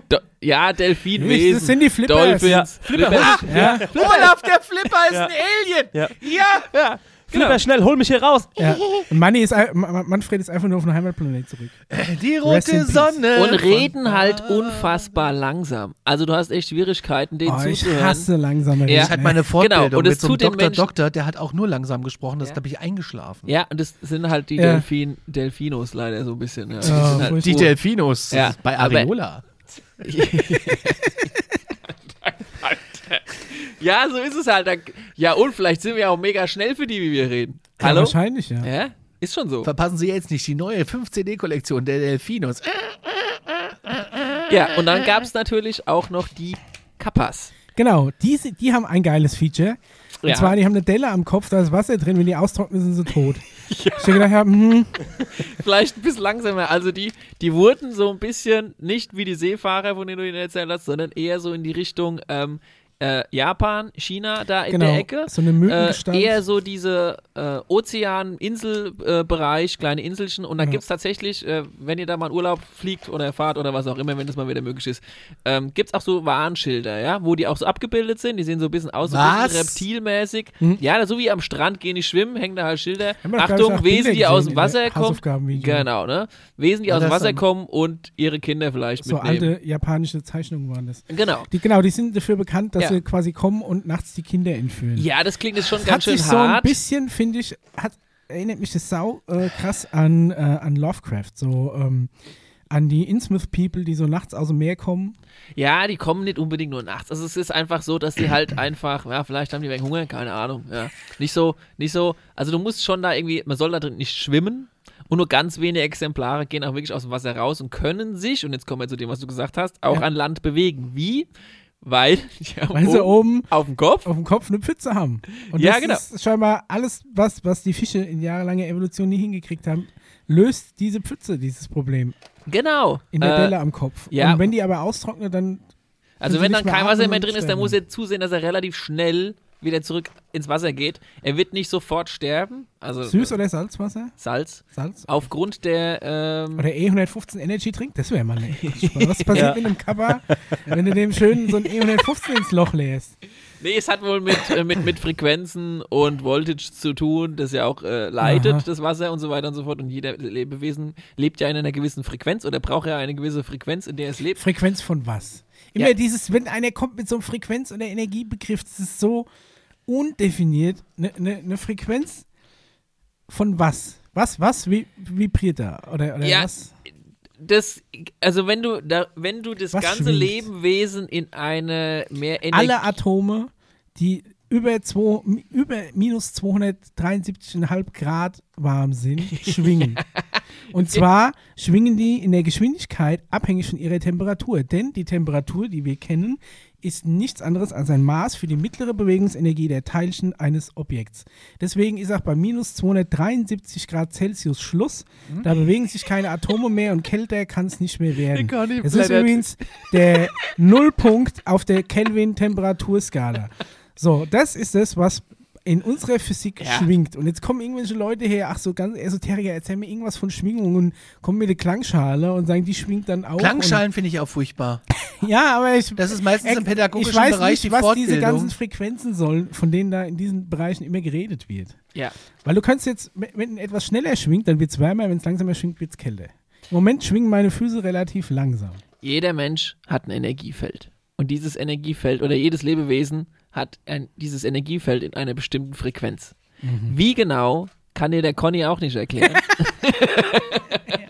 Do ja, Delfinwesen. Das sind die Flippers. Dolphins. Ja. Flipper. Ja. Olaf, der Flipper ist Ja. ein Alien. Ja. Ja. Flipper, schnell, hol mich hier raus. Ja. Und Manni ist, ein- Ma- Ma- Manfred ist einfach nur auf den Heimatplanet zurück. Die Rest in rote peace. Sonne. Und reden halt unfassbar langsam. Also du hast echt Schwierigkeiten, denen Oh, ich zuzuhören. hasse langsame Ja. Reden. Ich hatte meine Fortbildung Genau, und es mit so einem tut den Doktor, Menschen- Doktor, der hat auch nur langsam gesprochen, das Ja. habe ich eingeschlafen. Ja, und das sind halt die Ja. Delfin, Delfinos leider so ein bisschen. Ja. Die Ja, sind halt furchtbar. Die Delfinos das Ja, ist bei aber- Areola. Ja, so ist es halt. Da- Ja, und vielleicht sind wir auch mega schnell für die, wie wir reden. Hallo? wahrscheinlich, ja. Ja, ist schon so. Verpassen Sie jetzt nicht die neue 5-CD-Kollektion der Delfinos. Ja, und dann gab es natürlich auch noch die Kappas. Genau, die, sind- die haben ein geiles Feature. Und Ja. zwar, die haben eine Delle am Kopf, da ist Wasser drin, wenn die austrocknen, sind sie tot. Ich hab gedacht, ja, hm, Vielleicht ein bisschen langsamer. Also die, die wurden so ein bisschen nicht wie die Seefahrer, von denen du ihnen erzählt hast, sondern eher so in die Richtung ähm, äh, Japan, China da in Genau, der Ecke. so eine Mückengestalt. Äh, eher so diese äh, Ozean-Insel-Bereich, kleine Inselchen. Und dann Ja. gibt's gibt es tatsächlich, äh, wenn ihr da mal in Urlaub fliegt oder fahrt oder was auch immer, wenn das mal wieder möglich ist, ähm, gibt es auch so Warnschilder, ja, wo die auch so abgebildet sind. Die sehen so ein bisschen aus, so ein bisschen Was? reptilmäßig. Hm? Ja, so wie am Strand gehen die schwimmen, hängen da halt Schilder. Haben wir doch, glaub ich, Achtung, auch Wesen, Bilder die aus gesehen dem in der Wasser kommen. äh, Hausaufgabenvideo. Genau, ne? Wesen, die Ja, aus dem das Wasser dann- kommen und ihre Kinder vielleicht so mitnehmen. alte japanische Zeichnungen waren das. Genau. Die, genau, die sind dafür bekannt, dass Ja. sie quasi kommen und nachts die Kinder entführen. Ja, das klingt jetzt schon hat ganz schön sich so ein hart. bisschen, finde ich, hat, erinnert mich das sau äh, krass an, äh, an Lovecraft. So ähm, an die Innsmouth People, die so nachts aus dem Meer kommen. ja, die kommen nicht unbedingt nur nachts. Also es ist einfach so, dass die halt einfach, ja, vielleicht haben die wegen Hunger, keine Ahnung. Ja. Nicht so, nicht so, also du musst schon da irgendwie, man soll da drin nicht schwimmen. Und nur ganz wenige Exemplare gehen auch wirklich aus dem Wasser raus und können sich, und jetzt kommen wir zu dem, was du gesagt hast, auch an Land bewegen. Wie? Weil, ja, Weil sie oben auf dem Kopf auf dem Kopf eine Pfütze haben. Und Oh. Ja, das genau. ist scheinbar alles, was, was die Fische in jahrelanger Evolution nie hingekriegt haben, löst diese Pfütze, dieses Problem. Genau. In der Äh, Delle am Kopf. ja. Und wenn die aber austrocknet, dann also sie wenn dann nicht mehr kein Wasser atmen mehr und drin ist, dann sterben. muss er zusehen, dass er relativ schnell wieder zurück ins Wasser geht. Er wird nicht sofort sterben. Also Süß- äh, oder Salzwasser? Salz. Salz? Aufgrund der ähm, Oder E115 Energy trinkt? Das wäre mal eine Spannung. Was passiert mit einem Kappa, wenn du dem schön so ein E115 ins Loch leerst? Nee, es hat wohl mit, äh, mit, mit Frequenzen und Voltage zu tun, das ja auch äh, leitet, Aha. das Wasser und so weiter und so fort. Und jeder Lebewesen lebt ja in einer gewissen Frequenz oder braucht ja eine gewisse Frequenz, in der es lebt. Frequenz von was? Immer Ja. dieses, wenn einer kommt mit so einem Frequenz- oder Energiebegriff, das ist so undefiniert. Eine ne, ne Frequenz von was? Was, was vi- vibriert da? Oder, oder Ja, was? Das, also wenn du da, wenn du das Was ganze schwingt? Lebewesen in eine mehr Energie Alle Atome, die über, zwei, mi- über minus 273,5 Grad warm sind, schwingen. Und zwar schwingen die in der Geschwindigkeit abhängig von ihrer Temperatur. Denn die Temperatur, die wir kennen, ist nichts anderes als ein Maß für die mittlere Bewegungsenergie der Teilchen eines Objekts. Deswegen ist auch bei minus 273 Grad Celsius Schluss. Hm? Da bewegen sich keine Atome mehr und kälter kann es nicht mehr werden. Ich kann nicht Es ist blättern. übrigens der Nullpunkt auf der Kelvin-Temperaturskala. So, das ist das, was in unserer Physik Ja. schwingt. Und jetzt kommen irgendwelche Leute her, ach so ganz Esoteriker, erzählen mir irgendwas von Schwingungen und kommen mit der Klangschale und sagen, die schwingt dann auch. Klangschalen finde ich auch furchtbar. Und, ja, aber ich. Das ist meistens im pädagogischen ich weiß Bereich nicht, die was Fortbildung. diese ganzen Frequenzen sollen, von denen da in diesen Bereichen immer geredet wird. ja. Weil du kannst jetzt, wenn- wenn etwas schneller schwingt, dann wird es wärmer, wenn es langsamer schwingt, wird es kälter. Im Moment schwingen meine Füße relativ langsam. Jeder Mensch hat ein Energiefeld. Und dieses Energiefeld oder jedes Lebewesen hat ein, dieses Energiefeld in einer bestimmten Frequenz. Mhm. Wie genau, kann dir der Conny auch nicht erklären.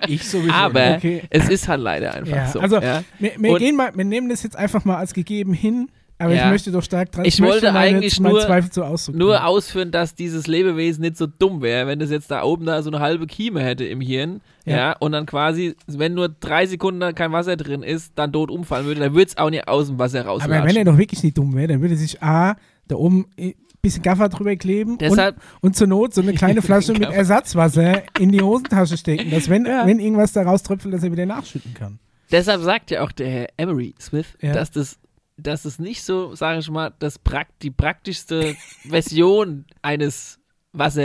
Ich sowieso. aber Okay. es ist halt leider einfach Ja, so. also ja. wir, wir, Und- gehen mal, wir nehmen das jetzt einfach mal als gegeben hin, aber Ja. ich möchte doch stark dran. Ich wollte möchte meine, eigentlich meinen nur- Zweifel zu Ausdruck Nur bringen. ausführen, dass dieses Lebewesen nicht so dumm wäre, wenn es jetzt da oben da so eine halbe Kieme hätte im Hirn. Ja. Ja. und dann quasi, wenn nur drei Sekunden da kein Wasser drin ist, dann tot umfallen würde, dann würde es auch nicht aus dem Wasser rauslatschen. aber wenn er doch wirklich nicht dumm wäre, dann würde sich A, da oben ein bisschen Gaffer drüber kleben Deshalb- und, und zur Not so eine kleine Flasche mit Ersatzwasser in die Hosentasche stecken, dass wenn, wenn irgendwas da rauströpfelt, dass er wieder nachschütten kann. Deshalb sagt ja auch der Herr Emery Smith, Ja. dass das dass es nicht so, sage ich mal, das prak die praktischste Version eines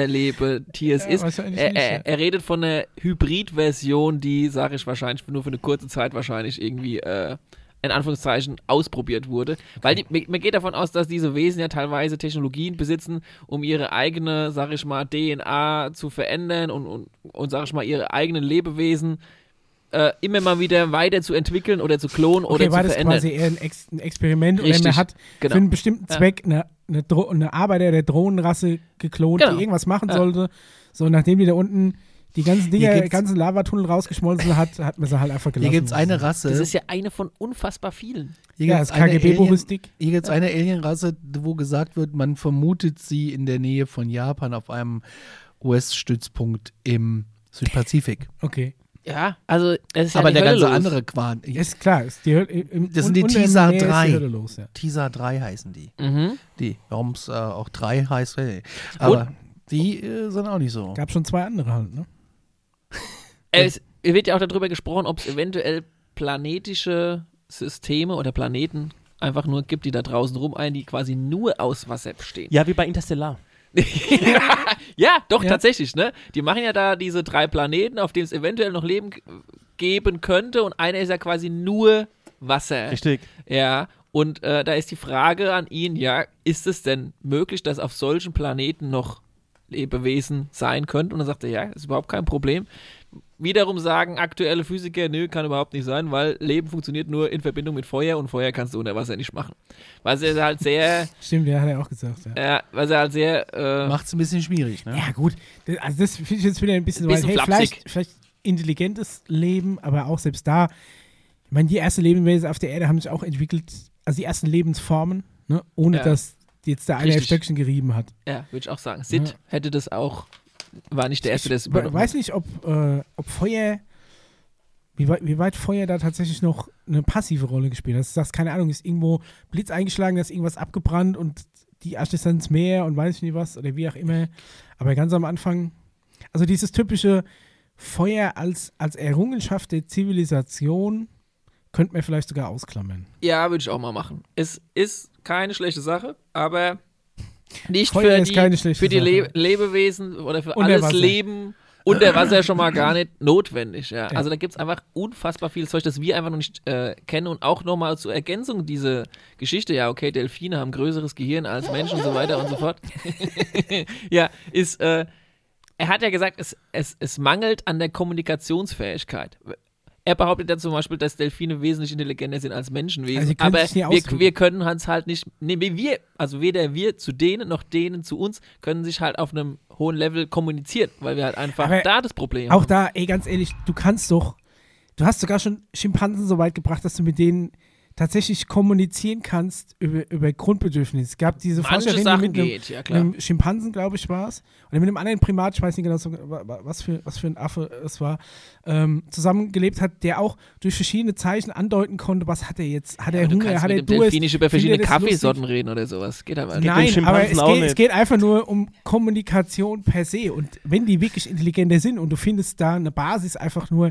Wasserlebetiers Ja, ist. wahrscheinlich Er, nicht, ja. er, er redet von einer Hybrid-Version, die, sage ich wahrscheinlich, nur für eine kurze Zeit wahrscheinlich irgendwie äh, in Anführungszeichen ausprobiert wurde. Weil die, man man geht davon aus, dass diese Wesen ja teilweise Technologien besitzen, um ihre eigene, sag ich mal, DNA zu verändern und, und, und sag ich mal, ihre eigenen Lebewesen äh, immer mal wieder weiter zu entwickeln oder zu klonen Okay, oder war zu das verändern. quasi eher ein, Ex ein Experiment oder Richtig, man hat genau. für einen bestimmten Ja. Zweck eine, eine, Dro eine Arbeiter der Drohnenrasse geklont, Genau. die irgendwas machen Ja. sollte. So, nachdem die da unten die ganzen Dinger, gibt's- ganzen Lavatunnel rausgeschmolzen hat, hat man sie halt einfach gelassen. Hier gibt es eine Rasse. Das ist ja eine von unfassbar vielen. Hier Ja, gibt's das eine KGB-Buch Alien- ist dick. Hier gibt es eine Alienrasse, wo gesagt wird, man vermutet sie in der Nähe von Japan auf einem US-Stützpunkt im Südpazifik. Okay. Ja, also es ist ja Aber die der Hölle ganze los. andere Quan. Ist klar, ist die Hölle, im, Das sind die un- unter der Teaser Nähe ist die 3. Hölle Los, ja. Tisa 3 heißen die. Mhm. Die. Warum es äh, auch 3 heißt, hey. aber die äh, sind auch nicht so. Gab schon zwei andere halt, ne? Es wird ja auch darüber gesprochen, ob es eventuell planetische Systeme oder Planeten einfach nur gibt, die da draußen rumeilen, die quasi nur aus Wasser bestehen. Ja, wie bei Interstellar. Ja, doch, Ja. tatsächlich, ne? Die machen ja da diese drei Planeten, auf denen es eventuell noch Leben g- geben könnte und einer ist ja quasi nur Wasser. Richtig. Ja, und äh, da ist die Frage an ihn, ja, ist es denn möglich, dass auf solchen Planeten noch Lebewesen sein könnten? Und dann sagt er, ja, ist überhaupt kein Problem. Wiederum sagen aktuelle Physiker, nö, kann überhaupt nicht sein, weil Leben funktioniert nur in Verbindung mit Feuer und Feuer kannst du unter Wasser nicht machen. Was er halt sehr, Stimmt, ja, hat er auch gesagt, ja. äh, was er halt sehr, äh, Macht es ein bisschen schwierig, ne? Ja, gut. Das, also, das finde ich jetzt wieder ein bisschen, Bisschen weit. Hey, flapsig. vielleicht, vielleicht intelligentes Leben, aber auch selbst da. Ich meine, die ersten Lebewesen auf der Erde haben sich auch entwickelt, also die ersten Lebensformen, ne? ohne Ja. dass jetzt da einer ein Richtig. Stöckchen gerieben hat. ja, würde ich auch sagen. Sid Ja. hätte das auch, war nicht der Erste, der es ich we- übernommen hat. weiß nicht, ob, äh, ob Feuer, wie, wei- wie weit Feuer da tatsächlich noch eine passive Rolle gespielt hat. Das ist keine Ahnung, ist irgendwo Blitz eingeschlagen, da ist irgendwas abgebrannt und die Asche ist dann ins Meer und weiß ich nicht was oder wie auch immer. Aber ganz am Anfang, also dieses typische Feuer als, als Errungenschaft der Zivilisation könnte man vielleicht sogar ausklammern. Ja, würde ich auch mal machen. Es ist keine schlechte Sache, aber nicht Feuer für ist die, keine schlechte für die Sache. Le Lebewesen oder für Unter alles Wasser. Leben unter Wasser schon mal gar nicht notwendig. Ja. Ja. Also da gibt es einfach unfassbar viel Zeug, das wir einfach noch nicht äh, kennen und auch nochmal zur Ergänzung diese Geschichte, ja, okay, Delfine haben größeres Gehirn als Menschen und so weiter und so fort. ja, ist, äh, er hat ja gesagt, es, es, es mangelt an der Kommunikationsfähigkeit. Er behauptet ja zum Beispiel, dass Delfine wesentlich intelligenter sind als Also Menschenwesen. sie können aber sich nicht wir, ausdrücken. wir können uns halt nicht, nee, wir- wir, also weder wir zu denen noch denen zu uns, können sich halt auf einem hohen Level kommunizieren, weil wir halt einfach Aber da das Problem Auch haben. da, ey, ganz ehrlich, du kannst doch, du hast sogar schon Schimpansen so weit gebracht, dass du mit denen tatsächlich kommunizieren kannst über, über Grundbedürfnisse. Es gab diese Manche Forscherin, Sachen die mit einem, geht, ja, klar. mit einem Schimpansen, glaube ich, war es, oder mit einem anderen Primat, ich weiß nicht genau, so, wa- wa- was für, was für ein Affe es war, ähm, zusammengelebt hat, der auch durch verschiedene Zeichen andeuten konnte, was hat er jetzt, hat er Aber Also du Hunger, kannst hat mit er dem Delfin nicht findet über verschiedene er das lustig? Kaffeesorten reden oder sowas. Geht aber nicht. Nein, Schimpansen aber es auch geht, es nicht. geht einfach nur um Kommunikation per se. Und wenn die wirklich intelligenter sind und du findest da eine Basis einfach nur,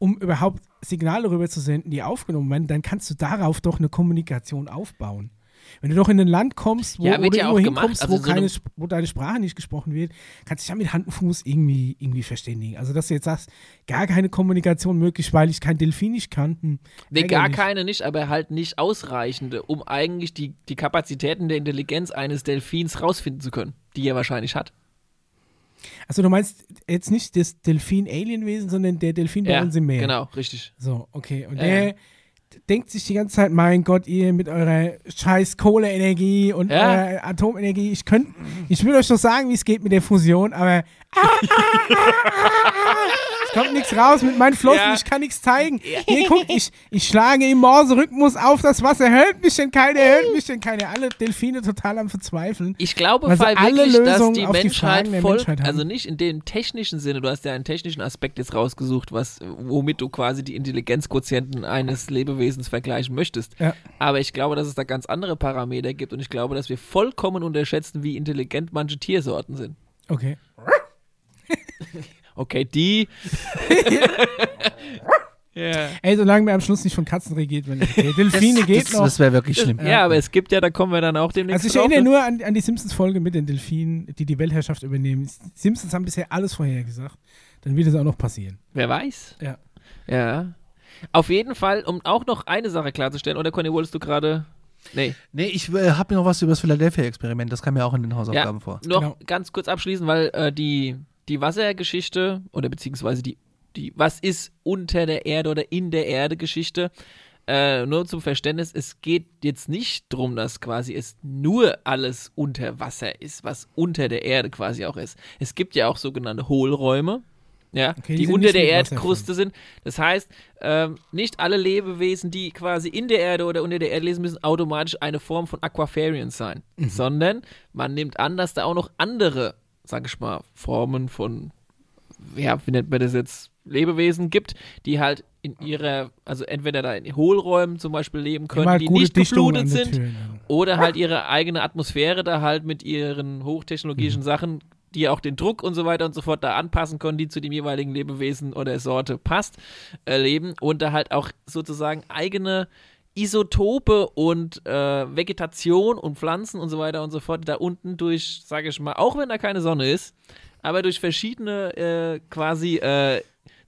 um überhaupt Signale rüber zu senden, die aufgenommen werden, dann kannst du darauf doch eine Kommunikation aufbauen. Wenn du doch in ein Land kommst, wo, Ja, wo wird du ja auch irgendwo gemacht. hinkommst, Also wo, so keine, eine- Sp- wo deine Sprache nicht gesprochen wird, kannst du dich ja mit Hand und Fuß irgendwie, irgendwie verständigen. Also, dass du jetzt sagst, gar keine Kommunikation möglich, weil ich kein Delfinisch kann. Hm, Nee, gar ärgerlich. keine nicht, aber halt nicht ausreichende, um eigentlich die, die Kapazitäten der Intelligenz eines Delfins rausfinden zu können, die er wahrscheinlich hat. Also, du meinst jetzt nicht das Delfin-Alienwesen, sondern der Delfin bei uns im Meer. Genau, richtig. So, okay. Und Ja, der ja. d- denkt sich die ganze Zeit, mein Gott, ihr mit eurer scheiß Kohleenergie und Ja. eurer Atomenergie, ich könnte, ich will euch doch sagen, wie es geht mit der Fusion, aber ah, ah, ah, ah, es kommt nichts raus mit meinen Flossen, Ja. ich kann nichts zeigen. Hier, guckt, ich, ich schlage im Morse-Rhythmus auf das Wasser, hört mich denn keiner, hört mich denn keiner. Alle Delfine total am Verzweifeln. Ich glaube Also weil alle wirklich, dass Lösungen die auf die Menschheit Fragen der voll, Menschheit haben. also nicht in dem technischen Sinne, du hast ja einen technischen Aspekt jetzt rausgesucht, was, womit du quasi die Intelligenzquotienten eines Lebewesens vergleichen möchtest. Ja. Aber ich glaube, dass es da ganz andere Parameter gibt und ich glaube, dass wir vollkommen unterschätzen, wie intelligent manche Tiersorten sind. Okay. Okay, die. ja. Ey, solange mir am Schluss nicht von Katzen regiert, wenn okay. Delfine geht das noch. das wäre wirklich schlimm. ja, aber es gibt ja, da kommen wir dann auch demnächst Also ich drauf, erinnere ne? nur an, an die Simpsons-Folge mit den Delfinen, die die Weltherrschaft übernehmen. Die Simpsons haben bisher alles vorhergesagt. Dann wird es auch noch passieren. Wer weiß. Ja. Ja. Auf jeden Fall, um auch noch eine Sache klarzustellen, oder Conny, wolltest du gerade. Nee. Nee, ich äh, habe mir noch was über das Philadelphia-Experiment, das kam mir auch in den Hausaufgaben vor. Noch Genau. ganz kurz abschließen, weil äh, die, die Wassergeschichte oder beziehungsweise die, die Was ist unter der Erde oder in der Erde Geschichte, äh, nur zum Verständnis, es geht jetzt nicht darum, dass quasi es nur alles unter Wasser ist, was unter der Erde quasi auch ist. Es gibt ja auch sogenannte Hohlräume, ja, Okay, die die, sind unter nicht der mit Wasser Erdkruste sind. Das heißt, ähm, nicht alle Lebewesen, die quasi in der Erde oder unter der Erde lesen, müssen automatisch eine Form von Aquafarians sein, Mhm. sondern man nimmt an, dass da auch noch andere, sag ich mal, Formen von, ja, wie nennt man das jetzt, Lebewesen gibt, die halt in ihrer, also entweder da in Hohlräumen zum Beispiel leben können, Immer die gute nicht Dichtung an geflutet den sind, Türen. oder halt ihre eigene Atmosphäre da halt mit ihren hochtechnologischen Sachen, die auch den Druck und so weiter und so fort da anpassen können, die zu dem jeweiligen Lebewesen oder Sorte passt, erleben und da halt auch sozusagen eigene Isotope und äh, Vegetation und Pflanzen und so weiter und so fort da unten durch, sage ich mal, auch wenn da keine Sonne ist, aber durch verschiedene äh, quasi, äh,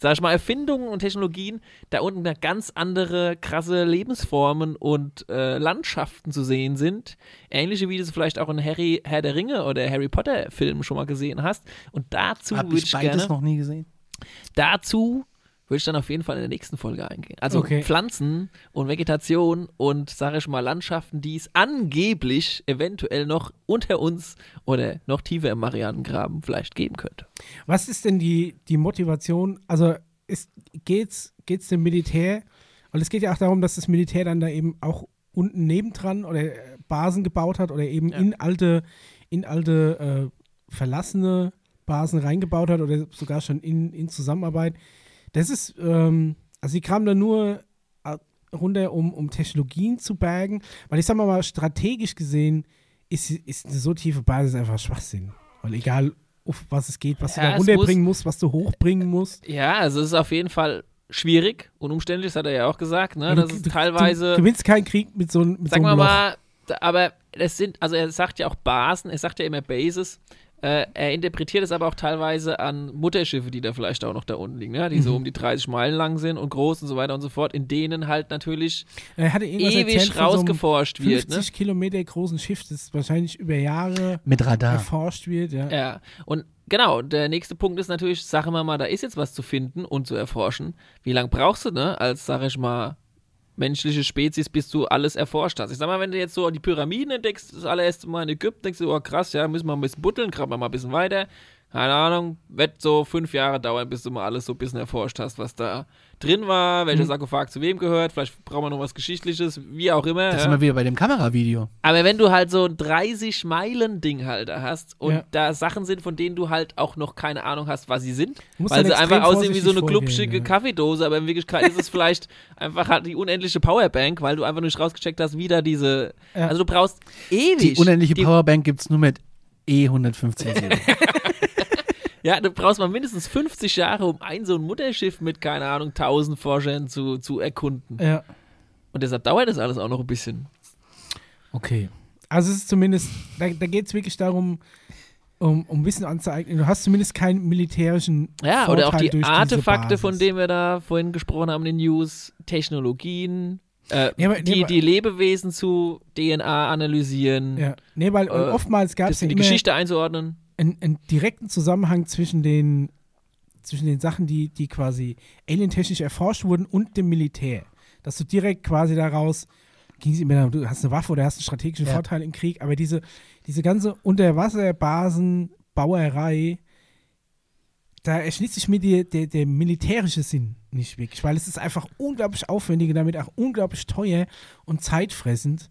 sag ich mal, Erfindungen und Technologien da unten da ganz andere krasse Lebensformen und äh, Landschaften zu sehen sind. Ähnliche, wie du es vielleicht auch in Harry, Herr der Ringe oder Harry Potter Filmen schon mal gesehen hast. Und dazu Hab würde ich ich beides gerne, noch nie gesehen. dazu würde ich dann auf jeden Fall in der nächsten Folge eingehen. Also Okay. Pflanzen und Vegetation und, sage ich mal, Landschaften, die es angeblich eventuell noch unter uns oder noch tiefer im Marianengraben vielleicht geben könnte. Was ist denn die, die Motivation? Also ist, geht's, geht's dem Militär? Weil es geht ja auch darum, dass das Militär dann da eben auch unten nebendran oder äh, Basen gebaut hat oder eben Ja. in alte, in alte äh, verlassene Basen reingebaut hat oder sogar schon in, in Zusammenarbeit. Das ist, ähm, also sie kamen da nur äh, runter, um, um Technologien zu bergen, weil ich sag mal, mal strategisch gesehen ist, ist eine so tiefe Basis einfach Schwachsinn. Weil egal, auf was es geht, was Ja, du da es runterbringen musst, was du hochbringen musst. Ja, also es ist auf jeden Fall schwierig und umständlich, das hat er ja auch gesagt, ne? Also Das ist du- teilweise. Du gewinnst keinen Krieg mit so, einem- mit Sagen so wir einem Loch. mal, da- aber es sind, also er sagt ja auch Basen, er sagt ja immer Bases. Äh, er interpretiert es aber auch teilweise an Mutterschiffe, die da vielleicht auch noch da unten liegen, ne? die Mhm. so um die 30 Meilen lang sind und groß und so weiter und so fort, in denen halt natürlich Er hatte irgendwas erzählt ewig von so einem rausgeforscht wird. 50 Ne? Kilometer großen Schiff, das wahrscheinlich über Jahre Mit Radar. erforscht wird. Ja. Ja, und genau, der nächste Punkt ist natürlich, sagen wir mal, da ist jetzt was zu finden und zu erforschen. Wie lange brauchst du, ne, als, sag ich mal, menschliche Spezies, bis du alles erforscht hast? Ich sag mal, wenn du jetzt so die Pyramiden entdeckst, das allererste Mal in Ägypten, denkst du, oh krass, ja, müssen wir ein bisschen buddeln, graben wir mal ein bisschen weiter. Keine Ahnung, wird so fünf Jahre dauern, bis du mal alles so ein bisschen erforscht hast, was da drin war, welcher Sarkophag zu wem gehört, vielleicht brauchen wir noch was Geschichtliches, wie auch immer. Da ja. sind wir wieder bei dem Kameravideo. Aber wenn du halt so ein 30-Meilen-Ding halt da hast und Ja. da Sachen sind, von denen du halt auch noch keine Ahnung hast, was sie sind, Musst weil dann sie einfach extrem aussehen wie so eine vorsichtig vorgehen, klubschige ja. Kaffeedose, aber in Wirklichkeit ist es vielleicht einfach halt die unendliche Powerbank, weil du einfach nicht rausgecheckt hast, wie da diese. Ja. Also du brauchst ewig. Die unendliche die- Powerbank gibt es nur mit E E115. Ja, du brauchst mal mindestens 50 Jahre, um ein so ein Mutterschiff mit, keine Ahnung, 1000 Forschern zu, zu erkunden. ja. Und deshalb dauert das alles auch noch ein bisschen. Okay. Also es ist zumindest, da, da geht es wirklich darum, um, um Wissen anzueignen. Du hast zumindest keinen militärischen Ja, Vorteil oder auch durch die diese Artefakte, Basis. von denen wir da vorhin gesprochen haben, in den News, Technologien, äh, Ja, aber- nee, die, aber- die Lebewesen zu DNA analysieren, Ja. Nee, weil Äh, oftmals gab es das ja in die immer Geschichte einzuordnen. einen, einen direkten Zusammenhang zwischen den, zwischen den Sachen, die, die quasi alientechnisch erforscht wurden und dem Militär. Dass du direkt quasi daraus ging es immer darum, du hast eine Waffe oder hast einen strategischen Ja. Vorteil im Krieg, aber diese, diese ganze Unterwasserbasenbauerei, da erschließt sich mir die, der, der militärische Sinn nicht wirklich, weil es ist einfach unglaublich aufwendig und damit auch unglaublich teuer und zeitfressend.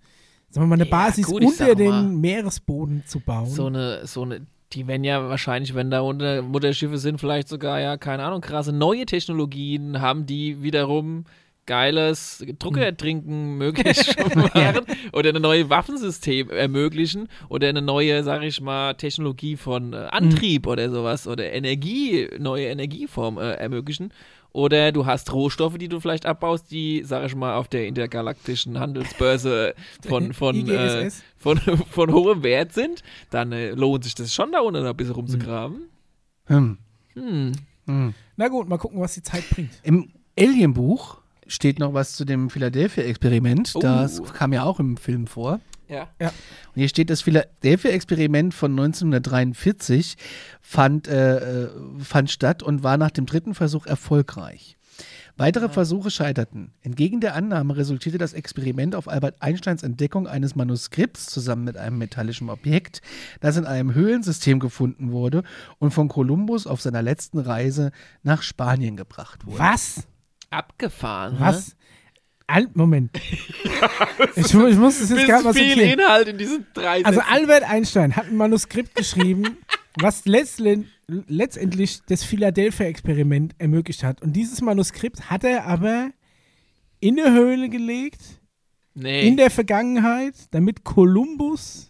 Sagen wir mal, eine Ja, Basis gut, ich unter sag den mal, Meeresboden zu bauen. So eine, so eine, die werden ja wahrscheinlich, wenn da unter Mutterschiffe sind, vielleicht sogar, ja, keine Ahnung, krasse neue Technologien haben, die wiederum geiles Druckertrinken möglich machen oder ein neues Waffensystem ermöglichen oder eine neue, sag ich mal, Technologie von äh, Antrieb oder sowas oder Energie, neue Energieform äh, ermöglichen. Oder du hast Rohstoffe, die du vielleicht abbaust, die, sag ich mal, auf der intergalaktischen Handelsbörse von, von, äh, IGSS? von, von hohem Wert sind, dann äh, lohnt sich das schon da unten ein bisschen rumzugraben. hm. Hm. Na gut, mal gucken, was die Zeit bringt. Im Alien-Buch steht noch was zu dem Philadelphia-Experiment. Oh. Das kam ja auch im Film vor. Ja. Und hier steht, das Philadelphia-Experiment von 1943 fand, äh, äh, fand statt und war nach dem dritten Versuch erfolgreich. Weitere Versuche scheiterten. Entgegen der Annahme resultierte das Experiment auf Albert Einsteins Entdeckung eines Manuskripts zusammen mit einem metallischen Objekt, das in einem Höhlensystem gefunden wurde und von Kolumbus auf seiner letzten Reise nach Spanien gebracht wurde. Was? Abgefahren. hä? Was? Al Moment. ich, mu- ich muss das jetzt gerade mal Bis so viel klären. Inhalt in diesen drei Also Sätzen. Albert Einstein hat ein Manuskript geschrieben, was letztlen- letztendlich das Philadelphia-Experiment ermöglicht hat. Und dieses Manuskript hat er aber in eine Höhle gelegt, nee. in der Vergangenheit, damit Kolumbus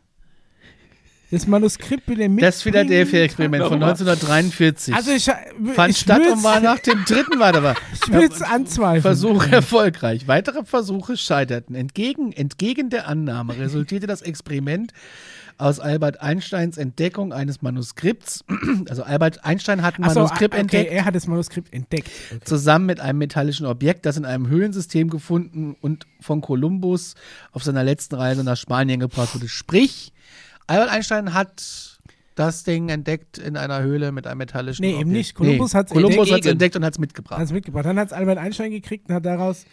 das Manuskript wieder mit. Das Philadelphia-Experiment von 1943 Also ich, fand ich statt will's- und war nach dem dritten, warte mal, Ich will es anzweifeln. Versuch erfolgreich. Weitere Versuche scheiterten. Entgegen, entgegen der Annahme resultierte das Experiment aus Albert Einsteins Entdeckung eines Manuskripts. Also Albert Einstein hat ein Ach so, Manuskript ah, okay, entdeckt, Er hat das Manuskript entdeckt. zusammen mit einem metallischen Objekt, das in einem Höhlensystem gefunden und von Kolumbus auf seiner letzten Reise nach Spanien gebracht wurde. Sprich, Albert Einstein hat das Ding entdeckt in einer Höhle mit einem metallischen Nee, eben Objekt. nicht. Kolumbus hat's Kolumbus entdeckt. hat es entdeckt und hat es mitgebracht. Hat es mitgebracht. Dann hat es Albert Einstein gekriegt und hat daraus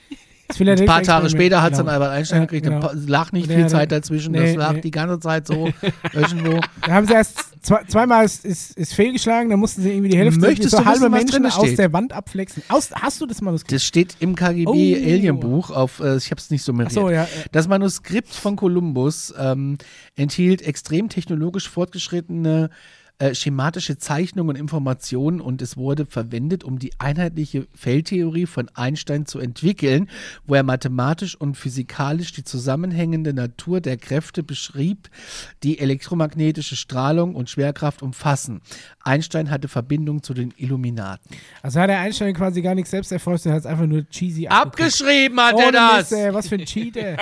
das Ein Philadelphia paar Tage später hat es dann genau. Albert Einstein Ja, gekriegt. genau. Da pa- lag nicht Und viel er- Zeit dazwischen. nee, das lag nee. die ganze Zeit so irgendwo. Da haben sie erst zwei, zweimal ist, ist, ist fehlgeschlagen, da mussten sie irgendwie die Hälfte Möchtest so du halbe wissen, was Menschen drinne aus steht? der Wand abflexen. Aus, hast du das Manuskript? Das steht im Oh. KGB-Alien-Buch auf, äh, ich habe es nicht summeriert. Ach so, ja, äh. ja. Das Manuskript von Kolumbus ähm, enthielt extrem technologisch fortgeschrittene äh, schematische Zeichnungen und Informationen und es wurde verwendet, um die einheitliche Feldtheorie von Einstein zu entwickeln, wo er mathematisch und physikalisch die zusammenhängende Natur der Kräfte beschrieb, die elektromagnetische Strahlung und Schwerkraft umfassen. Einstein hatte Verbindung zu den Illuminaten. Also hat der Einstein quasi gar nichts selbst erforscht, er hat es einfach nur cheesy abgekriegt. Abgeschrieben hat er Ohne das! Mist, ey, was für ein Cheat, ey.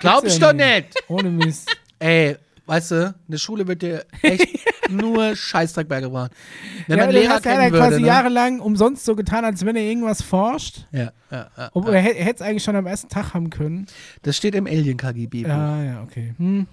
Glaubst du nicht? Ohne Mist. Ey, weißt du, eine Schule wird dir echt nur Scheißdreck beigebracht. Wenn Ja, man der Lehrer hat er kennen hat würde, quasi ne? jahrelang umsonst so getan, als wenn er irgendwas forscht. ja, ja, ja. Obwohl, er hätte es eigentlich schon am ersten Tag haben können. Das steht im Alien-KGB. Ja. Ja, ja, okay. Hm.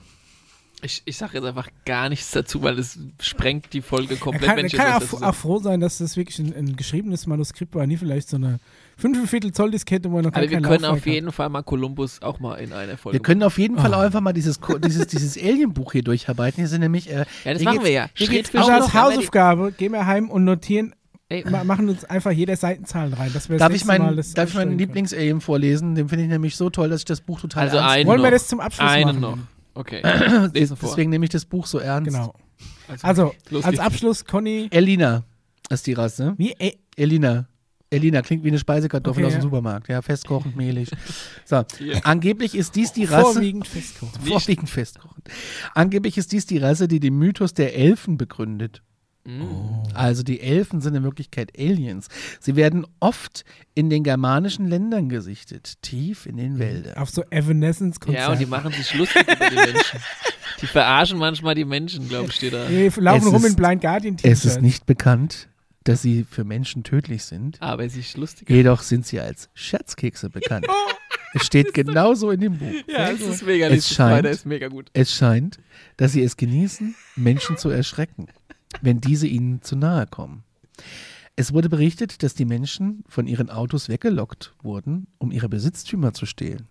Ich, ich sage jetzt einfach gar nichts dazu, weil es sprengt die Folge Er komplett. kann, wenn er ich kann jetzt was auch, dazu auch sag. froh sein, dass das wirklich ein, ein geschriebenes Manuskript war, nie vielleicht so eine 5,25 Zoll Diskette, wo er noch gar Aber Also, wir kein können Laufwerk auf jeden Fall mal Kolumbus auch mal in einer Folge. Wir können auf jeden Oh. Fall auch einfach mal dieses, Ko- dieses, dieses Alien-Buch hier durcharbeiten. Hier sind nämlich. Äh, Ja, das hier machen geht's- wir ja. Hier Schritt geht's für hat. auch Also Schritt. noch, als Schau noch, Hausaufgabe, gehen wir heim und notieren, Ey, ma machen uns einfach jeder Seitenzahlen rein. Das wär's darf ich Mal, meinen, das darf ich meinen aufstellen Lieblings-Alien vorlesen? Den finde ich nämlich so toll, dass ich das Buch total also ernst einen können. Wollen noch. wir das zum Abschluss einen machen? noch. Okay. Lesen vor. Deswegen nehme ich das Buch so ernst. Genau. Also, los als geht's. Abschluss, Conny, Elina ist die Rasse. wie, e- ey, Elina. Elina klingt wie eine Speisekartoffel Okay, aus dem ja. Supermarkt. Ja, festkochend, mehlig. So, Ja. angeblich ist dies die Rasse. vorwiegend festkochen. Nicht. Vorwiegend festkochend. Angeblich ist dies die Rasse, die den Mythos der Elfen begründet. Also die Elfen sind in Wirklichkeit Aliens. Sie werden oft in den germanischen Ländern gesichtet, tief in den Wäldern. Auf so Evanescence-Konzerten. Ja, und die machen sich lustig über die Menschen. Die verarschen manchmal die Menschen, glaube ich, steht da. Die laufen Es rum ist- in Blind guardian Es ist nicht bekannt, dass sie für Menschen tödlich sind. Aber es ist lustig. Jedoch sind sie als Scherzkekse bekannt. Es steht genauso in dem Buch. Ja, es ist mega Es lustig. scheint- Weiter ist mega gut. Es scheint, dass sie es genießen, Menschen zu erschrecken, wenn diese ihnen zu nahe kommen. Es wurde berichtet, dass die Menschen von ihren Autos weggelockt wurden, um ihre Besitztümer zu stehlen.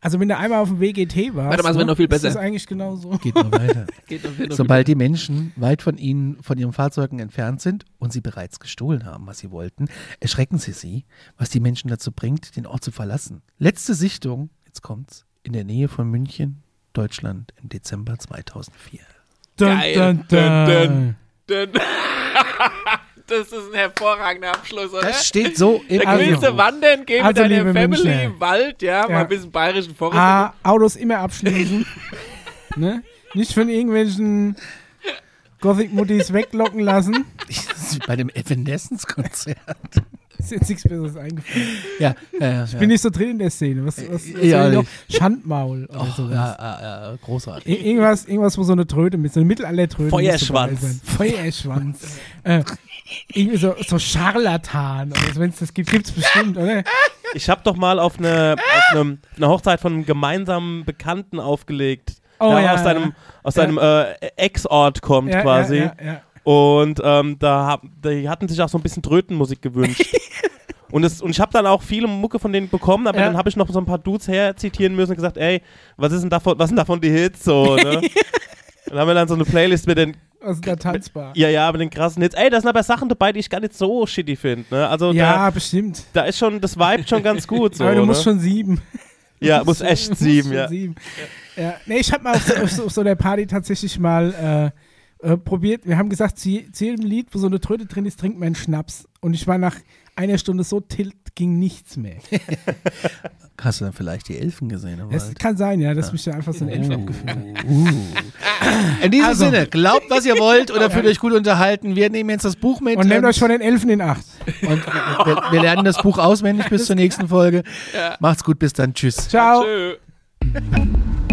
Also, wenn du einmal auf dem WGT warst, Warte mal, es wird ne, noch viel ist besser. das eigentlich genau so. Geht mal weiter. Geht noch, wird noch Sobald die Menschen weit von ihnen, von ihren Fahrzeugen entfernt sind und sie bereits gestohlen haben, was sie wollten, erschrecken sie sie, was die Menschen dazu bringt, den Ort zu verlassen. Letzte Sichtung, jetzt kommt's, in der Nähe von München, Deutschland im Dezember 2004. Dun, Geil. dun, dun. Denn- das ist ein hervorragender Abschluss, oder? Das steht so im da willst Alien-Buch. du wandern, geh Also, mit liebe deiner Family Münchner. im Wald, ja, mal Ja. ein bisschen bayerischen Forest. A, Ah, Autos immer abschließen. ne? Nicht von irgendwelchen Gothic-Muttis weglocken lassen. Das ist Bei dem Evanescence-Konzert. Ist jetzt nichts Besseres eingefallen. Ja, ja, ja. Ich bin nicht so drin in der Szene. Was, was, was Ja, soll ich nee. noch? Schandmaul oder oh, sowas. ja, ja, ja, großartig. Ir- Irgendwas, irgendwas, wo so eine Tröte mit, so eine Mittelaltertröte. muss Feuerschwanz. dabei sein. Feuerschwanz. äh, irgendwie so, so Scharlatan. Also wenn es das gibt, gibt es bestimmt, oder? Ich habe doch mal auf eine auf einem, auf einer Hochzeit von einem gemeinsamen Bekannten aufgelegt, Oh, der ja, aus ja. seinem aus Ja. seinem äh, Ex-Ort kommt Ja, quasi. Ja, ja, ja. Und ähm, da hab, die hatten sich auch so ein bisschen Trötenmusik gewünscht. Und, es, und ich habe dann auch viele Mucke von denen bekommen, aber Ja. dann habe ich noch so ein paar Dudes herzitieren müssen und gesagt, ey, was ist denn davon, was sind davon die Hits so, ne? Dann haben wir dann so eine Playlist mit den, Also da tanzbar. ja, ja, mit den krassen Hits. Ey, da sind aber Sachen dabei, die ich gar nicht so shitty finde, ne? Also da, Ja, bestimmt. da ist schon, das Vibe schon ganz gut so, Aber du musst ne? schon sieben. Ja, muss echt sieben, schon ja. sieben. ja. Nee, ich habe mal auf so, auf, so, auf so einer Party tatsächlich mal äh, äh, probiert. Wir haben gesagt, zu, je- zu jedem Lied, wo so eine Tröte drin ist, trinkt man einen Schnaps. Und ich war nach einer Stunde so tilt, ging nichts mehr. Hast du dann vielleicht die Elfen gesehen? im Es Wald? kann sein, ja, dass mich da einfach so ein Elf abgefühlt hat. In diesem Also. Sinne, glaubt, was ihr wollt oder fühlt euch gut unterhalten. Wir nehmen jetzt das Buch mit. Und nehmt euch von den Elfen in Acht. und wir, wir lernen das Buch auswendig bis zur nächsten Folge. Macht's gut, bis dann. Tschüss. Ciao. Tschö.